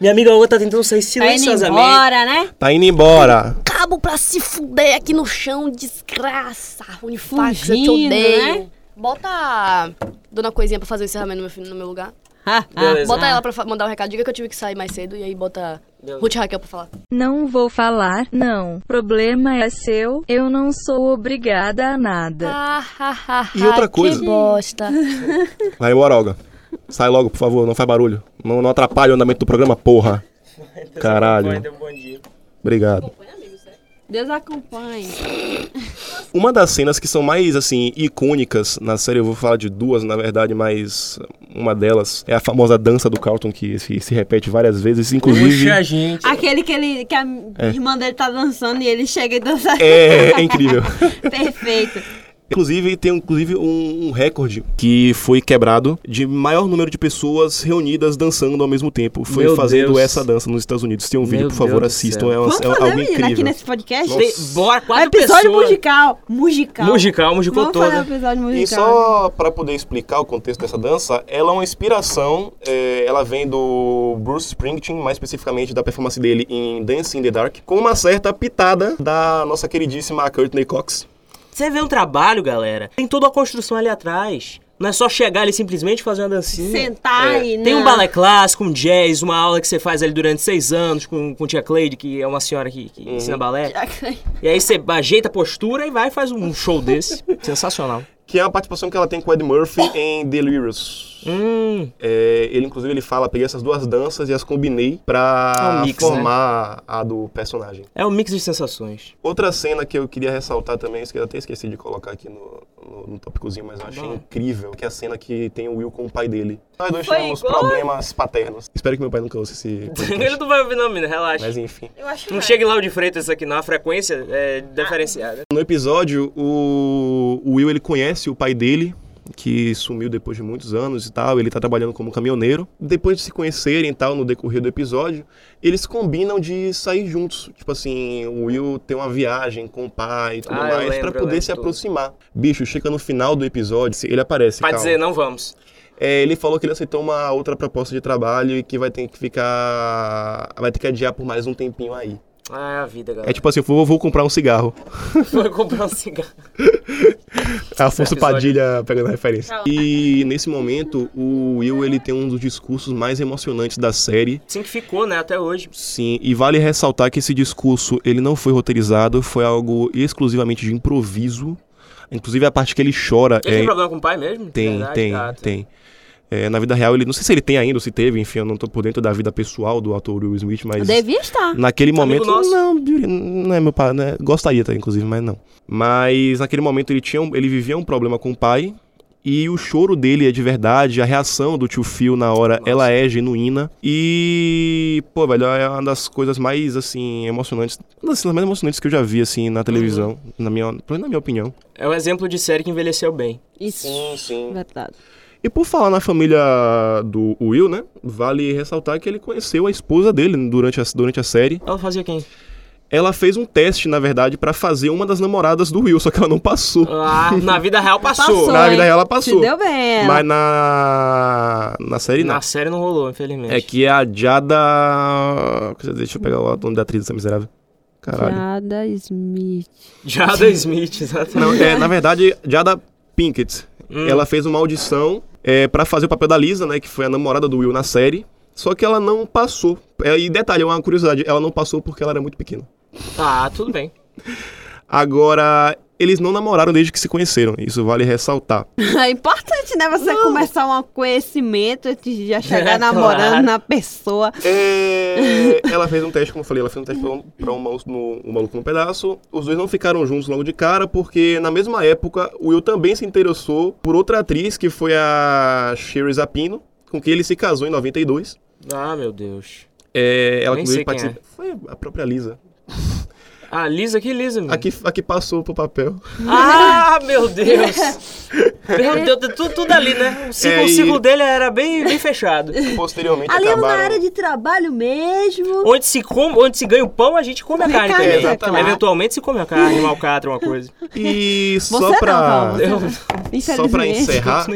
S3: Minha amiga Olga tá tentando sair
S4: Tá indo
S3: silenciosamente.
S4: embora, né?
S1: Tá indo embora.
S2: Cabo pra se fuder aqui no chão, desgraça. Unifax, eu te
S4: Fugindo,
S2: odeio.
S4: né?
S2: Bota a Dona Coisinha pra fazer o encerramento no meu, fi- no meu lugar.
S4: Ah, ah.
S3: Beleza.
S2: Bota ela pra fa- mandar um recado. Diga que eu tive que sair mais cedo. E aí bota
S3: é. Beleza.
S2: Ruth e Raquel pra falar.
S6: Não vou falar, não. Problema é seu, eu não sou obrigada a nada.
S2: Ah, ah, ah,
S1: E outra
S2: ah,
S1: coisa.
S2: Que bosta.
S1: Vai embora, Olga. Sai logo, por favor, não faz barulho. Não, não atrapalha o andamento do programa, porra. Caralho.
S3: Deu um bom dia.
S1: Obrigado.
S4: Deus acompanhe.
S1: Uma das cenas que são mais, assim, icônicas na série, eu vou falar de duas, na verdade, mas uma delas é a famosa dança do Carlton, que se, se repete várias vezes, inclusive...
S3: Puxa, gente.
S4: Aquele que, ele, que a irmã dele tá dançando e ele chega e dança.
S1: É, é incrível.
S4: Perfeito.
S1: Inclusive, tem inclusive um, um recorde que foi quebrado de maior número de pessoas reunidas dançando ao mesmo tempo. Foi
S7: Meu
S1: fazendo
S7: Deus.
S1: essa dança nos Estados Unidos. Tem um vídeo,
S7: Meu
S1: por
S7: Deus
S1: favor,
S7: do
S1: assistam.
S7: céu.
S1: É, uma,
S4: Vamos
S1: é
S4: fazer,
S1: algo
S4: menina,
S1: incrível.
S4: aqui nesse podcast? É
S3: Tem, bora, quatro
S4: episódio
S3: pessoas.
S4: musical. Musical.
S3: Musical, musicou
S4: Vamos fazer um
S3: toda.
S4: episódio
S1: E
S4: musical.
S1: só pra poder explicar o contexto dessa dança, ela é uma inspiração, é, ela vem do Bruce Springsteen, mais especificamente da performance dele em Dancing in the Dark, com uma certa pitada da nossa queridíssima Courtney Cox.
S3: Você vê um trabalho, galera. Tem toda a construção ali atrás. Não é só chegar ali simplesmente e fazer uma dancinha.
S1: assim,
S4: Sentar
S1: é.
S4: e...
S3: Tem um
S4: não.
S3: balé clássico, um jazz, uma aula que você faz ali durante seis anos com, com tia Cleide, que é uma senhora que, que
S1: Uhum.
S3: ensina balé. E aí você ajeita a postura e vai e faz um show desse. Sensacional.
S1: Que é a participação que ela tem com o Ed Murphy em Delirious.
S3: Hum,
S1: É, ele, inclusive, ele fala, peguei essas duas danças e as combinei pra
S3: É um mix,
S1: formar a do personagem.
S3: é um mix de sensações.
S1: Outra cena que eu queria ressaltar também, que eu até esqueci de colocar aqui no, no, no tópicozinho, mas eu achei
S3: Bom.
S1: incrível, que é a cena que tem o Will com o pai dele. Nós dois
S4: Foi
S1: tivemos
S4: igual? é
S1: problemas paternos. Espero que meu pai nunca ouça esse
S3: Ele
S1: podcast.
S3: não vai ouvir não, menina, relaxa.
S1: Mas enfim.
S4: Eu acho
S3: Não chega em Lauro de Freitas isso aqui não, a
S1: Ah.
S3: frequência é diferenciada.
S1: No episódio, o, o Will ele conhece o pai dele que sumiu depois de muitos anos e tal. Ele tá trabalhando como caminhoneiro. Depois de se conhecerem e tal, no decorrer do episódio, eles combinam de sair juntos. Tipo assim, o Will tem uma viagem com o pai e tudo
S3: Ah, eu
S1: mais,
S3: lembro,
S1: pra
S3: eu
S1: poder
S3: lembro
S1: se
S3: tudo.
S1: aproximar. Bicho, chega no final do episódio, ele aparece.
S3: Pra
S1: calma.
S3: dizer, não vamos.
S1: É, ele falou que ele aceitou uma outra proposta de trabalho e que vai ter que ficar. Vai ter que adiar por mais um tempinho aí.
S3: Ah, a vida, galera.
S1: É tipo assim, eu vou, vou comprar um cigarro.
S3: Foi comprar um cigarro.
S1: Afonso
S3: episódio.
S1: Padilha pegando a referência. E nesse momento, o Will ele tem um dos discursos mais emocionantes da série.
S3: Assim que ficou, né, até hoje.
S1: Sim, e vale ressaltar que esse discurso ele não foi roteirizado, foi algo exclusivamente de improviso. Inclusive a parte que ele chora
S3: Ele tem
S1: é,
S3: problema com o pai mesmo?
S1: Tem,
S3: Verdade?
S1: tem,
S3: Ah, tá.
S1: tem. É, na vida real, ele não sei se ele tem ainda, ou se teve, enfim, eu não tô por dentro da vida pessoal do ator Will Smith, mas.
S4: Devia estar.
S1: Naquele momento.
S3: nosso.
S1: Não, Yuri, não é meu pai, né? Gostaria, tá, inclusive, mas não. Mas naquele momento ele tinha. um- Ele vivia um problema com o pai. E o choro dele é de verdade, a reação do tio Phil na hora,
S3: Nossa.
S1: ela é genuína. E, pô, velho, é uma das coisas mais, assim, emocionantes, uma das cenas mais emocionantes que eu já vi, assim, na televisão,
S3: Uhum.
S1: na, minha, na minha opinião.
S3: É um exemplo de série que envelheceu bem.
S4: Isso.
S1: sim.
S4: Verdade.
S1: E por falar na família do Will, né? Vale ressaltar que ele conheceu a esposa dele durante a, durante a série.
S3: Ela fazia quem?
S1: Ela fez um teste, na verdade, pra fazer uma das namoradas do Will, só que ela não passou.
S3: Ah, na vida real passou.
S4: Passou,
S1: na vida
S4: hein?
S1: real ela passou.
S4: Se deu bem. é. ela.
S1: Mas na. na série não.
S3: Na série não rolou, infelizmente.
S1: É que é a Jada. Deixa eu pegar o nome da atriz dessa miserável. Caralho.
S4: Jada Smith.
S3: Jada Smith, exatamente.
S1: Não, é, na verdade, Jada Pinkett.
S3: Hum.
S1: Ela fez uma audição é, para fazer o papel da Lisa, né? Que foi a namorada do Will na série. Só que ela não passou. É, e detalhe, é uma curiosidade, ela não passou porque ela era muito pequena.
S3: Ah, tudo bem.
S1: Agora, eles não namoraram desde que se conheceram. Isso vale ressaltar.
S4: É importante, né? Você começar um conhecimento antes de já chegar
S3: É,
S4: namorando
S3: claro.
S4: na pessoa.
S1: É, ela fez um teste, como eu falei, ela fez um teste pra um, pra um maluco no, um maluco no pedaço. Os dois não ficaram juntos logo de cara, porque na mesma época o Will também se interessou por outra atriz, que foi a Shirley Zapino, com quem ele se casou em 92.
S3: Ah, meu Deus.
S1: É, ela
S3: Nem
S1: inclusive
S3: sei quem
S1: participa. Foi a própria Lisa.
S3: Ah, Lisa, que Lisa, meu.
S1: A que, a que passou pro papel.
S3: Ah, meu Deus. meu Deus, tu- tudo, ali, né? O ciclo,
S1: É,
S3: o
S1: e-
S3: ciclo dele era bem, bem fechado.
S1: Posteriormente
S4: Ali
S1: acabaram.
S4: na área de trabalho mesmo.
S3: Onde se, come, onde se ganha o pão, a gente come a carne
S4: Carne,
S3: também.
S1: é claro.
S3: Eventualmente se come a carne, um alcatra, uma coisa.
S1: E
S4: Você
S1: só
S4: não,
S1: pra.
S4: Paulo.
S3: Eu-
S1: Só pra
S4: Infelizmente.
S1: encerrar,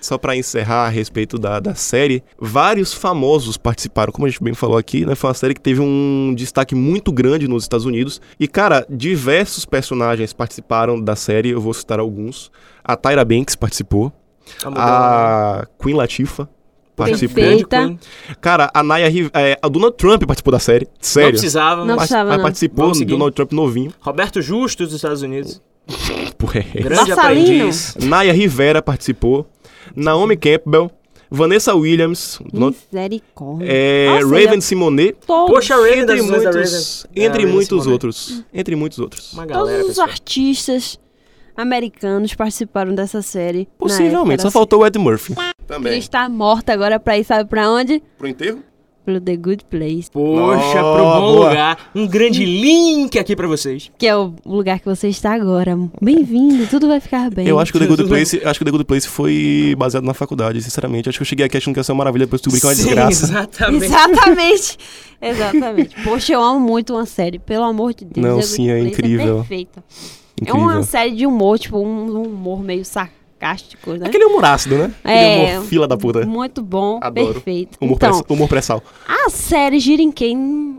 S1: só para encerrar a respeito da, da série, vários famosos participaram, como a gente bem falou aqui, né? Foi uma série que teve um destaque muito grande nos Estados Unidos. E, cara, diversos personagens participaram da série, eu vou citar alguns. A Tyra Banks participou,
S3: Tá mudando, né?
S1: a Queen Latifa participou.
S4: Perfeito.
S3: Grande Queen.
S1: Cara, a Naya Riv é, a Donald Trump participou da série,
S3: Não
S1: sério.
S3: precisava.
S4: Não
S1: Mas-
S4: precisava,
S1: mas
S4: não.
S1: participou do
S3: Vamos seguir.
S1: Donald Trump novinho.
S3: Roberto Justus dos Estados Unidos.
S1: Pô, é.
S3: Grande
S4: Vassalino.
S3: aprendiz.
S1: Naya Rivera participou. Naomi Campbell. Vanessa Williams. Donald-
S4: Misericórdia.
S1: é,
S3: Ah,
S4: Nossa,
S1: Raven
S4: ele
S1: Simonet.
S4: Todos,
S3: Poxa, Raven das
S1: Entre
S3: Visões da
S1: muitos,
S3: Raven.
S1: entre
S3: É, Raven
S1: muitos
S3: Simone.
S1: outros. Entre muitos outros.
S3: Uma
S4: todos
S3: galera,
S4: os
S3: pessoal.
S4: artistas americanos participaram dessa série. na
S1: Possivelmente,
S4: época
S1: só
S4: da
S1: faltou o Ed Murphy.
S4: série. Que está morta agora pra ir, sabe pra onde?
S1: Pro enterro?
S4: Pro The Good Place.
S3: Poxa,
S1: Oh,
S3: pro bom
S1: boa.
S3: lugar. Um grande link aqui pra vocês.
S4: Que é o lugar que você está agora. Bem-vindo, tudo vai ficar bem.
S1: Eu acho que o The Good Place, acho que o The Good Place foi baseado na faculdade, sinceramente. Acho que eu cheguei aqui achando que ia ser uma maravilha, depois descobri que é uma
S3: Sim,
S1: desgraça.
S3: Exatamente.
S4: Exatamente. Exatamente. Poxa, eu amo muito uma série, pelo amor de Deus.
S1: Não,
S4: The Good
S1: sim, é
S4: Place
S1: incrível.
S4: perfeita. É
S1: Incrível.
S4: uma série de humor, tipo, um humor meio sarcástico, né?
S1: Aquele humor ácido, né?
S4: É.
S1: Aquele humor fila da puta.
S4: Muito bom,
S1: Adoro.
S4: perfeito.
S1: Humor,
S4: então,
S1: pré, humor pré-sal.
S4: a série gira em quem?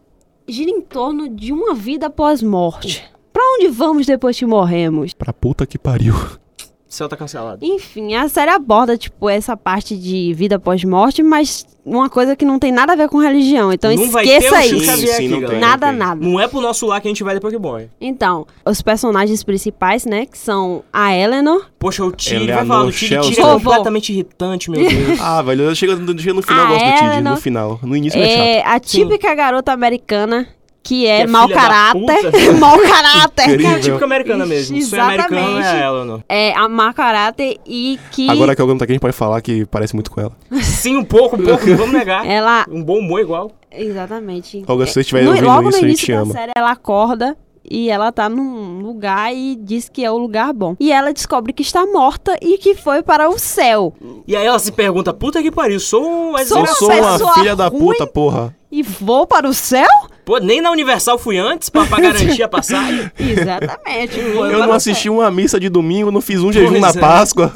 S4: Gira em torno de uma vida após morte. Pra onde vamos depois que morremos?
S1: Pra puta que pariu.
S3: O céu tá cancelado.
S4: Enfim, a série aborda, tipo, essa parte de vida após morte, mas uma coisa que não tem nada a ver com religião. Então
S3: Não vai
S4: esqueça
S3: ter um
S4: isso.
S3: Chico Xavier
S1: Sim,
S3: aqui,
S1: não tem.
S3: galera.
S4: Nada, nada.
S3: Não é pro nosso lar que a gente vai depois que morre.
S4: Então, os personagens principais, né, que são a Eleanor,
S3: Poxa, o Tiri,
S1: Eleanor
S3: vai falar do Tiri. Tiri é
S1: Shelton.
S3: completamente irritante, meu Deus.
S1: Ah, velho, eu chego, eu chego no final,
S4: Ah,
S1: eu gosto do Tid,
S4: é,
S1: no
S4: não-
S1: final. No início ele é chato.
S4: é a típica garota americana que é,
S3: Que é
S4: mau
S3: filha da
S4: caráter,
S3: puta.
S4: mau caráter,
S1: Incrível.
S3: É típica americana mesmo. Se é
S4: Exatamente.
S3: americano, é ela, não.
S4: é a mau caráter e que
S1: Agora que alguém tá aqui, a gente pode falar que parece muito com ela.
S3: Sim, um pouco, um pouco, não vamos negar.
S4: ela
S3: Um bom humor igual.
S4: exatamente
S1: Olga, é, se você estiver
S4: No-
S1: ouvindo isso,
S4: logo no
S1: a gente
S4: início
S1: te
S4: da
S1: ama.
S4: série ela acorda e ela tá num lugar e diz que é o lugar bom. E ela descobre que está morta e que foi para o céu.
S3: E aí ela se pergunta, puta que pariu, sou um
S4: Sou
S1: Eu
S4: uma
S1: sou uma
S4: pessoa
S1: filha da
S4: ruim.
S1: puta, porra.
S4: E vou para o céu?
S3: Pô, nem na Universal fui antes pra, pra garantir a passagem.
S4: Exatamente. vou
S1: Eu
S4: para
S1: não
S4: o
S1: assisti
S4: céu.
S1: uma missa de domingo, não fiz um jejum
S3: Pois
S1: na
S3: é.
S1: Páscoa.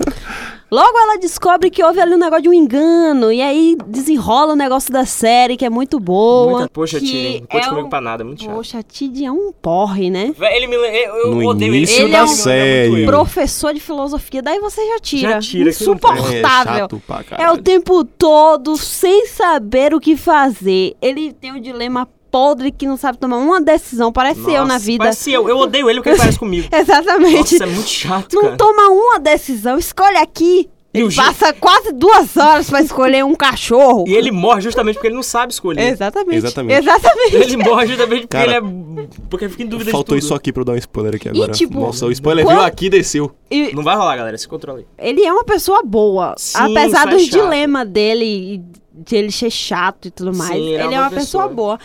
S4: Logo ela descobre que houve ali um negócio de um engano. E aí desenrola o negócio da série, que é muito boa.
S3: Muita- poxa,
S4: que
S3: Tini, não conte
S4: é
S3: comigo
S4: um-
S3: pra nada, é muito chato.
S4: Poxa, a Tid é um porre, né?
S3: Véi, Ele me, le- eu, eu
S1: No
S3: odeio
S1: início
S3: ele.
S4: da
S3: ele me lembra muito
S1: série.
S3: eu.
S4: Professor de filosofia, daí você já tira.
S3: Já tira, que não tem.
S1: É
S4: Insuportável.
S1: chato pra
S4: É,
S1: caralho.
S4: o tempo todo sem saber o que fazer. Ele tem um dilema podre que não sabe tomar uma decisão. Parece eu na
S3: Nossa,
S4: vida.
S3: Parece eu. Eu odeio ele porque ele parece comigo.
S4: Exatamente.
S3: Nossa, é muito chato,
S4: não
S3: cara.
S4: toma uma decisão, escolhe aqui.
S3: E o
S4: Ele
S3: je-
S4: passa quase duas horas pra escolher um cachorro.
S3: E ele morre justamente porque ele não sabe escolher.
S4: Exatamente.
S1: Exatamente.
S4: Exatamente.
S3: Ele morre justamente porque
S1: Cara,
S3: ele é... Porque ele fica em dúvida
S1: Faltou
S3: de tudo.
S1: isso aqui pra eu dar um spoiler aqui agora.
S4: tipo,
S1: Nossa, o spoiler
S4: quando-
S1: veio aqui e desceu.
S4: E
S3: Não vai rolar, galera. Se controla aí.
S4: ele é uma pessoa boa.
S3: Sim,
S4: apesar
S3: isso é
S4: dos
S3: chato.
S4: dilemas dele e de ele ser chato e tudo mais.
S3: Sim,
S4: ele é uma, pessoa. boa.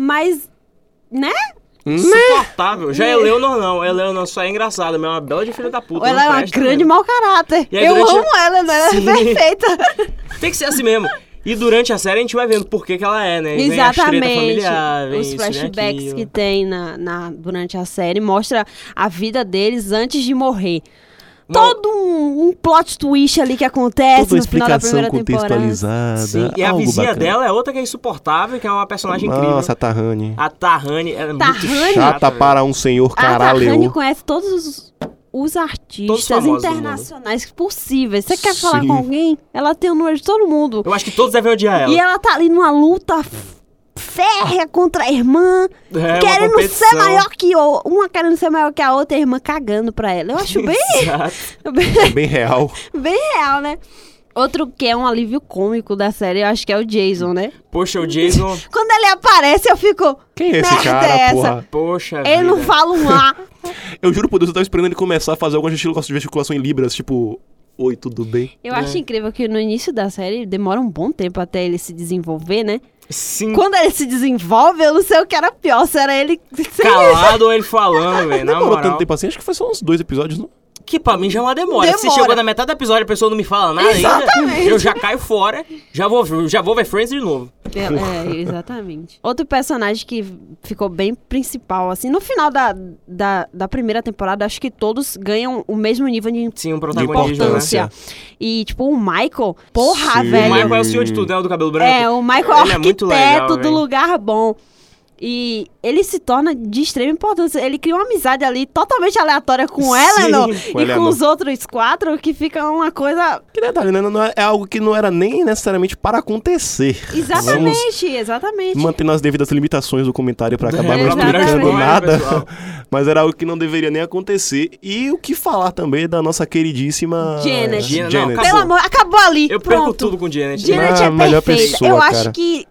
S4: Mas né?
S3: Insuportável. Já Eleanor não. Eleanor só é engraçada, mas é uma bela de filha da puta.
S4: ela
S3: não
S4: é uma
S3: presta
S4: grande
S3: mesmo.
S4: mau caráter.
S3: E aí,
S4: Eu
S3: durante-
S4: amo ela, né? Ela é
S3: Sim.
S4: perfeita.
S3: Tem que ser assim mesmo. E durante a série a gente vai vendo por que, que ela é, né? E Vem as treta
S4: Exatamente.
S3: familiar, vem
S4: Os
S3: isso, vem
S4: flashbacks
S3: aquilo.
S4: que tem na, na- durante a série mostra a vida deles antes de morrer.
S3: Uma-
S4: Todo um, um plot twist ali que acontece
S1: Toda a
S4: no final da
S1: explicação
S4: primeira temporada.
S1: contextualizada.
S3: Sim. E a
S1: algo
S3: vizinha
S1: bacana.
S3: dela é outra que é insuportável, que é uma personagem
S1: Nossa,
S3: incrível.
S1: a Tahani.
S4: Ah,
S3: A Tahani ela é
S4: Tahani?
S3: muito chata.
S1: Chata
S3: velho.
S1: para um senhor
S4: Ah, tá. A Tahani
S1: caralho.
S4: conhece todos os, os artistas
S3: famosos né? do
S4: internacionais possíveis. Você quer falar
S1: Sim.
S4: com alguém? Ela tem o número de todo mundo.
S3: Eu acho que todos devem odiar ela.
S4: E ela tá ali numa luta f- férrea contra a irmã,
S3: É uma
S4: querendo ser
S3: competição.
S4: maior que o, uma querendo ser maior que a outra, e a irmã cagando pra ela. Eu acho bem,
S3: Exato.
S4: bem,
S1: É Bem real.
S4: bem real, né? Outro que é um alívio cômico da série, eu acho que é o Jason, né?
S3: Poxa, o Jason.
S4: Quando ele aparece, eu fico.
S1: Quem é
S4: Merda
S1: esse cara,
S4: é essa?
S1: porra?
S3: Poxa.
S4: Ele não
S3: vida.
S4: fala um A.
S1: Eu juro por Deus, eu tava esperando ele começar a fazer alguma gesticulação em libras, tipo... Oi, tudo bem?
S4: Eu
S3: É.
S4: acho incrível que no início da série demora um bom tempo até ele se desenvolver, né?
S3: Sim.
S4: Quando ele se desenvolve, eu não sei o que era pior, se era ele. se-
S3: Calado ou ele falando, velho. É, Na
S1: Demorou tanto
S3: moral.
S1: tempo assim? Acho que foi só uns dois episódios, não?
S3: Que pra mim já é uma demora. Se
S4: Demora.
S3: chegou na metade do episódio e a pessoa não me fala nada
S4: Exatamente.
S3: ainda, eu já caio fora, já vou, já vou ver Friends de novo.
S4: É, exatamente. Outro personagem que ficou bem principal, assim, no final da, da, da primeira temporada, acho que todos ganham o mesmo nível de
S3: Sim, um
S1: De
S3: protagonista, né?
S1: importância.
S4: importância. E, tipo, o Michael, porra,
S1: Sim.
S3: O
S4: velho.
S3: Michael é o senhor de tudo, né? O do cabelo branco.
S4: É, o Michael é
S3: Ele é muito
S4: arquiteto
S3: legal,
S4: do
S3: velho.
S4: lugar bom. E ele se torna de extrema importância. Ele cria uma amizade ali totalmente aleatória com
S3: Sim,
S4: ela Eleanor e
S1: com Eleanor.
S4: com os outros quatro, que fica uma coisa.
S1: Que detalhe, né? Não é, é algo que não era nem necessariamente para acontecer. Vamos
S4: Exatamente, exatamente.
S1: mantendo as devidas limitações do comentário pra acabar
S4: É,
S1: não
S4: pra virar
S1: explicando
S4: spoiler,
S1: nada.
S3: pessoal.
S1: Mas era algo que não deveria nem acontecer. E o que falar também da nossa queridíssima
S4: Janet.
S3: Janet,
S1: Janet.
S3: não,
S4: Pelo
S3: acabou.
S4: amor, acabou ali.
S3: Eu perco
S4: pronto.
S3: tudo com o Janet. né?
S4: Janet
S1: Ah,
S4: é
S1: melhor
S4: perfeita.
S1: pessoa,
S4: eu acho
S1: cara.
S4: que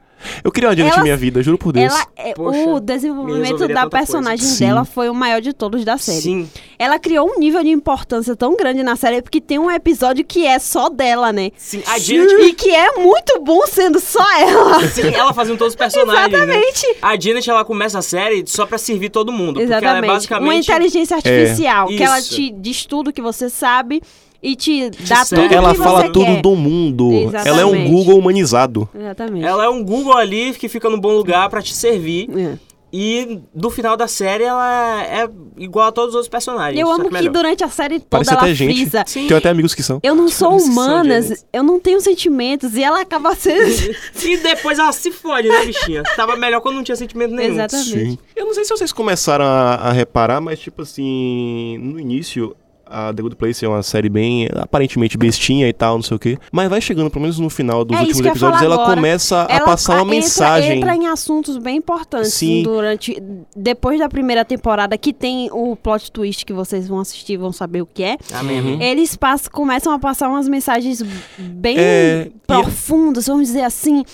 S1: Eu queria uma Janet
S4: Ela-
S1: na minha vida, juro por Deus.
S4: ela é-
S3: Poxa,
S4: o
S3: me
S4: desenvolvimento
S3: resolveria
S4: da
S3: tanta coisa.
S4: personagem
S1: Sim.
S4: dela foi o maior de todos da série.
S3: Sim.
S4: Ela criou um nível de importância tão grande na série porque tem um episódio que é só dela, né?
S3: Sim, a Janet-
S4: E que é muito bom sendo só ela.
S3: Sim, ela fazendo todos os personagens, né?
S4: Exatamente.
S3: A Janet, ela começa a série só pra servir todo mundo. Porque ela é
S4: Exatamente. Uma
S3: basicamente... É.
S4: inteligência artificial que ela
S3: Isso.
S4: te diz tudo que você sabe e te dá
S3: serve.
S4: tudo
S1: Ela
S4: que
S1: fala
S4: você
S1: tudo
S4: quer.
S1: do mundo.
S4: Exatamente.
S1: Ela é um Google humanizado.
S4: Exatamente.
S3: Ela é um Google ali que fica no bom lugar pra te servir.
S4: É.
S3: E no final da série ela é igual a todos os outros personagens.
S4: Eu
S3: só
S4: amo que
S3: melhor.
S4: durante a série toda
S1: Parece
S4: ela
S1: até gente.
S4: frisa.
S3: Sim.
S1: Tenho até amigos que são.
S4: Eu não sou
S3: Eles são
S4: humanas,
S3: gênios.
S4: eu não tenho sentimentos. E ela acaba sendo.
S3: E depois ela se fode, né, bichinha? Tava melhor quando não tinha sentimento nenhum.
S4: Exatamente.
S1: Sim. Eu não sei se vocês começaram a, a reparar, mas tipo assim, no início. A The Good Place é uma série bem aparentemente bestinha e tal, não sei o quê. Mas vai chegando, pelo menos no final dos
S4: É isso
S1: últimos
S4: que eu ia falar
S1: episódios, ela
S4: agora.
S1: começa a
S4: Ela
S1: passar uma
S4: entra-
S1: mensagem.
S4: Entra em assuntos bem importantes
S1: Sim.
S4: durante depois da primeira temporada que tem o plot twist que vocês vão assistir, vão saber o que é.
S3: Amém. amém.
S4: Eles passam, começam a passar umas mensagens bem
S1: É,
S4: profundas, vamos dizer assim.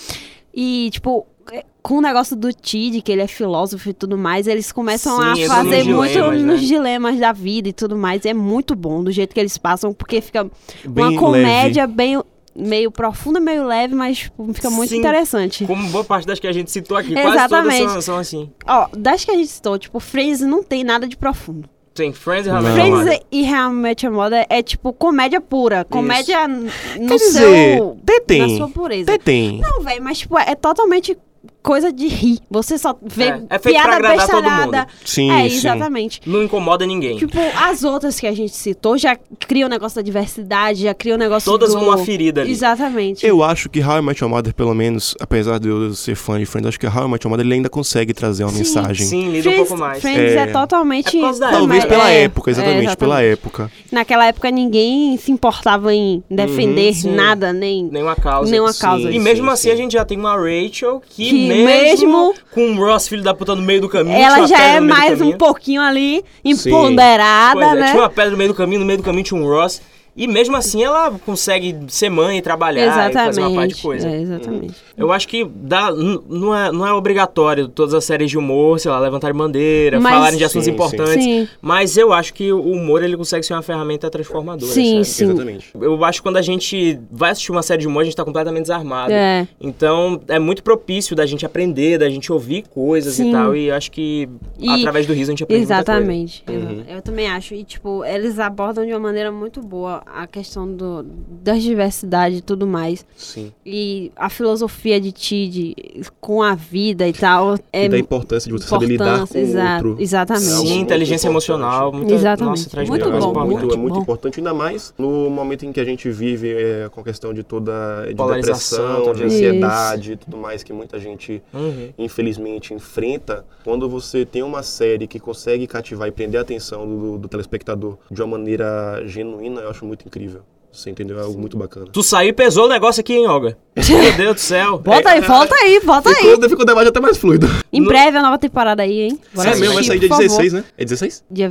S4: E tipo, é, com o negócio do Tid, que ele é filósofo e tudo mais, eles começam
S3: Sim,
S4: a
S3: eles
S4: fazer
S3: nos
S4: muito
S3: dilemas, né?
S4: nos dilemas da vida e tudo mais. É muito bom do jeito que eles passam, porque fica
S1: bem
S4: uma comédia bem meio profunda, meio leve, mas tipo, fica muito
S3: Sim.
S4: interessante.
S3: Como boa parte das que a gente citou aqui, quase todas
S4: Uhum. Exatamente.
S3: são, são assim.
S4: Ó, das que a gente citou, tipo, Friends não tem nada de profundo.
S3: Tem Friends e
S1: Não.
S3: Ramen
S4: Friends é-
S3: Amada.
S4: e How I Met Your Mother é tipo comédia pura. Comédia n- no
S1: Quer dizer,
S4: seu...
S1: detém.
S4: Na sua pureza.
S1: Até tem.
S4: Não, velho, mas tipo, é totalmente coisa de rir. Você só vê
S3: É, é feito pra
S4: piada
S3: agradar todo
S4: bestalhada.
S1: Sim,
S4: é,
S1: sim.
S4: exatamente.
S3: Não incomoda ninguém.
S4: Tipo, as outras que a gente citou já criam o negócio da diversidade, já criam o negócio
S3: Todas
S4: do...
S3: vão uma ferida ali.
S4: Exatamente.
S1: Eu acho que How I Met Your Mother, pelo menos, apesar de eu ser fã de Friends, acho que How I Met Your Mother ele ainda consegue trazer uma
S4: Sim,
S1: mensagem.
S3: Sim, lida um
S4: Friends,
S3: pouco mais.
S4: Friends é,
S1: É.
S4: totalmente...
S3: É por causa da
S1: Talvez
S3: É,
S1: pela
S4: é,
S1: época,
S4: é,
S1: exatamente, pela época.
S4: Naquela época ninguém se importava em defender
S3: Uhum, sim.
S4: nada, nem...
S3: Nenhuma causa.
S4: Nenhuma
S1: sim.
S4: causa.
S3: E
S1: Sim,
S3: mesmo
S1: sim,
S3: assim
S1: sim.
S3: a gente já tem uma Rachel que,
S4: Que
S3: mesmo,
S4: mesmo-
S3: com o Ross filho da puta no meio do caminho, tinha
S4: Ela
S3: uma
S4: já
S3: pedra
S4: é
S3: no meio do
S4: mais um
S3: caminho.
S4: pouquinho ali
S1: Sim.
S4: empoderada,
S3: Pois é,
S4: né?
S3: tinha uma pedra no meio do caminho, no meio do caminho tinha um Ross. E mesmo assim ela consegue ser mãe e trabalhar e fazer uma parte de
S4: Exatamente.
S3: coisa.
S4: é, exatamente.
S3: Eu acho que dá, n- não, é, não é obrigatório todas as séries de humor, sei lá, levantarem bandeira,
S4: Mas-
S3: falarem de assuntos
S1: Sim, sim.
S3: importantes.
S4: Sim.
S3: Mas eu acho que o humor ele consegue ser uma ferramenta transformadora.
S4: Sim,
S3: sabe?
S4: sim.
S1: Exatamente.
S3: Eu acho que quando a gente vai assistir uma série de humor, a gente tá completamente desarmado.
S4: É.
S3: Então é muito propício da gente aprender, da gente ouvir coisas
S4: Sim.
S3: e tal. E eu acho que
S4: E-
S3: através do riso a gente aprende muita coisa.
S4: Exatamente. exato. Eu também acho. E, tipo, eles abordam de uma maneira muito boa a questão do, das diversidades e tudo mais.
S1: Sim.
S4: E a filosofia de Tid com a vida e tal. É
S1: e da importância de você saber lidar com
S4: importância, exato,
S1: o outro.
S4: Exatamente.
S1: É algo
S3: Sim,
S1: muito
S3: inteligência
S1: importante.
S3: emocional. Muita,
S4: Exatamente.
S3: Nossa, traz
S4: Muito
S3: muita
S1: é,
S3: coisa
S4: bom,
S3: pra
S1: muito,
S4: muito
S1: é muito
S4: bom.
S1: importante, ainda mais no momento em que a gente vive é, com a questão de toda de
S3: Polarização
S1: depressão, de
S3: também.
S1: ansiedade e tudo mais que muita gente
S3: Uhum.
S1: infelizmente enfrenta, quando você tem uma série que consegue cativar e prender a atenção do, do telespectador de uma maneira genuína, eu acho muito incrível. Você entendeu? É algo muito bacana.
S3: Tu saiu e pesou o negócio aqui, hein, Olga? Meu Deus do céu.
S4: Volta aí, volta aí, volta aí.
S1: Ficou, ficou o debate até mais fluido.
S4: Em breve a nova temporada aí, hein? Bora
S1: é mesmo, vai
S4: assistir,
S1: sair dia
S4: por favor.
S1: 16, né? É 16?
S4: Dia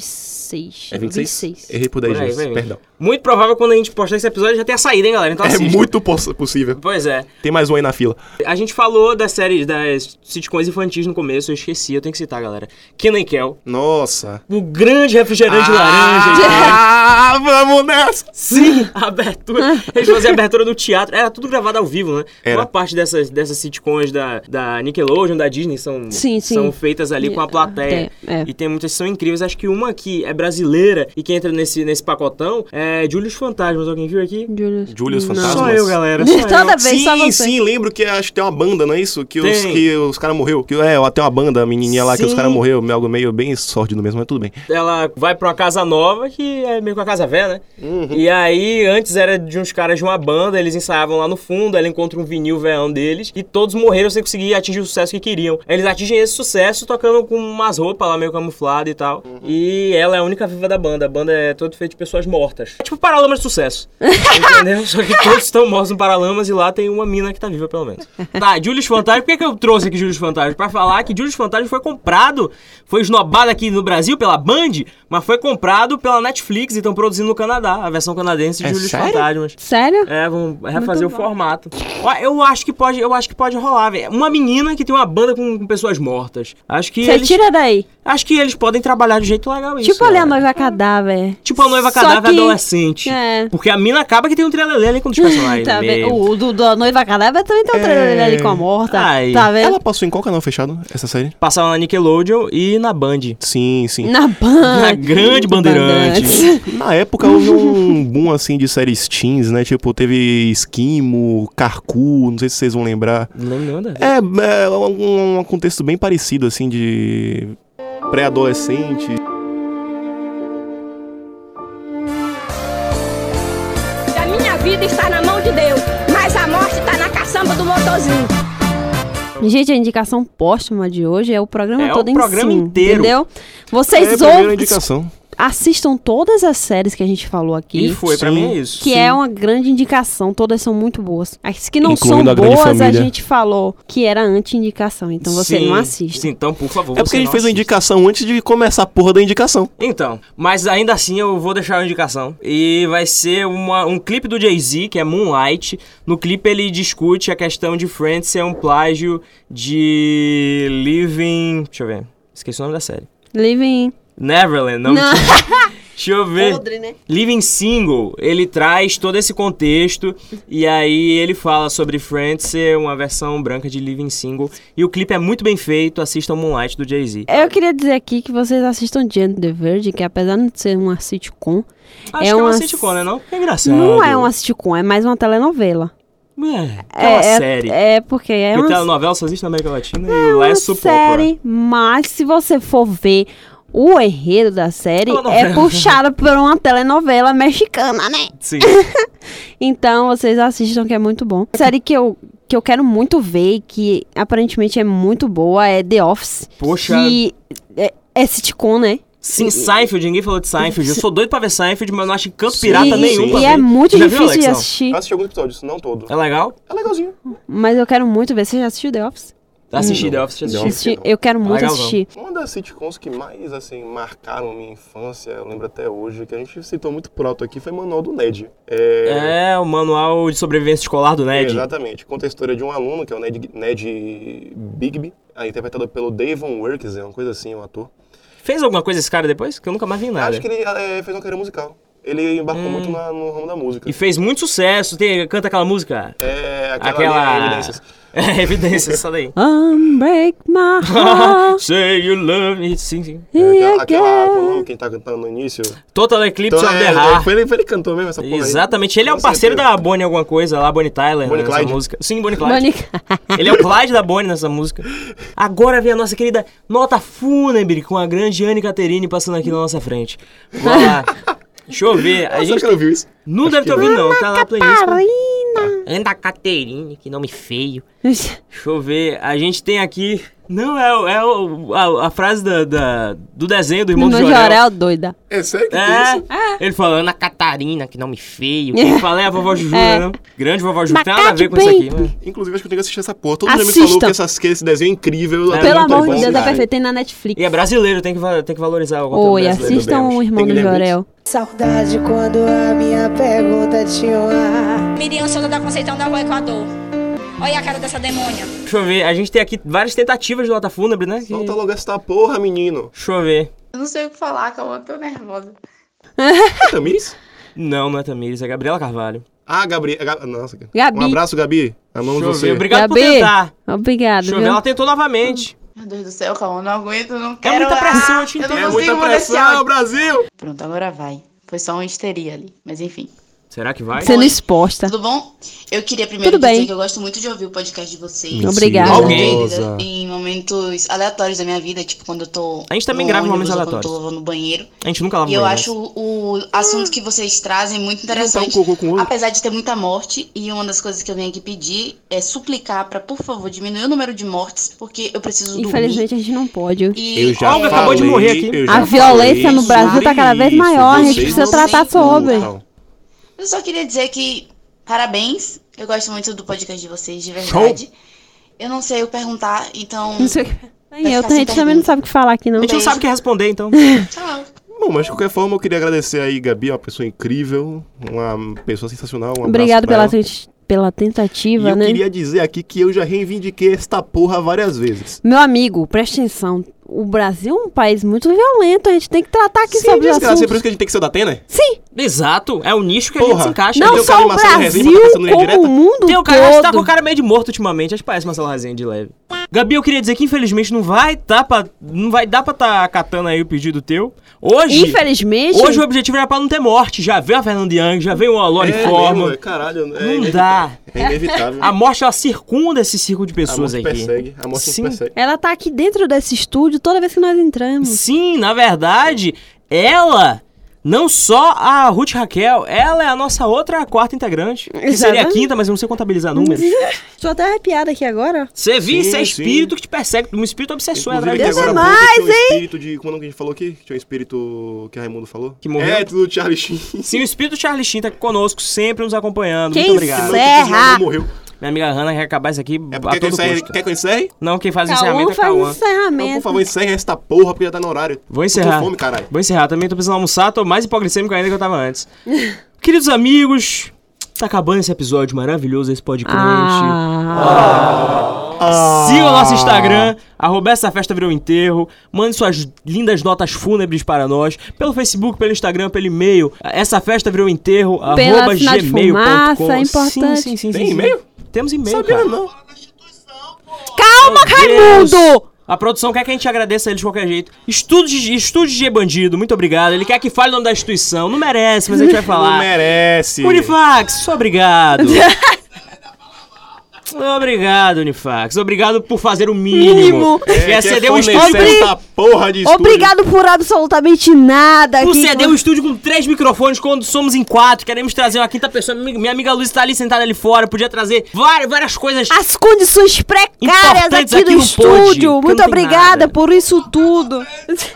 S4: 26.
S1: É 26? Errei por
S3: Por
S1: 10
S3: aí,
S1: dias,
S3: vai ver.
S1: perdão.
S3: Muito provável quando a gente postar esse episódio já tenha saído, hein, galera? Então
S1: É
S3: assista.
S1: muito poss- possível.
S3: Pois é.
S1: Tem mais um aí na fila.
S3: A gente falou das séries, das sitcoms infantis no começo, eu esqueci, eu tenho que citar, galera. Kenan e Kel,
S1: Nossa.
S3: o grande
S4: Ah!
S3: refrigerante laranja. cara.
S1: Ah, vamos nessa!
S3: Sim, a abertura. Eles faziam a abertura do teatro. Era tudo gravado ao vivo, né?
S1: Era.
S3: Uma parte dessas, dessas sitcoms da, da Nickelodeon, da Disney, são,
S4: Sim, sim.
S3: são feitas ali com a plateia.
S4: É, é.
S3: E tem muitas que são incríveis. Acho que uma que é brasileira e que entra nesse, nesse pacotão é Julius Fantasmas. Alguém viu aqui?
S4: Julius.
S1: Julius
S4: é. Não. Tá
S1: Fantasma.
S3: Só
S1: Fantasmas.
S3: eu, galera. Só eu.
S4: Toda vez só
S1: Sim,
S4: você.
S1: sim, lembro que acho que tem uma banda, não é isso? Que os,
S3: Tem.
S1: que os caras morreu. Que, é, tem uma banda, a menininha lá que os
S3: Sim.
S1: caras morreu, algo meio bem sórdido mesmo, mas tudo bem.
S3: ela vai pra uma casa nova, que é meio que uma casa velha, né? E aí, antes era de uns caras de uma banda, eles ensaiavam lá no fundo, ela encontra um vinil velhão deles, e todos morreram sem conseguir atingir o sucesso que queriam. Eles atingem esse sucesso tocando com umas roupas lá meio camuflada e tal. E ela é a única viva da banda. A banda é toda feita de pessoas mortas. É tipo Paralamas de Sucesso. entendeu? Só que todos estão mortos no Paralamas e lá tem uma mina que tá viva, pelo menos. Tá, Julius Fantasma, por que, que eu trouxe aqui Julius Fantasma? Pra falar que Julius Fantasma foi comprado, foi esnobado aqui no Brasil pela Band, mas foi comprado pela Netflix e estão produzindo no Canadá, a versão canadense de
S1: É
S3: Julius
S1: sério?
S3: Fantasmas.
S4: Sério?
S3: É, vão refazer o
S4: bom.
S3: formato. Ó, Eu acho que pode, eu acho que pode rolar, velho. Uma menina que tem uma banda com, com pessoas mortas. Acho que
S4: Você
S3: eles,
S4: tira daí.
S3: acho que eles podem trabalhar de um jeito legal isso.
S4: tipo ali a
S3: né?
S4: noiva cadáver.
S3: Tipo a noiva
S4: Só
S3: cadáver
S4: que-
S3: adolescente.
S4: É.
S3: Porque a mina acaba que tem um trelelê ali com um dos personagens.
S4: Tá
S3: no meio.
S4: vendo? O do, do Noiva Cadáver também tem um trailer ali com a morta.
S3: É. Ai.
S4: Tá vendo?
S1: Ela passou em qual canal fechado, essa série?
S3: Passava na Nickelodeon e na Band.
S1: Sim, sim.
S4: Na banda.
S3: Na é grande Bandeirantes.
S1: Na época houve um boom assim de séries teens, né? Tipo, teve Esquimo, Carcu, não sei se vocês vão lembrar.
S3: Não lembro nada.
S1: É, é um, um contexto bem parecido, assim, de pré-adolescente.
S8: A minha vida está na mão de Deus, mas a morte está na caçamba do motorzinho.
S4: Gente, a indicação póstuma de hoje é o programa
S3: É o
S4: todo em
S3: programa
S4: si,
S3: inteiro.
S1: É
S4: Entendeu?
S1: a
S4: Vocês
S1: primeira
S4: ouv-
S1: indicação.
S4: assistam todas as séries que a gente falou aqui.
S3: E foi, pra
S1: Sim.
S3: mim é isso.
S4: Que é uma grande indicação, todas são muito boas. As que não
S1: Incluindo a
S4: são
S1: Grande
S4: boas, a
S1: Família.
S4: gente falou que era anti-indicação, então você
S3: Sim.
S4: não assiste.
S3: Sim, então, por favor,
S1: É porque
S3: você
S1: a gente
S3: não
S1: fez a
S3: assista.
S1: indicação antes de começar a porra da indicação.
S3: Então, mas ainda assim eu vou deixar a indicação. E vai ser uma- um clipe do Jay-Z, que é Moonlight. No clipe ele discute a questão de Friends ser um plágio de Living... Deixa eu ver. Esqueci o nome da série.
S4: Living.
S3: Neverland, não,
S4: Não.
S3: mentira. Deixa eu ver.
S4: Podre, né?
S3: Living Single, ele traz todo esse contexto e aí ele fala sobre Friends ser uma versão branca de Living Single e o clipe é muito bem feito, assistam Moonlight do Jay-Z.
S4: Eu queria dizer aqui que vocês assistam Diante the Verde, que apesar de não ser uma sitcom,
S3: Acho
S4: É
S3: que é uma
S4: uma-
S3: sitcom, né não? É engraçado.
S4: não é uma sitcom, é mais uma telenovela.
S3: É, é uma série.
S4: É, porque é
S1: Então,
S3: Porque
S4: uma
S3: telenovela só existe na América Latina e lá
S4: uma
S3: é
S4: série,
S3: supópora.
S4: mas se você for ver o enredo da série,
S3: Uma novela.
S4: é puxado por uma telenovela mexicana, né?
S3: Sim.
S4: Então vocês assistam que é muito bom. A série que eu, que eu quero muito ver e que aparentemente é muito boa é The Office.
S3: Poxa.
S4: Que é, é sitcom, né?
S3: Sim, Seinfeld, ninguém falou de Seinfeld. Eu sou doido pra ver Seinfeld, mas não acho canto pirata
S4: e,
S3: nenhum. pra
S4: E
S3: ver.
S4: é muito
S3: Já viu,
S4: difícil
S3: Alex,
S4: de
S3: não?
S4: assistir.
S1: Eu assisti alguns episódios, não todo.
S3: É legal?
S1: É legalzinho.
S4: Mas eu quero muito ver. Você já assistiu The Office?
S3: Assisti
S1: Não.
S3: The Office, Tá então. assisti.
S1: Não.
S4: Assisti- eu quero muito
S3: Legal,
S4: assistir.
S1: Uma das sitcoms que mais, assim, marcaram minha infância, eu lembro até hoje, que a gente citou muito por alto aqui, foi Manual do Ned. É...
S3: É o manual de sobrevivência escolar do Ned.
S1: Exatamente. Conta a história de um aluno, que é o Ned, Ned Bigby, ah, interpretado pelo Davon Workes, é uma coisa assim, um ator.
S3: Fez alguma coisa esse cara depois? Que eu nunca mais vi nada.
S1: Acho que ele eh, fez uma carreira musical. Ele embarcou muito na- no ramo da música.
S3: E fez muito sucesso. Tem, canta aquela música.
S1: É, aquela...
S3: Aquela-
S1: ali, Evidências.
S3: É, evidência, essa daí.
S4: Unbreak Um my heart.
S3: Say you love me. Sim, sim.
S1: É,
S4: e
S1: aquela, aquela, qual o
S4: again.
S1: nome que tá cantando no início?
S3: Total Eclipse
S1: Então,
S3: of
S1: é,
S3: the
S1: é,
S3: Heart.
S1: foi, ele, foi ele que cantou mesmo essa porra aí.
S3: Exatamente. Ele é um
S1: Com
S3: parceiro
S1: certeza.
S3: da Bonnie alguma coisa lá, Bonnie Tyler,
S1: Bonnie
S3: nessa
S1: Clyde.
S3: música. Sim, Bonnie Clyde.
S4: Mônica.
S3: Ele é o Clyde da Bonnie nessa música. Agora vem a nossa querida nota fúnebre com a grande Anne Caterine passando aqui na nossa frente. Vamos lá. Deixa eu ver. A
S1: Será
S3: gente
S1: que não viu isso?
S3: não deve ter ouvido, não. Tá lá a playlist.
S4: Parina.
S3: Anda Caterine, que nome feio. Deixa eu ver. A gente tem aqui. Não, é, o- é o- a, a frase da, da- do desenho do irmão
S4: Irmão
S3: do
S4: de
S3: Jorel.
S4: Jorel, doida.
S1: É sério que tem isso?
S3: É, ele fala Ana Catarina, que nome feio. Quem fala é a vovó Juju,
S4: É.
S3: né? Grande vovó Juju. Tem
S4: Macate
S3: nada a ver com isso
S4: bem.
S3: aqui. né?
S1: Inclusive, acho que eu tenho que assistir essa porra. Todo mundo já me
S4: Assista.
S1: falou que, essas, que esse desenho é incrível.
S3: É,
S1: até
S4: Pelo
S1: muito
S4: amor
S1: bom,
S4: de Deus, é
S1: cara.
S4: perfeito. Tem na Netflix.
S3: E é brasileiro, tem que, va- tem que valorizar o conteúdo
S4: Oi,
S3: brasileiro.
S4: assistam
S1: Deus.
S4: o irmão
S1: Tem
S4: do
S1: Guilherme
S4: Jorel.
S9: Saudade quando a minha pergunta tinha um ar.
S10: Miriam, Santa da Conceição da Rua Equador. Olha a cara dessa demônia.
S3: Deixa eu ver. A gente tem aqui várias tentativas de nota fúnebre, né? Que-
S1: Solta logo essa porra, menino.
S3: Deixa eu ver.
S11: Eu não sei o que falar, calma, eu tô nervosa.
S1: É Tamires?
S3: Não, não é Tamires, é Gabriela Carvalho.
S1: Ah, Gabi. a Ga- Nossa, cara.
S4: Gabi.
S1: Um abraço, Gabi. Amamos
S3: Deixa eu
S1: você.
S3: ver. Obrigado por
S4: Gabi.
S3: tentar.
S4: Obrigada,
S3: Deixa eu ver,
S4: viu?
S3: ela tentou novamente.
S11: Meu Deus do céu, calma, eu não aguento, eu não quero.
S3: É muita
S11: orar.
S3: pressão, eu te
S11: Eu
S3: entendo.
S1: É
S11: não
S1: muita
S11: consigo mudar esse
S1: pressão,
S11: áudio.
S1: Brasil!
S11: Pronto, agora vai. Foi só uma histeria ali, mas enfim.
S3: Será que vai?
S4: Sendo exposta.
S11: Tudo bom? Eu queria primeiro
S4: Tá. Tudo bem.
S11: dizer que eu gosto muito de ouvir o podcast de vocês.
S4: Obrigada.
S3: Alguém.
S11: Vida, Em momentos aleatórios da minha vida, tipo quando eu tô.
S3: A gente também
S11: no
S3: grava em
S11: ônibus
S3: momentos
S11: ou quando
S3: aleatórios. Tá
S11: eu tô no banheiro.
S3: A gente nunca lava
S11: E eu
S3: banheiro. né?
S11: acho o assunto que vocês trazem muito
S1: Tá um
S11: interessante.
S1: cocô com o outro.
S11: Apesar de ter muita morte, e uma das coisas que eu venho aqui pedir é suplicar pra, por favor, diminuir o número de mortes, porque eu preciso dormir.
S4: Infelizmente a gente não pode.
S11: E
S1: Eu já
S3: Olga
S1: falei,
S3: acabou de morrer aqui.
S1: eu já
S4: A violência
S1: falei
S4: no Brasil tá cada
S1: sobre
S4: vez maior, a gente
S1: vocês
S4: precisa
S11: não
S4: tratar
S11: têm culpa.
S4: sobre.
S1: escutam.
S11: Eu só queria dizer que parabéns. Eu gosto muito do podcast de vocês, de
S3: Show.
S11: verdade. Eu não sei o que perguntar, então.
S4: Não sei o que. Nem
S11: Vai
S4: eu,
S11: ficar
S4: a gente
S11: sem
S4: também não
S11: pergunta.
S4: sabe o que falar aqui,
S3: A
S4: não.
S3: gente não
S11: Beijo.
S3: sabe o que responder, então.
S11: Tchau.
S1: Bom, mas de qualquer forma, eu queria agradecer aí, Gabi, é uma pessoa incrível, uma pessoa sensacional. Um abraço
S4: Obrigado
S1: pra
S4: pela,
S1: ela.
S4: tent- pela
S1: E
S4: tentativa,
S1: eu
S4: né?
S1: queria dizer aqui que eu já reivindiquei esta porra várias vezes.
S4: Meu amigo, presta atenção. O Brasil é um país muito violento, a gente tem que tratar aqui sobre o
S1: desgraça, é por
S4: assunto.
S1: isso que a gente tem que ser da Atena?
S4: Sim,
S3: Exato, é o nicho que a gente
S1: Porra.
S3: se encaixa.
S4: não
S1: deu
S3: Tem o
S1: pra
S4: só o
S1: animação do
S4: Brasil,
S1: Resenha tá pra passar no linha
S4: como
S1: direta?
S4: o mundo
S3: Tem o cara acho que tá com o
S4: todo.
S3: cara meio de morto ultimamente, acho que parece Marcelo Razinha de leve. Gabi, eu queria dizer que infelizmente não vai tá pra, não vai dar pra tá catando aí o pedido teu. Hoje,
S4: Infelizmente,
S3: hoje o objetivo era pra não ter morte. Já veio a Fernanda Young, já veio o Lori
S1: mesmo,
S3: Forma.
S1: é, caralho, é
S3: não
S1: inevitável.
S3: dá.
S1: É inevitável.
S3: A morte ela circunda esse círculo de
S1: A
S3: pessoas
S1: morte
S3: aqui.
S1: persegue, a morte
S3: Sim.
S1: sempre persegue.
S4: ela tá aqui dentro desse estúdio toda vez que nós
S1: Hum.
S4: entramos.
S3: Sim, na verdade, ela não só a Ruth Raquel, ela é a nossa outra quarta integrante. Que seria a
S4: Exatamente.
S3: quinta, mas eu não sei contabilizar números.
S4: Tô até arrepiada aqui agora.
S3: Você viu,
S1: Sim,
S3: isso é
S1: sim.
S3: espírito que te persegue, um espírito obsessor
S1: Inclusive, que
S3: atrás de
S1: agora
S3: você.
S1: há pouco tinha um espírito de. Como é que a gente falou aqui? Tinha um espírito que Raimundo falou?
S3: Que morreu?
S1: É, do Charlie Sheen.
S3: Sim, o espírito Charlie Sheen tá conosco, sempre nos acompanhando.
S4: Quem
S3: Muito obrigado.
S4: será?
S1: Não morreu.
S3: Minha amiga Hannah quer acabar isso aqui
S1: É
S3: a
S1: porque quer que eu
S3: todo
S1: encerre?
S3: custo.
S1: Quer que eu encerre?
S3: Não, quem faz o encerramento é
S4: Cauã faz um
S3: Cauã.
S1: Não, por
S4: encerramento.
S1: favor, encerre essa porra, porque já tá no horário.
S3: Vou
S1: Eu
S3: encerrar.
S1: tô com fome, caralho.
S3: Vou encerrar também, tô precisando almoçar, tô mais hipoglicêmico ainda que eu tava antes. Queridos amigos, tá acabando esse episódio maravilhoso, esse podcast.
S4: Ah.
S1: Ah.
S3: Siga o nosso Instagram, arroba essa festa virou um enterro. Mande suas lindas notas fúnebres para nós. Pelo Facebook, pelo Instagram, pelo e-mail. Essa festa virou um enterro,
S4: Pela
S3: arroba
S4: sinal de
S3: gmail.com.
S4: fumaça, é importante.
S3: Sim, sim, sim,
S1: Tem
S3: sim,
S1: e-mail?
S3: sim. Temos e-mail.
S1: Sabia
S3: cara.
S1: não.
S3: Calma,
S4: Raimundo!
S3: A produção quer que a gente agradeça ele de qualquer jeito. Estúdio de, Estúdio de Bandido, muito obrigado. Ele quer que fale o nome da instituição. Não merece, mas a gente vai
S1: Não
S3: falar.
S1: merece.
S3: Unifax, só obrigado. obrigado, Unifax. Obrigado por fazer o mínimo.
S4: Mínimo.
S3: Que é ceder um estúdio.
S1: fornecer
S4: estúdio.
S1: essa porra de estúdio.
S4: Obrigado por absolutamente nada.
S3: Por
S4: aqui.
S3: ceder um estúdio com três microfones quando somos em quatro. Queremos trazer uma quinta pessoa. Mi- Minha amiga Luz tá ali sentada ali fora. Podia trazer várias, várias coisas.
S4: As condições precárias
S3: Importantes
S4: aqui, do
S3: aqui no pod,
S4: estúdio.
S3: que
S4: Muito
S3: não tem
S4: obrigada
S3: nada.
S4: por isso tudo.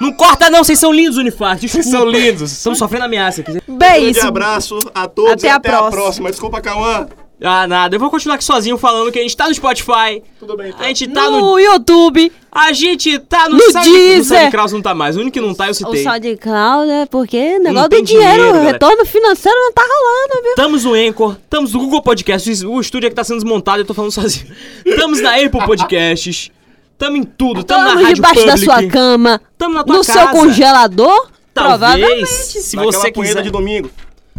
S3: Não corta não, vocês são lindos, Unifax.
S1: Vocês são lindos.
S3: Estamos sofrendo ameaça aqui.
S4: Bem,
S1: Grande
S4: É isso.
S1: abraço a todos
S4: Até
S1: e
S4: a
S1: até a
S4: próxima.
S1: próxima. Desculpa, Cauã.
S3: Ah, nada. Eu vou continuar aqui sozinho falando que a gente tá no Spotify.
S1: Tudo bem, então.
S3: A gente tá
S4: No,
S3: no.
S4: YouTube,
S3: A gente tá no,
S4: No
S3: Sound- no
S4: Deezer.
S3: SoundCloud não tá mais. O único que não tá, eu
S4: o
S3: citei.
S4: SoundCloud, né? Porque negócio
S3: tem
S4: do dinheiro,
S3: dinheiro, galera.
S4: retorno financeiro não tá rolando, viu?
S3: Estamos no Anchor, estamos no Google Podcast, o estúdio é que tá sendo desmontado, eu tô falando sozinho. Estamos na Apple Podcasts, estamos em tudo, estamos na
S4: Tamo
S3: Rádio
S4: debaixo da
S3: Public,
S4: sua cama,
S3: estamos na tua
S4: no
S3: casa.
S4: seu congelador,
S3: Talvez,
S4: provavelmente.
S3: se
S1: Naquela
S3: você
S1: punheta
S3: quiser.
S1: de domingo,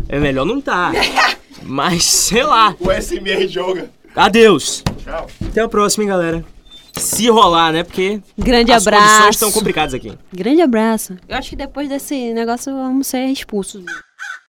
S3: É melhor não tá. Mas, sei lá.
S1: o SMR joga.
S3: Adeus.
S1: Tchau.
S3: Até a próxima, hein, galera. Se rolar, né? Porque
S4: Grande
S3: as condições
S4: abraço.
S3: estão complicadas aqui.
S4: Grande abraço. Eu acho que depois desse negócio vamos ser expulsos.